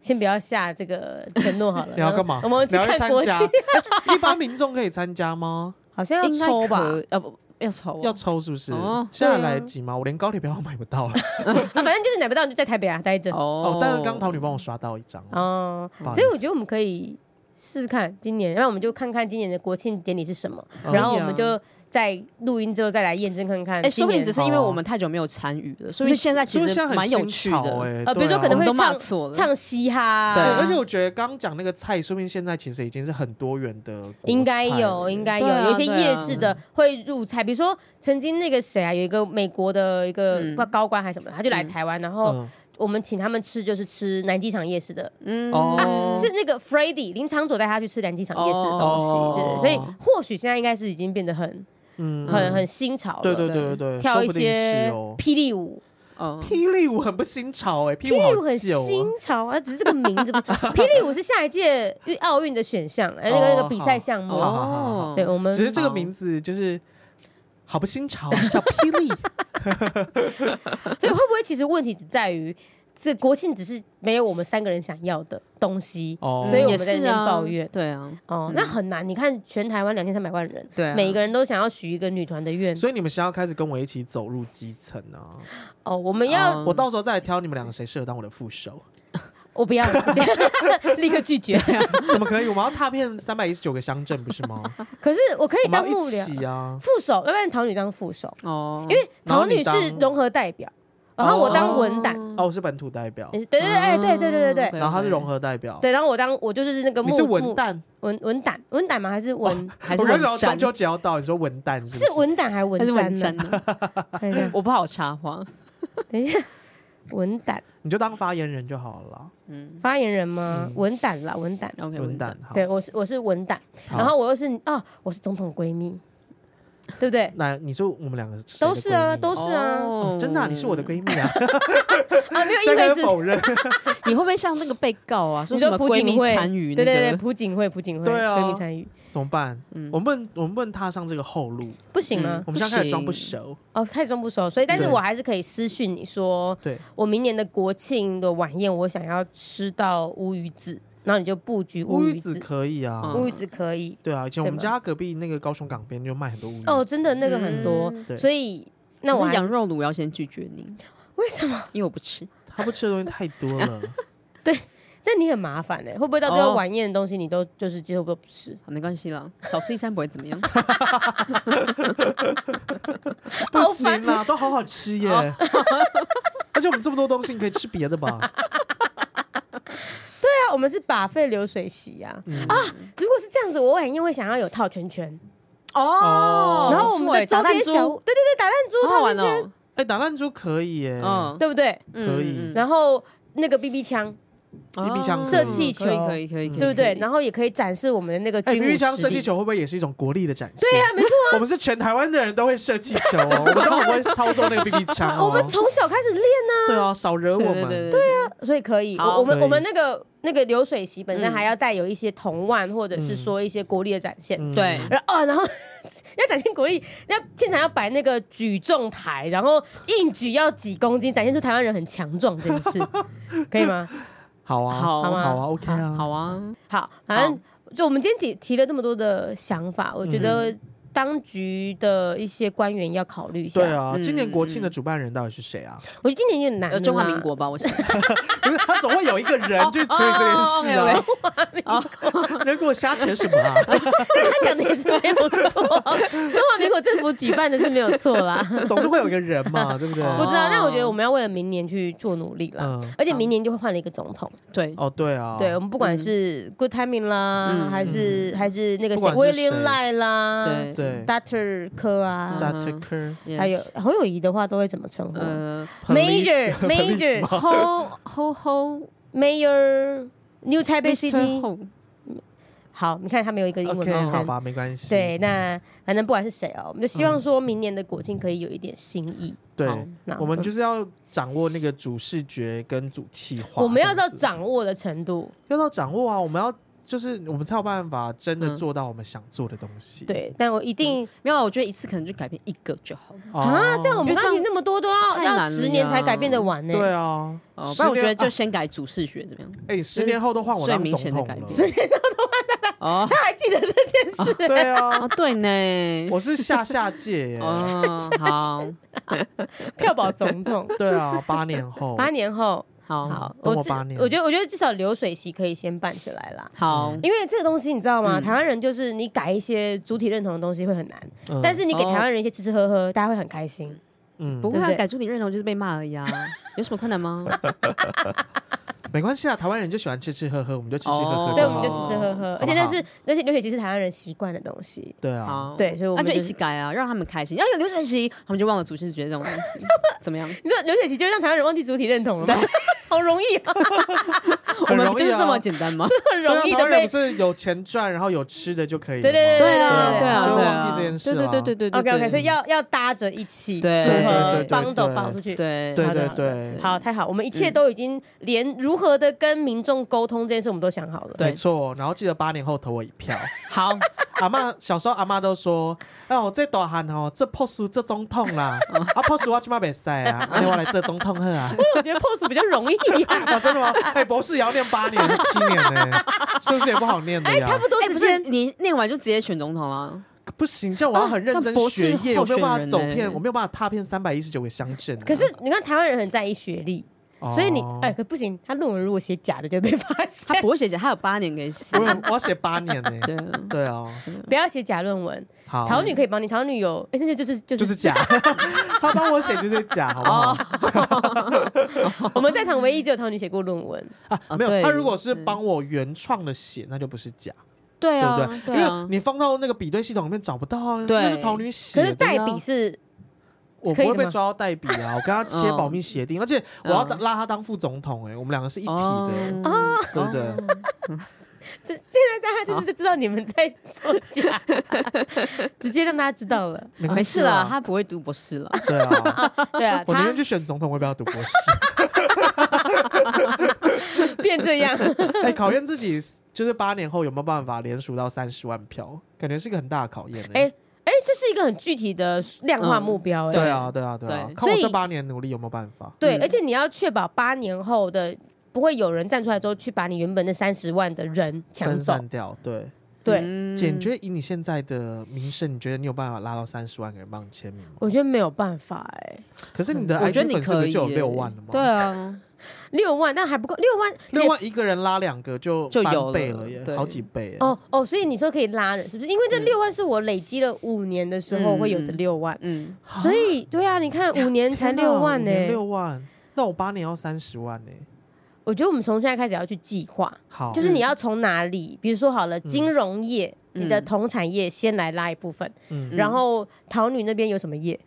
[SPEAKER 1] 先不要下这个承诺好了
[SPEAKER 3] 你要干嘛？
[SPEAKER 1] 我们去
[SPEAKER 3] 你要
[SPEAKER 1] 看
[SPEAKER 3] 参
[SPEAKER 1] 国
[SPEAKER 3] 加
[SPEAKER 1] 庆，
[SPEAKER 3] 哎一般民众可以参加 吗？
[SPEAKER 1] 好像要
[SPEAKER 2] 应该
[SPEAKER 1] 抽吧？
[SPEAKER 2] 可以？呃不，要抽啊
[SPEAKER 3] 要抽是不是
[SPEAKER 2] 哦？
[SPEAKER 3] 现在
[SPEAKER 1] 对啊
[SPEAKER 3] 来得及吗？我连高铁票都买不到了。
[SPEAKER 1] 啊，反正就是买不到你就在台北啊待着。
[SPEAKER 2] 哦
[SPEAKER 3] 哦，但是刚桃女帮我刷到一张哦，
[SPEAKER 1] 哦，
[SPEAKER 3] 不好意思
[SPEAKER 1] 所以我觉得我们可以试试看今年，然后我们就看看今年的国庆典礼是什么，
[SPEAKER 2] 可以啊
[SPEAKER 1] 然后我们就在录音之后再来验证看看。
[SPEAKER 2] 哎，说不定只
[SPEAKER 1] 今
[SPEAKER 2] 是因为我们太久没有参与了，所以现在其
[SPEAKER 3] 因哦为现
[SPEAKER 2] 实
[SPEAKER 3] 在很
[SPEAKER 2] 蛮有
[SPEAKER 3] 新
[SPEAKER 2] 趣
[SPEAKER 3] 潮
[SPEAKER 2] 的。
[SPEAKER 3] 哎
[SPEAKER 1] 呃比如
[SPEAKER 3] 对
[SPEAKER 1] 说
[SPEAKER 3] 啊
[SPEAKER 1] 可能
[SPEAKER 2] 我
[SPEAKER 1] 会
[SPEAKER 2] 们都骂
[SPEAKER 1] 唱
[SPEAKER 2] 错了，
[SPEAKER 1] 年唱嘻哈啊，
[SPEAKER 2] 对
[SPEAKER 3] 对，而且我觉得刚刚讲那个菜，说不定现在其实已经是很多元的国菜了耶，
[SPEAKER 1] 应该有，应该有，
[SPEAKER 2] 对啊
[SPEAKER 1] 有一些
[SPEAKER 2] 对啊
[SPEAKER 1] 夜市的会入菜，比如说曾经那个谁啊，有一个美国的一个不
[SPEAKER 2] 嗯
[SPEAKER 1] 知道高官还是什么的，他就来
[SPEAKER 2] 嗯
[SPEAKER 1] 台湾，然后
[SPEAKER 3] 嗯
[SPEAKER 1] 我们请他们吃，就是吃南机场夜市的，啊
[SPEAKER 2] 嗯
[SPEAKER 3] 哦，
[SPEAKER 1] 是那个 f r e d d y 林长佐带他去吃南机场夜市的东西，
[SPEAKER 3] 哦
[SPEAKER 1] 对对，所以或许现在应该是已经变得很
[SPEAKER 3] 嗯
[SPEAKER 1] 很很新潮了，
[SPEAKER 3] 对对对对对，
[SPEAKER 1] 跳一
[SPEAKER 3] 呃说不定
[SPEAKER 1] 些
[SPEAKER 3] 是哦。
[SPEAKER 1] 霹雳舞，
[SPEAKER 2] 嗯
[SPEAKER 3] 霹雳舞很不新潮 哎，霹雳舞
[SPEAKER 1] 霹雳舞
[SPEAKER 3] 好
[SPEAKER 1] 很
[SPEAKER 3] 旧
[SPEAKER 1] 新
[SPEAKER 3] 哦
[SPEAKER 1] 潮啊，只是这个 名字不，霹雳舞是下一届运奥运的选项，哎，那个那个比赛
[SPEAKER 2] 哦
[SPEAKER 1] 项目
[SPEAKER 3] 哦好，好好好
[SPEAKER 1] 对，我们
[SPEAKER 3] 只是这个名字就是好不新潮，啊 叫霹雳。
[SPEAKER 1] 所以会不会其实问题只在于，这国庆只是没有我们三个人想要的东西，
[SPEAKER 3] 哦
[SPEAKER 1] 所以我
[SPEAKER 2] 也
[SPEAKER 1] 们在那
[SPEAKER 2] 是
[SPEAKER 1] 边
[SPEAKER 2] 啊
[SPEAKER 1] 抱怨。
[SPEAKER 2] 对啊，
[SPEAKER 1] 哦，
[SPEAKER 3] 嗯
[SPEAKER 1] 那很难。你看全台湾两千三百万人，
[SPEAKER 2] 对啊
[SPEAKER 1] 每个人都想要许一个女团的愿。
[SPEAKER 3] 所以你们想要开始跟我一起走入基层啊？
[SPEAKER 1] 哦，我们要，
[SPEAKER 2] 嗯
[SPEAKER 3] 我到时候再来挑你们两个谁适合当我的副 手？
[SPEAKER 1] 我不要，谢谢 立刻拒绝。
[SPEAKER 3] 怎么可以？我们要踏遍三百一十九个乡镇，不是吗？
[SPEAKER 1] 可是我可以
[SPEAKER 3] 我们
[SPEAKER 1] 当
[SPEAKER 3] 要
[SPEAKER 1] 幕
[SPEAKER 3] 一
[SPEAKER 1] 僚、
[SPEAKER 3] 起啊！
[SPEAKER 1] 副手，要不然桃女当副手，
[SPEAKER 2] 哦，
[SPEAKER 1] 因为
[SPEAKER 3] 然后
[SPEAKER 1] 桃
[SPEAKER 3] 你
[SPEAKER 1] 女是
[SPEAKER 3] 当
[SPEAKER 1] 融合代表，然后我当文胆。
[SPEAKER 3] 哦，我是本土代表
[SPEAKER 1] 嗯你，是对对对，哎，对对对对对
[SPEAKER 2] 嗯
[SPEAKER 3] 然后他是融合代表，
[SPEAKER 1] 对，然后我当我就是那个
[SPEAKER 3] 你
[SPEAKER 1] 幕
[SPEAKER 3] 是
[SPEAKER 1] 幕
[SPEAKER 3] 文旦，哦
[SPEAKER 1] 文文胆文胆吗？还是 文？
[SPEAKER 2] 还是
[SPEAKER 3] 我
[SPEAKER 2] 文
[SPEAKER 3] 刚想到
[SPEAKER 2] 章
[SPEAKER 3] 中秋节要到，你说文旦是不啊
[SPEAKER 1] 是文胆还是文
[SPEAKER 2] 还是
[SPEAKER 1] 章
[SPEAKER 2] 文
[SPEAKER 1] 呢
[SPEAKER 2] 章？呢？
[SPEAKER 1] 看一下，
[SPEAKER 2] 我不好插话，
[SPEAKER 1] 等一下，文胆
[SPEAKER 3] 你就当发言人就好了啦。
[SPEAKER 2] 嗯
[SPEAKER 1] 发言人吗？
[SPEAKER 3] 嗯
[SPEAKER 1] 文胆啦，文胆。
[SPEAKER 2] ，OK，
[SPEAKER 3] 文旦，好
[SPEAKER 1] 对，我是我是文胆，
[SPEAKER 3] 好
[SPEAKER 1] 然后我又是啊，我是总统闺蜜，对不对？
[SPEAKER 3] 那你说我们两个谁的
[SPEAKER 1] 都是啊，
[SPEAKER 3] 闺蜜
[SPEAKER 1] 都是啊，
[SPEAKER 3] 哦真的啊，你是我的闺蜜 啊，
[SPEAKER 1] 啊，没有
[SPEAKER 3] 现
[SPEAKER 1] 意
[SPEAKER 3] 在
[SPEAKER 1] 味
[SPEAKER 3] 开
[SPEAKER 1] 是
[SPEAKER 3] 始 否认。
[SPEAKER 2] 蜜，你会不会像那个被告啊？说
[SPEAKER 1] 你
[SPEAKER 2] 什
[SPEAKER 1] 说
[SPEAKER 2] 么
[SPEAKER 1] 朴
[SPEAKER 2] 闺蜜
[SPEAKER 1] 槿惠
[SPEAKER 2] 参与
[SPEAKER 1] 对
[SPEAKER 2] 那
[SPEAKER 1] 对对，
[SPEAKER 2] 个？
[SPEAKER 1] 朴槿惠，朴槿惠，
[SPEAKER 3] 对啊
[SPEAKER 1] 闺蜜参与，
[SPEAKER 3] 怎么办？
[SPEAKER 2] 嗯
[SPEAKER 3] 我们不能我们不能踏上这个后路，
[SPEAKER 1] 啊不行吗
[SPEAKER 3] 我？们现在开始装
[SPEAKER 2] 不
[SPEAKER 3] 不
[SPEAKER 2] 行
[SPEAKER 3] 熟。
[SPEAKER 1] 哦，开始装不熟，所以但是
[SPEAKER 3] 嗯对
[SPEAKER 1] 我还是可以私讯你说，
[SPEAKER 3] 对，
[SPEAKER 1] 我明年的国庆的晚宴，我想要吃到乌鱼子，然后你就布局乌
[SPEAKER 3] 乌
[SPEAKER 1] 鱼
[SPEAKER 3] 鱼子
[SPEAKER 1] 子，
[SPEAKER 3] 可以啊，
[SPEAKER 2] 嗯
[SPEAKER 1] 乌鱼子可以，
[SPEAKER 3] 对啊，以前我们
[SPEAKER 1] 对吧
[SPEAKER 3] 家隔壁那个高雄港边就卖很多乌鱼子。
[SPEAKER 1] 哦，真的那个很多
[SPEAKER 2] 嗯，
[SPEAKER 3] 对
[SPEAKER 1] 所以那
[SPEAKER 2] 那
[SPEAKER 1] 我
[SPEAKER 2] 我
[SPEAKER 1] 还
[SPEAKER 2] 羊
[SPEAKER 1] 是
[SPEAKER 2] 肉炉要先拒绝你，
[SPEAKER 1] 为什么？
[SPEAKER 2] 因为我不吃。
[SPEAKER 3] 他不吃的东西太多 了，
[SPEAKER 1] 那你很麻烦哎，会不会到最后
[SPEAKER 2] 哦
[SPEAKER 1] 晚宴的东西你都就是几乎都不吃？
[SPEAKER 2] 好没关系啦，少吃一餐不会怎 么样。
[SPEAKER 3] 不
[SPEAKER 1] 好哦
[SPEAKER 3] 行啦，都好好吃耶。 而且我们这么多东西，你可以吃别的 吧？
[SPEAKER 1] 对啊，我们是把费流水席啊、啊！如果是这样子，我肯定会想要有套圈圈，
[SPEAKER 3] 哦
[SPEAKER 1] 然后我
[SPEAKER 2] 不
[SPEAKER 1] 们
[SPEAKER 2] 错
[SPEAKER 1] 的
[SPEAKER 2] 欸打
[SPEAKER 1] 周
[SPEAKER 2] 弹
[SPEAKER 1] 边小
[SPEAKER 2] 珠
[SPEAKER 1] 屋，，对对对，打弹珠
[SPEAKER 2] 好好
[SPEAKER 1] 套
[SPEAKER 2] 玩
[SPEAKER 1] 圈圈，
[SPEAKER 2] 哦，
[SPEAKER 3] 哎，打弹珠可以耶，
[SPEAKER 2] 嗯，
[SPEAKER 1] 对不对？
[SPEAKER 3] 可以
[SPEAKER 2] 嗯嗯
[SPEAKER 1] 然后那个 BB 枪，
[SPEAKER 2] 嗯
[SPEAKER 3] ，BB 枪
[SPEAKER 2] 哦
[SPEAKER 1] 射气球
[SPEAKER 2] 可以可以可以，可以
[SPEAKER 1] 对不对？
[SPEAKER 2] 可以
[SPEAKER 1] 然后也可以展示我们的那个
[SPEAKER 3] 哎
[SPEAKER 1] 军武
[SPEAKER 3] ，BB 枪
[SPEAKER 1] 实
[SPEAKER 3] 射
[SPEAKER 1] 力
[SPEAKER 3] 气，球会不会也是一种国力的展现？
[SPEAKER 1] 对啊，没错，
[SPEAKER 3] 我们是全台湾的人都会射气球哦，我们都很会操作那个 BB 枪哦。
[SPEAKER 1] 我们从小开始练
[SPEAKER 3] 对啊，少惹我
[SPEAKER 2] 对对
[SPEAKER 3] 们。
[SPEAKER 2] 对啊，
[SPEAKER 1] 啊，所以可以。
[SPEAKER 2] 好
[SPEAKER 1] 我我们
[SPEAKER 3] 可以
[SPEAKER 1] 我们那个那个流水席本身
[SPEAKER 2] 嗯
[SPEAKER 1] 还要带有一些铜腕，或者是
[SPEAKER 3] 嗯
[SPEAKER 1] 说一些国力的展现。
[SPEAKER 3] 嗯
[SPEAKER 2] 对
[SPEAKER 1] 然后哦，然后要展现国力，要现场要摆那个举重台，然后硬举要几公斤，展现出台湾人很强壮这件事，可以吗？
[SPEAKER 3] 好啊，
[SPEAKER 2] 好
[SPEAKER 1] 好吗
[SPEAKER 3] 好啊，OK 啊，
[SPEAKER 2] 好啊，
[SPEAKER 1] 好，反正就我们今天提提了这么多的想法，我觉
[SPEAKER 2] 嗯
[SPEAKER 1] 得当局的一些官员要考虑一下。
[SPEAKER 3] 对啊，
[SPEAKER 2] 嗯
[SPEAKER 3] 今年国庆的主办人到底是谁啊？
[SPEAKER 1] 我觉得今年有点难了
[SPEAKER 2] 呃，
[SPEAKER 1] 啦。
[SPEAKER 2] 中华民国吧，我想
[SPEAKER 3] 不是，他总会有一个人去处理这件事
[SPEAKER 2] 哦
[SPEAKER 3] 啊。人给我瞎扯什么啊？
[SPEAKER 1] 他讲的也是没有错，中华民国政府举办的是没有错啦。
[SPEAKER 3] 总是会有一个人嘛，对不对？
[SPEAKER 1] 不知道，
[SPEAKER 2] 哦
[SPEAKER 1] 但我觉得我们要为了明年去做努力啦。
[SPEAKER 3] 嗯
[SPEAKER 1] 而且明年就会换了一个总统，
[SPEAKER 2] 对，
[SPEAKER 3] 哦，对啊，
[SPEAKER 1] 对我们不管是 Good Timing 啦，
[SPEAKER 2] 嗯
[SPEAKER 1] 还是还是那个谁
[SPEAKER 3] 不管是谁
[SPEAKER 1] William Lai 啦，
[SPEAKER 2] 对嗯
[SPEAKER 3] 对，
[SPEAKER 1] ，Dr. 科啊，
[SPEAKER 3] 扎特科，
[SPEAKER 1] 嗯
[SPEAKER 2] Yes
[SPEAKER 1] 还有侯友谊的话都会怎么称呼
[SPEAKER 2] 呃
[SPEAKER 1] Major-
[SPEAKER 3] police-
[SPEAKER 1] Major-
[SPEAKER 3] police 吗
[SPEAKER 2] 吼吼吼
[SPEAKER 1] ？Mayor New Taipei
[SPEAKER 2] ，Mr.
[SPEAKER 1] City。
[SPEAKER 2] 吼，
[SPEAKER 1] 好，你看他们有一个英文
[SPEAKER 3] OK，
[SPEAKER 1] 名
[SPEAKER 3] 好
[SPEAKER 1] 称。
[SPEAKER 3] 吧，嗯没关系。
[SPEAKER 1] 对，那反正不管是谁哦，我们就希望说明年的国庆可以有一点新意。
[SPEAKER 2] 好
[SPEAKER 3] 对，
[SPEAKER 1] 那
[SPEAKER 3] 我们就是要掌握那个主视觉跟主气化，
[SPEAKER 1] 我们要
[SPEAKER 3] 这
[SPEAKER 1] 到
[SPEAKER 3] 样子
[SPEAKER 1] 掌握的程度，
[SPEAKER 3] 要到掌握啊，我们要就是我们才有办法真的
[SPEAKER 2] 嗯
[SPEAKER 3] 做到我们想做的东西。
[SPEAKER 1] 对，但我一定
[SPEAKER 2] 没有，我觉得一次可能就改变一个就好了。
[SPEAKER 3] 哦
[SPEAKER 1] 啊，这样我们
[SPEAKER 2] 因为
[SPEAKER 1] 刚
[SPEAKER 2] 这
[SPEAKER 1] 刚
[SPEAKER 2] 样
[SPEAKER 1] 提那么多都要
[SPEAKER 2] 太难了
[SPEAKER 1] 要
[SPEAKER 2] 呀
[SPEAKER 1] 十年才改变的完呢。
[SPEAKER 3] 对啊，
[SPEAKER 2] 哦，
[SPEAKER 3] 十
[SPEAKER 2] 不然我觉
[SPEAKER 3] 年
[SPEAKER 2] 得就先改主视觉怎么样？
[SPEAKER 3] 哎，十年后都换我
[SPEAKER 2] 最
[SPEAKER 3] 当
[SPEAKER 2] 明
[SPEAKER 3] 总
[SPEAKER 2] 显的
[SPEAKER 3] 统
[SPEAKER 2] 改
[SPEAKER 3] 了
[SPEAKER 2] 变。，哦
[SPEAKER 1] 他还记得这件事，
[SPEAKER 3] 对啊
[SPEAKER 2] 哦，，对呢，
[SPEAKER 3] 我是下下届耶，
[SPEAKER 2] 哦，好
[SPEAKER 1] 票宝总统
[SPEAKER 3] 对啊，八年后，
[SPEAKER 1] 八年后，
[SPEAKER 2] 好
[SPEAKER 1] 好，
[SPEAKER 3] 等
[SPEAKER 1] 我
[SPEAKER 3] 我
[SPEAKER 1] 至
[SPEAKER 3] 八年
[SPEAKER 1] 我觉得我觉得至少流水席可以先办起来啦。
[SPEAKER 2] 好，
[SPEAKER 1] 因为这个东西你知道吗？台湾人就是你改一些主体认同的东西会很难，
[SPEAKER 3] 嗯
[SPEAKER 1] 但是你给
[SPEAKER 2] 哦
[SPEAKER 1] 台湾人一些吃吃喝喝，大家会很开心。
[SPEAKER 3] 嗯
[SPEAKER 2] 不，会
[SPEAKER 1] 对不
[SPEAKER 2] 啊，
[SPEAKER 1] 对
[SPEAKER 2] 改主体认同就是被骂而已啊，有什么困难 吗？
[SPEAKER 3] 没关系啊，台湾人就喜欢吃吃喝喝，我们就吃吃喝喝
[SPEAKER 2] 哦
[SPEAKER 3] 就好，
[SPEAKER 1] 对，我们就吃吃喝喝，
[SPEAKER 3] 好
[SPEAKER 1] 而且那是那些流水席是台湾人习惯的东西。
[SPEAKER 3] 对啊，
[SPEAKER 2] 好，
[SPEAKER 1] 对，所以我
[SPEAKER 2] 那
[SPEAKER 1] 们
[SPEAKER 2] 就一
[SPEAKER 1] 是
[SPEAKER 2] 起改啊，让他们开心。要有流水席，他们就忘了主视觉这种东 西，怎么样？
[SPEAKER 1] 你知道流水席就会让台湾人忘记主体认同了吗？好容易啊，
[SPEAKER 2] 我
[SPEAKER 3] 很
[SPEAKER 2] 们
[SPEAKER 3] 容易啊
[SPEAKER 2] 就是这么简单吗？
[SPEAKER 1] 很
[SPEAKER 3] 对啊
[SPEAKER 1] 容易
[SPEAKER 3] 台
[SPEAKER 1] 的
[SPEAKER 3] 湾人
[SPEAKER 1] 被
[SPEAKER 3] 不。是有钱赚，然后有吃的就可以了
[SPEAKER 1] 对
[SPEAKER 3] 吗，
[SPEAKER 1] 对
[SPEAKER 2] 对啊，
[SPEAKER 1] 对
[SPEAKER 2] 对啊，
[SPEAKER 3] 就会
[SPEAKER 2] 对
[SPEAKER 3] 忘
[SPEAKER 2] 啊
[SPEAKER 3] 记这件事
[SPEAKER 2] 对
[SPEAKER 3] 了
[SPEAKER 2] 对对对对
[SPEAKER 1] OK
[SPEAKER 2] 对嗯
[SPEAKER 1] OK，所以要要搭着一起组
[SPEAKER 2] 对
[SPEAKER 1] 合
[SPEAKER 2] 对对对
[SPEAKER 1] 帮斗
[SPEAKER 3] 对
[SPEAKER 1] 帮出去。
[SPEAKER 2] 对嗯
[SPEAKER 3] 对
[SPEAKER 1] 好的
[SPEAKER 3] 对
[SPEAKER 1] 好
[SPEAKER 3] 对，
[SPEAKER 1] 好，太好，我们一切都已经连如何的跟民众沟通这件事，我们都想好了。
[SPEAKER 2] 对
[SPEAKER 3] 没错。然后记得八年后投我一票。
[SPEAKER 2] 好，
[SPEAKER 3] 阿妈小时候阿妈都说：“哎，我这大汉哦，这破书这总统 啦，
[SPEAKER 2] 哦
[SPEAKER 3] 啊破书我去嘛袂使啊，那我来这总统喝啊。
[SPEAKER 1] 我觉得 pose 比较容 易啊，”
[SPEAKER 3] 啊，真的吗？哎，博士也要念八年、七年呢，是不是也不好念的呀？
[SPEAKER 1] 不多
[SPEAKER 2] 哎，不是你念完就直接选总统了？啊
[SPEAKER 3] 不行，这样我要很认
[SPEAKER 2] 啊这
[SPEAKER 3] 真
[SPEAKER 2] 博
[SPEAKER 3] 学
[SPEAKER 2] 士
[SPEAKER 3] 业，我没有办法
[SPEAKER 2] 候
[SPEAKER 3] 走
[SPEAKER 2] 选人
[SPEAKER 3] 遍，
[SPEAKER 2] 呢
[SPEAKER 3] 我没有办法踏遍三百一十九个乡镇啊。
[SPEAKER 1] 可是你看台湾人很在意学历，
[SPEAKER 3] 哦，
[SPEAKER 1] 所以你哎，可不行，他论文如果写假的就会被发现
[SPEAKER 2] 他。不会写假，他有八年给写
[SPEAKER 3] 哦我。有我要写八年呢。
[SPEAKER 2] 对啊，
[SPEAKER 3] 对啊，
[SPEAKER 1] 不要写假论文，
[SPEAKER 2] 哦
[SPEAKER 3] 好，
[SPEAKER 2] 哎
[SPEAKER 1] 桃女可以帮你，桃女有哎，那些就是就
[SPEAKER 3] 就是
[SPEAKER 1] 是
[SPEAKER 3] 假， 他帮我写就是假，好不好
[SPEAKER 2] 哦？
[SPEAKER 1] 我们在场唯一只有桃女写过论 文，
[SPEAKER 3] 啊，
[SPEAKER 2] 啊
[SPEAKER 3] 没有，
[SPEAKER 2] 对
[SPEAKER 3] 他如果是帮我原创的写，那就不是假，
[SPEAKER 2] 对
[SPEAKER 3] 对不
[SPEAKER 2] 啊，
[SPEAKER 3] 对？因为你放到那个比对系统里面找不到啊，
[SPEAKER 2] 对
[SPEAKER 3] 那是桃女写
[SPEAKER 1] 可
[SPEAKER 3] 的
[SPEAKER 1] 是
[SPEAKER 3] 呀。
[SPEAKER 1] 代
[SPEAKER 2] 啊
[SPEAKER 1] 笔是
[SPEAKER 3] 我不
[SPEAKER 1] 可以
[SPEAKER 3] 会
[SPEAKER 1] 的吗
[SPEAKER 3] 被抓到代笔啊，我跟他签
[SPEAKER 2] 嗯
[SPEAKER 3] 保密协定，而且我要当
[SPEAKER 2] 嗯
[SPEAKER 3] 拉他当副总统，哎，我们两个是一体
[SPEAKER 2] 哦
[SPEAKER 3] 的，
[SPEAKER 2] 哦，
[SPEAKER 3] 对不对？
[SPEAKER 1] 就现在大家就是知道你们在作假， 直接让大家知道了。
[SPEAKER 3] 没
[SPEAKER 2] 没啊
[SPEAKER 3] 关系
[SPEAKER 2] 事啦，他不会读博士了。
[SPEAKER 3] 对啊，
[SPEAKER 1] 对啊，
[SPEAKER 3] 我宁
[SPEAKER 1] 他
[SPEAKER 3] 愿去选总统，我也不要读博士。
[SPEAKER 1] 变这 样，
[SPEAKER 3] 哎，考验自己就是八年后有没有办法连署到三十万票，感觉是一个很大的考验。哎
[SPEAKER 1] 哎，哎，这是一个很具体的量化目标，哎
[SPEAKER 3] 对。啊，对啊，对啊
[SPEAKER 2] 对，
[SPEAKER 3] 看我
[SPEAKER 1] 所以
[SPEAKER 3] 这八年努力有没有办法。
[SPEAKER 1] 对，
[SPEAKER 2] 嗯
[SPEAKER 1] 而且你要确保八年后的不会有人站出来之后去把你原本那三十万的人抢
[SPEAKER 3] 分
[SPEAKER 1] 走。
[SPEAKER 3] 散掉，对，
[SPEAKER 1] 对，
[SPEAKER 2] 嗯
[SPEAKER 3] 简觉得以你现在的名声，你觉得你有办法拉到三十万个人帮你签名吗？
[SPEAKER 1] 我觉得没有办法哎、
[SPEAKER 3] 可是你的
[SPEAKER 2] 我觉得
[SPEAKER 3] IG
[SPEAKER 2] 你
[SPEAKER 3] 粉丝不
[SPEAKER 2] 可
[SPEAKER 3] 是
[SPEAKER 2] 以
[SPEAKER 3] 就有
[SPEAKER 2] 耶
[SPEAKER 3] 六万了吗？
[SPEAKER 2] 对，啊，
[SPEAKER 1] 六万但还不够，六万
[SPEAKER 3] 六万一个人拉两个就
[SPEAKER 2] 就有
[SPEAKER 3] 翻
[SPEAKER 2] 了
[SPEAKER 3] 倍了耶，
[SPEAKER 2] 对
[SPEAKER 3] 好几倍耶。
[SPEAKER 1] 哦哦，所以你说可以拉人是不是？因为这
[SPEAKER 3] 嗯
[SPEAKER 1] 六万是我累积了五年的时候会有的六万，
[SPEAKER 2] 嗯，
[SPEAKER 1] 所以对啊，你看五年才
[SPEAKER 3] 天哪
[SPEAKER 1] 六万
[SPEAKER 3] 五
[SPEAKER 1] 呢、
[SPEAKER 3] 年六万，那我八年要三十万呢、
[SPEAKER 1] 我觉得我们从现在开始要去计划，
[SPEAKER 3] 好，嗯
[SPEAKER 1] 就是你要从哪里，比如说好了，金融业，你的同产业先来拉一部分，
[SPEAKER 3] 嗯，
[SPEAKER 1] 然后桃女那边有什么业？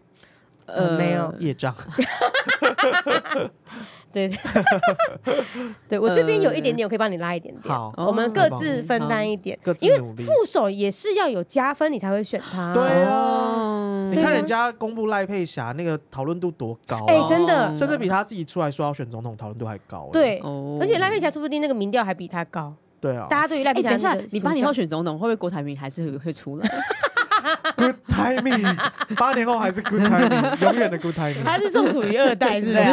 [SPEAKER 1] 呃，没有，
[SPEAKER 3] 业障，
[SPEAKER 1] 对， 对我这边有一点点，我可以帮你拉一点点，
[SPEAKER 3] 好，
[SPEAKER 1] 我们各自分担一点，
[SPEAKER 3] 各自
[SPEAKER 1] 因为
[SPEAKER 3] 努力。
[SPEAKER 1] 副手也是要有加分，你才会选他。
[SPEAKER 3] 对啊，
[SPEAKER 2] 哦，
[SPEAKER 3] 你看人家公布赖佩霞那个讨论度多高
[SPEAKER 1] 哎、
[SPEAKER 3] 啊，
[SPEAKER 1] 真的
[SPEAKER 2] 哦，
[SPEAKER 3] 甚至比他自己出来说要选总统讨论度还高。
[SPEAKER 1] 对，
[SPEAKER 2] 哦
[SPEAKER 1] 而且赖佩霞说不定那个民调还比他高，
[SPEAKER 3] 对啊，
[SPEAKER 1] 大家对于赖
[SPEAKER 2] 哎，
[SPEAKER 1] 佩霞
[SPEAKER 2] 等一
[SPEAKER 1] 那
[SPEAKER 2] 下
[SPEAKER 1] 个，
[SPEAKER 2] 你
[SPEAKER 1] 形象、
[SPEAKER 2] 八年后选总统，会不会郭台铭还是会会出来？
[SPEAKER 3] good timing，八年后还是 good timing，永远的 good timing。
[SPEAKER 1] 他是宋楚瑜二代， 是不是？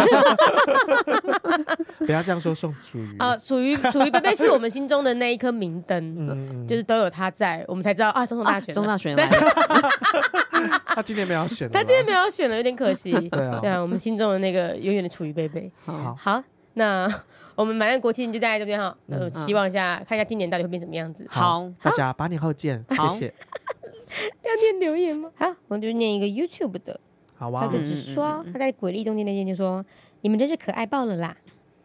[SPEAKER 3] 不要这样说，宋楚 瑜
[SPEAKER 2] 哦
[SPEAKER 1] 啊，楚瑜楚瑜贝贝是我们心中的那一颗明灯，
[SPEAKER 3] 嗯，
[SPEAKER 1] 就是都有他在，我们才知道啊，总统大选了、
[SPEAKER 2] 中大选来了，
[SPEAKER 3] 他今年没有要选的啦，
[SPEAKER 1] 他今天没有选了，有点可惜。
[SPEAKER 3] 对啊
[SPEAKER 1] 对啊，我们心中的那个永远的楚瑜贝贝。
[SPEAKER 3] 好，
[SPEAKER 1] 好，那我们反正国庆就在这边哈，
[SPEAKER 3] 嗯
[SPEAKER 1] 呃，希望一下看一下今年到底会变什么样子。
[SPEAKER 2] 好，
[SPEAKER 3] 大家八年后见，谢
[SPEAKER 2] 好
[SPEAKER 3] 谢。
[SPEAKER 1] 要念留言吗？好，我就念一个 YouTube 的，
[SPEAKER 3] 好
[SPEAKER 1] 他
[SPEAKER 3] 啊
[SPEAKER 1] 就，只说他在鬼力中间那件就说：“你们真是可爱爆了啦！”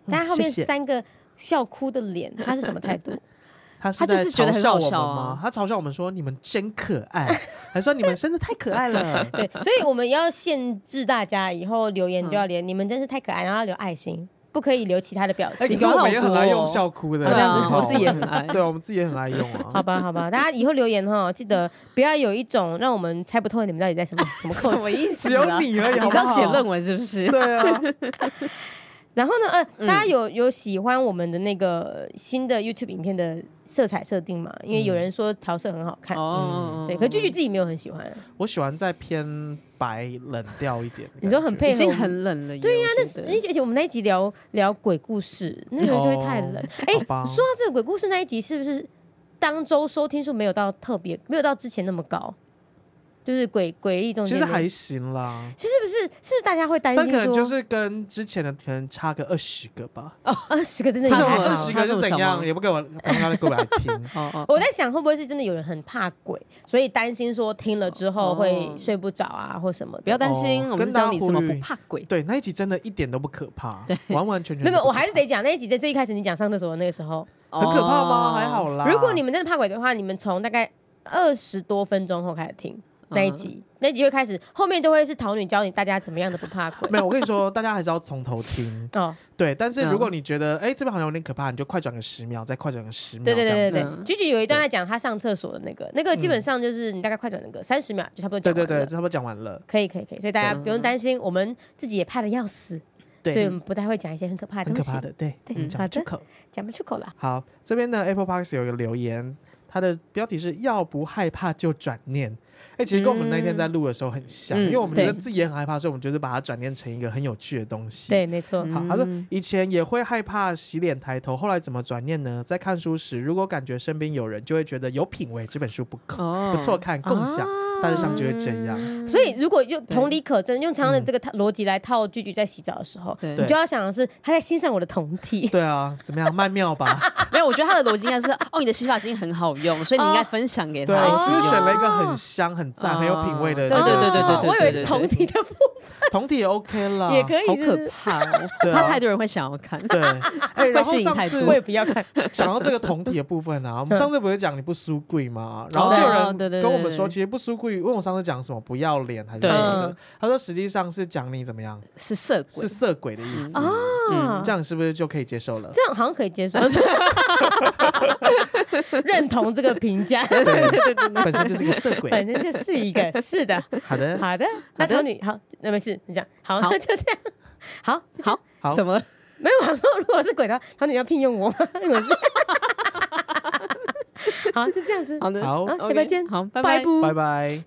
[SPEAKER 1] 但他后面
[SPEAKER 3] 谢谢
[SPEAKER 1] 三个笑哭的脸，他是什么态度？
[SPEAKER 3] 他是
[SPEAKER 2] 他就
[SPEAKER 3] 在
[SPEAKER 2] 是觉得
[SPEAKER 3] 嘲
[SPEAKER 2] 很
[SPEAKER 3] 笑
[SPEAKER 2] 好
[SPEAKER 3] 我们
[SPEAKER 2] 笑
[SPEAKER 3] 吗
[SPEAKER 2] 啊？
[SPEAKER 3] 他嘲笑我们说你们真可爱，还说你们真的太可 爱了。
[SPEAKER 1] 对，所以我们要限制大家以后留言就要留，你们真是太可爱，然后要留爱心，不可以留其他的表
[SPEAKER 3] 哎，可
[SPEAKER 1] 情
[SPEAKER 3] 是。我们也很爱
[SPEAKER 2] 好
[SPEAKER 3] 用
[SPEAKER 2] 多哦
[SPEAKER 3] 笑哭的，。
[SPEAKER 1] 好这样
[SPEAKER 2] 啊
[SPEAKER 1] 子，
[SPEAKER 2] 我自己也很爱
[SPEAKER 3] 对，我们自己也很爱用
[SPEAKER 1] 好
[SPEAKER 3] 啊。
[SPEAKER 1] 吧，好 吧，大家以后留言哈，记得不要有一种让我们猜不透你们到底在 什么什么扣子。
[SPEAKER 2] 思啊
[SPEAKER 3] 只有你而
[SPEAKER 2] 你
[SPEAKER 3] 已，
[SPEAKER 2] 是
[SPEAKER 3] 好不
[SPEAKER 2] 要
[SPEAKER 3] 好？
[SPEAKER 2] 写论文是不是？
[SPEAKER 3] 对啊，
[SPEAKER 1] 然后呢，
[SPEAKER 3] 嗯
[SPEAKER 1] 呃，大家有有喜欢我们的那个新的 YouTube 影片的色彩设定吗？
[SPEAKER 3] 嗯
[SPEAKER 1] 因为有人说调色很好看，
[SPEAKER 2] 哦，
[SPEAKER 1] 对，可是句句自己没有很喜欢啊。
[SPEAKER 3] 我喜欢再偏白冷调一点。
[SPEAKER 1] 你说很配
[SPEAKER 2] 已
[SPEAKER 1] 合我
[SPEAKER 2] 经
[SPEAKER 1] 们，
[SPEAKER 2] 很冷了耶。对呀，哎
[SPEAKER 1] 但是而且而且我们那一集聊聊鬼故事，那个就会太冷
[SPEAKER 3] 哦。
[SPEAKER 1] 哎、
[SPEAKER 3] 好吧
[SPEAKER 1] 说到这个鬼故事那一集，是不是当周收听数没有到特别，没有到之前那么高？就是鬼鬼力中
[SPEAKER 3] 其
[SPEAKER 1] 间
[SPEAKER 3] 实
[SPEAKER 1] 的，
[SPEAKER 3] 还行啦，
[SPEAKER 1] 其实是不是是不是大家会担
[SPEAKER 3] 但
[SPEAKER 1] 心
[SPEAKER 3] 可能
[SPEAKER 1] 说，
[SPEAKER 3] 就是跟之前的可能差个二十个吧。
[SPEAKER 1] 二啊十个真的
[SPEAKER 3] 这
[SPEAKER 1] 也
[SPEAKER 2] 哦差
[SPEAKER 3] 种
[SPEAKER 2] 不
[SPEAKER 1] 还
[SPEAKER 2] 多
[SPEAKER 3] 二
[SPEAKER 1] 好
[SPEAKER 3] 十个
[SPEAKER 2] 差不
[SPEAKER 3] 是怎
[SPEAKER 2] 多差不
[SPEAKER 3] 样，
[SPEAKER 2] 多。
[SPEAKER 3] 也不给我刚刚给我来听
[SPEAKER 2] 哦哦，
[SPEAKER 1] 我在想，会不会是真的有人很怕鬼，所以担心说听了之后
[SPEAKER 2] 哦
[SPEAKER 1] 会睡不着啊，或什么的？
[SPEAKER 2] 不要担心，
[SPEAKER 3] 哦
[SPEAKER 2] 我们是
[SPEAKER 3] 跟大家
[SPEAKER 2] 教你怎么
[SPEAKER 3] 呼吁
[SPEAKER 2] 不怕鬼。
[SPEAKER 3] 对，那一集真的一点都不可 怕，完完全全
[SPEAKER 1] 没有，没有我还是
[SPEAKER 3] 是
[SPEAKER 1] 得讲那一集在最一开始你讲上厕所的那个时候，
[SPEAKER 3] 很可怕吗？
[SPEAKER 2] 哦
[SPEAKER 3] 还好啦。
[SPEAKER 1] 如果你们真的怕鬼的话，你们从大概二十多分钟后开始听
[SPEAKER 2] 嗯
[SPEAKER 3] 嗯
[SPEAKER 1] 那一集，那一集会开始，后面就会是桃女教你大家怎么样的不怕鬼
[SPEAKER 3] 没。有，我跟你说，大家还是要从头听。
[SPEAKER 1] 哦，
[SPEAKER 3] 对，但是如果
[SPEAKER 2] 嗯
[SPEAKER 3] 你觉得哎这边好像有点可怕，你就快转个十秒，再快转个十秒，
[SPEAKER 1] 对对对
[SPEAKER 3] 这
[SPEAKER 1] 对
[SPEAKER 3] 样子
[SPEAKER 1] 对，菊菊有一段在讲她上厕所的那个，那个基本上就是你大概快转那个三十秒就差不多讲
[SPEAKER 3] 对
[SPEAKER 1] 完
[SPEAKER 3] 嗯对
[SPEAKER 1] 了。
[SPEAKER 3] 对，差不多讲完了。
[SPEAKER 1] 可以可以可以，所以大家
[SPEAKER 2] 对
[SPEAKER 1] 不用担心，我们自己也怕的要死，所以我
[SPEAKER 3] 对，
[SPEAKER 1] 们不太会讲一些很可怕的东
[SPEAKER 3] 很可
[SPEAKER 1] 西
[SPEAKER 3] 怕，的，对，我
[SPEAKER 1] 对
[SPEAKER 3] 们讲
[SPEAKER 1] 好
[SPEAKER 3] 不
[SPEAKER 1] 的
[SPEAKER 3] 出口。
[SPEAKER 1] 讲不出口了。
[SPEAKER 3] 好，这边呢 Apple Park 有一个留言，它的标题是“要不害怕就转念”。哎、其实跟我们那天在录的时候很像，
[SPEAKER 2] 嗯
[SPEAKER 3] 因为我们觉得
[SPEAKER 1] 对
[SPEAKER 3] 自己也很害怕，所以我们就是把它转念成一个很有趣的东西。
[SPEAKER 1] 对，没错。
[SPEAKER 3] 好，他说
[SPEAKER 2] 嗯
[SPEAKER 3] 以前也会害怕洗脸抬头，后来怎么转念呢？在看书时，如果感觉身边有人，就会觉得有品味，这本书不可、
[SPEAKER 2] 哦啊
[SPEAKER 3] 不错看，共享，大致上就会这 样。
[SPEAKER 2] 嗯
[SPEAKER 1] 所以如果用同理可证，用常的这个套逻辑来套菊菊在洗澡的时候，
[SPEAKER 2] 对
[SPEAKER 1] 你就要想的是她在欣赏我的酮体。
[SPEAKER 3] 对啊，怎么样，曼 妙吧？
[SPEAKER 2] 没有，我哦觉得他的逻辑应该是，哦，你的洗发精很好用，所以你应该分享给
[SPEAKER 3] 对
[SPEAKER 2] 他
[SPEAKER 3] 啊，
[SPEAKER 2] 一
[SPEAKER 3] 我
[SPEAKER 2] 起
[SPEAKER 3] 是不是
[SPEAKER 2] 用。
[SPEAKER 3] 选了一个很香、很赞、很有品味的
[SPEAKER 2] 哦对
[SPEAKER 3] 那
[SPEAKER 2] 对
[SPEAKER 3] 个
[SPEAKER 2] 对
[SPEAKER 3] 洗
[SPEAKER 2] 对
[SPEAKER 3] 发
[SPEAKER 1] 哦
[SPEAKER 3] 水？
[SPEAKER 2] 对
[SPEAKER 1] 我以为是
[SPEAKER 2] 对啊
[SPEAKER 1] 酮体的部
[SPEAKER 3] 同体也 OK 啦，
[SPEAKER 1] 分也可以，
[SPEAKER 2] 好
[SPEAKER 1] 是不是
[SPEAKER 2] 可怕哦，
[SPEAKER 3] 对
[SPEAKER 2] 我
[SPEAKER 3] 啊
[SPEAKER 2] 怕太多人会想要看。
[SPEAKER 3] 对， 哎、然后
[SPEAKER 2] 会吸引
[SPEAKER 3] 上
[SPEAKER 2] 太
[SPEAKER 3] 次
[SPEAKER 2] 多
[SPEAKER 1] 我也不要看。
[SPEAKER 3] 讲到这个同体的部分 啊，我们上次不是讲你不输贵吗？然后
[SPEAKER 1] 哦
[SPEAKER 3] 就有
[SPEAKER 2] 对
[SPEAKER 3] 人
[SPEAKER 2] 对对
[SPEAKER 3] 跟我们说，其实不输贵，问我上次讲什么不要脸还是
[SPEAKER 2] 对
[SPEAKER 3] 什么的
[SPEAKER 1] 嗯，
[SPEAKER 3] 他说实际上是讲你怎么样，
[SPEAKER 2] 是色
[SPEAKER 3] 是
[SPEAKER 2] 鬼，
[SPEAKER 3] 色鬼的意思
[SPEAKER 1] 嗯啊
[SPEAKER 3] 这样是不是就可以接受 了？
[SPEAKER 1] 这样好像可以接 受，认同这个评价，
[SPEAKER 3] 对， 本身就是一个色鬼。
[SPEAKER 1] 反正就是一个是的，
[SPEAKER 3] 好的，
[SPEAKER 1] 好的。那
[SPEAKER 2] 好的
[SPEAKER 1] 桃女好，那没事，你讲好，
[SPEAKER 2] 好
[SPEAKER 1] 那就这样。好，
[SPEAKER 2] 好，
[SPEAKER 3] 好
[SPEAKER 2] 怎么了？
[SPEAKER 1] 没有我想说，如果是鬼的话，桃女要聘用 我吗？我是， 好，就这样子，
[SPEAKER 2] 好的，
[SPEAKER 3] 好
[SPEAKER 1] 好，下拜见，
[SPEAKER 3] 嗯
[SPEAKER 2] 好，拜
[SPEAKER 1] 拜
[SPEAKER 2] 拜。
[SPEAKER 1] 拜。
[SPEAKER 3] 拜拜。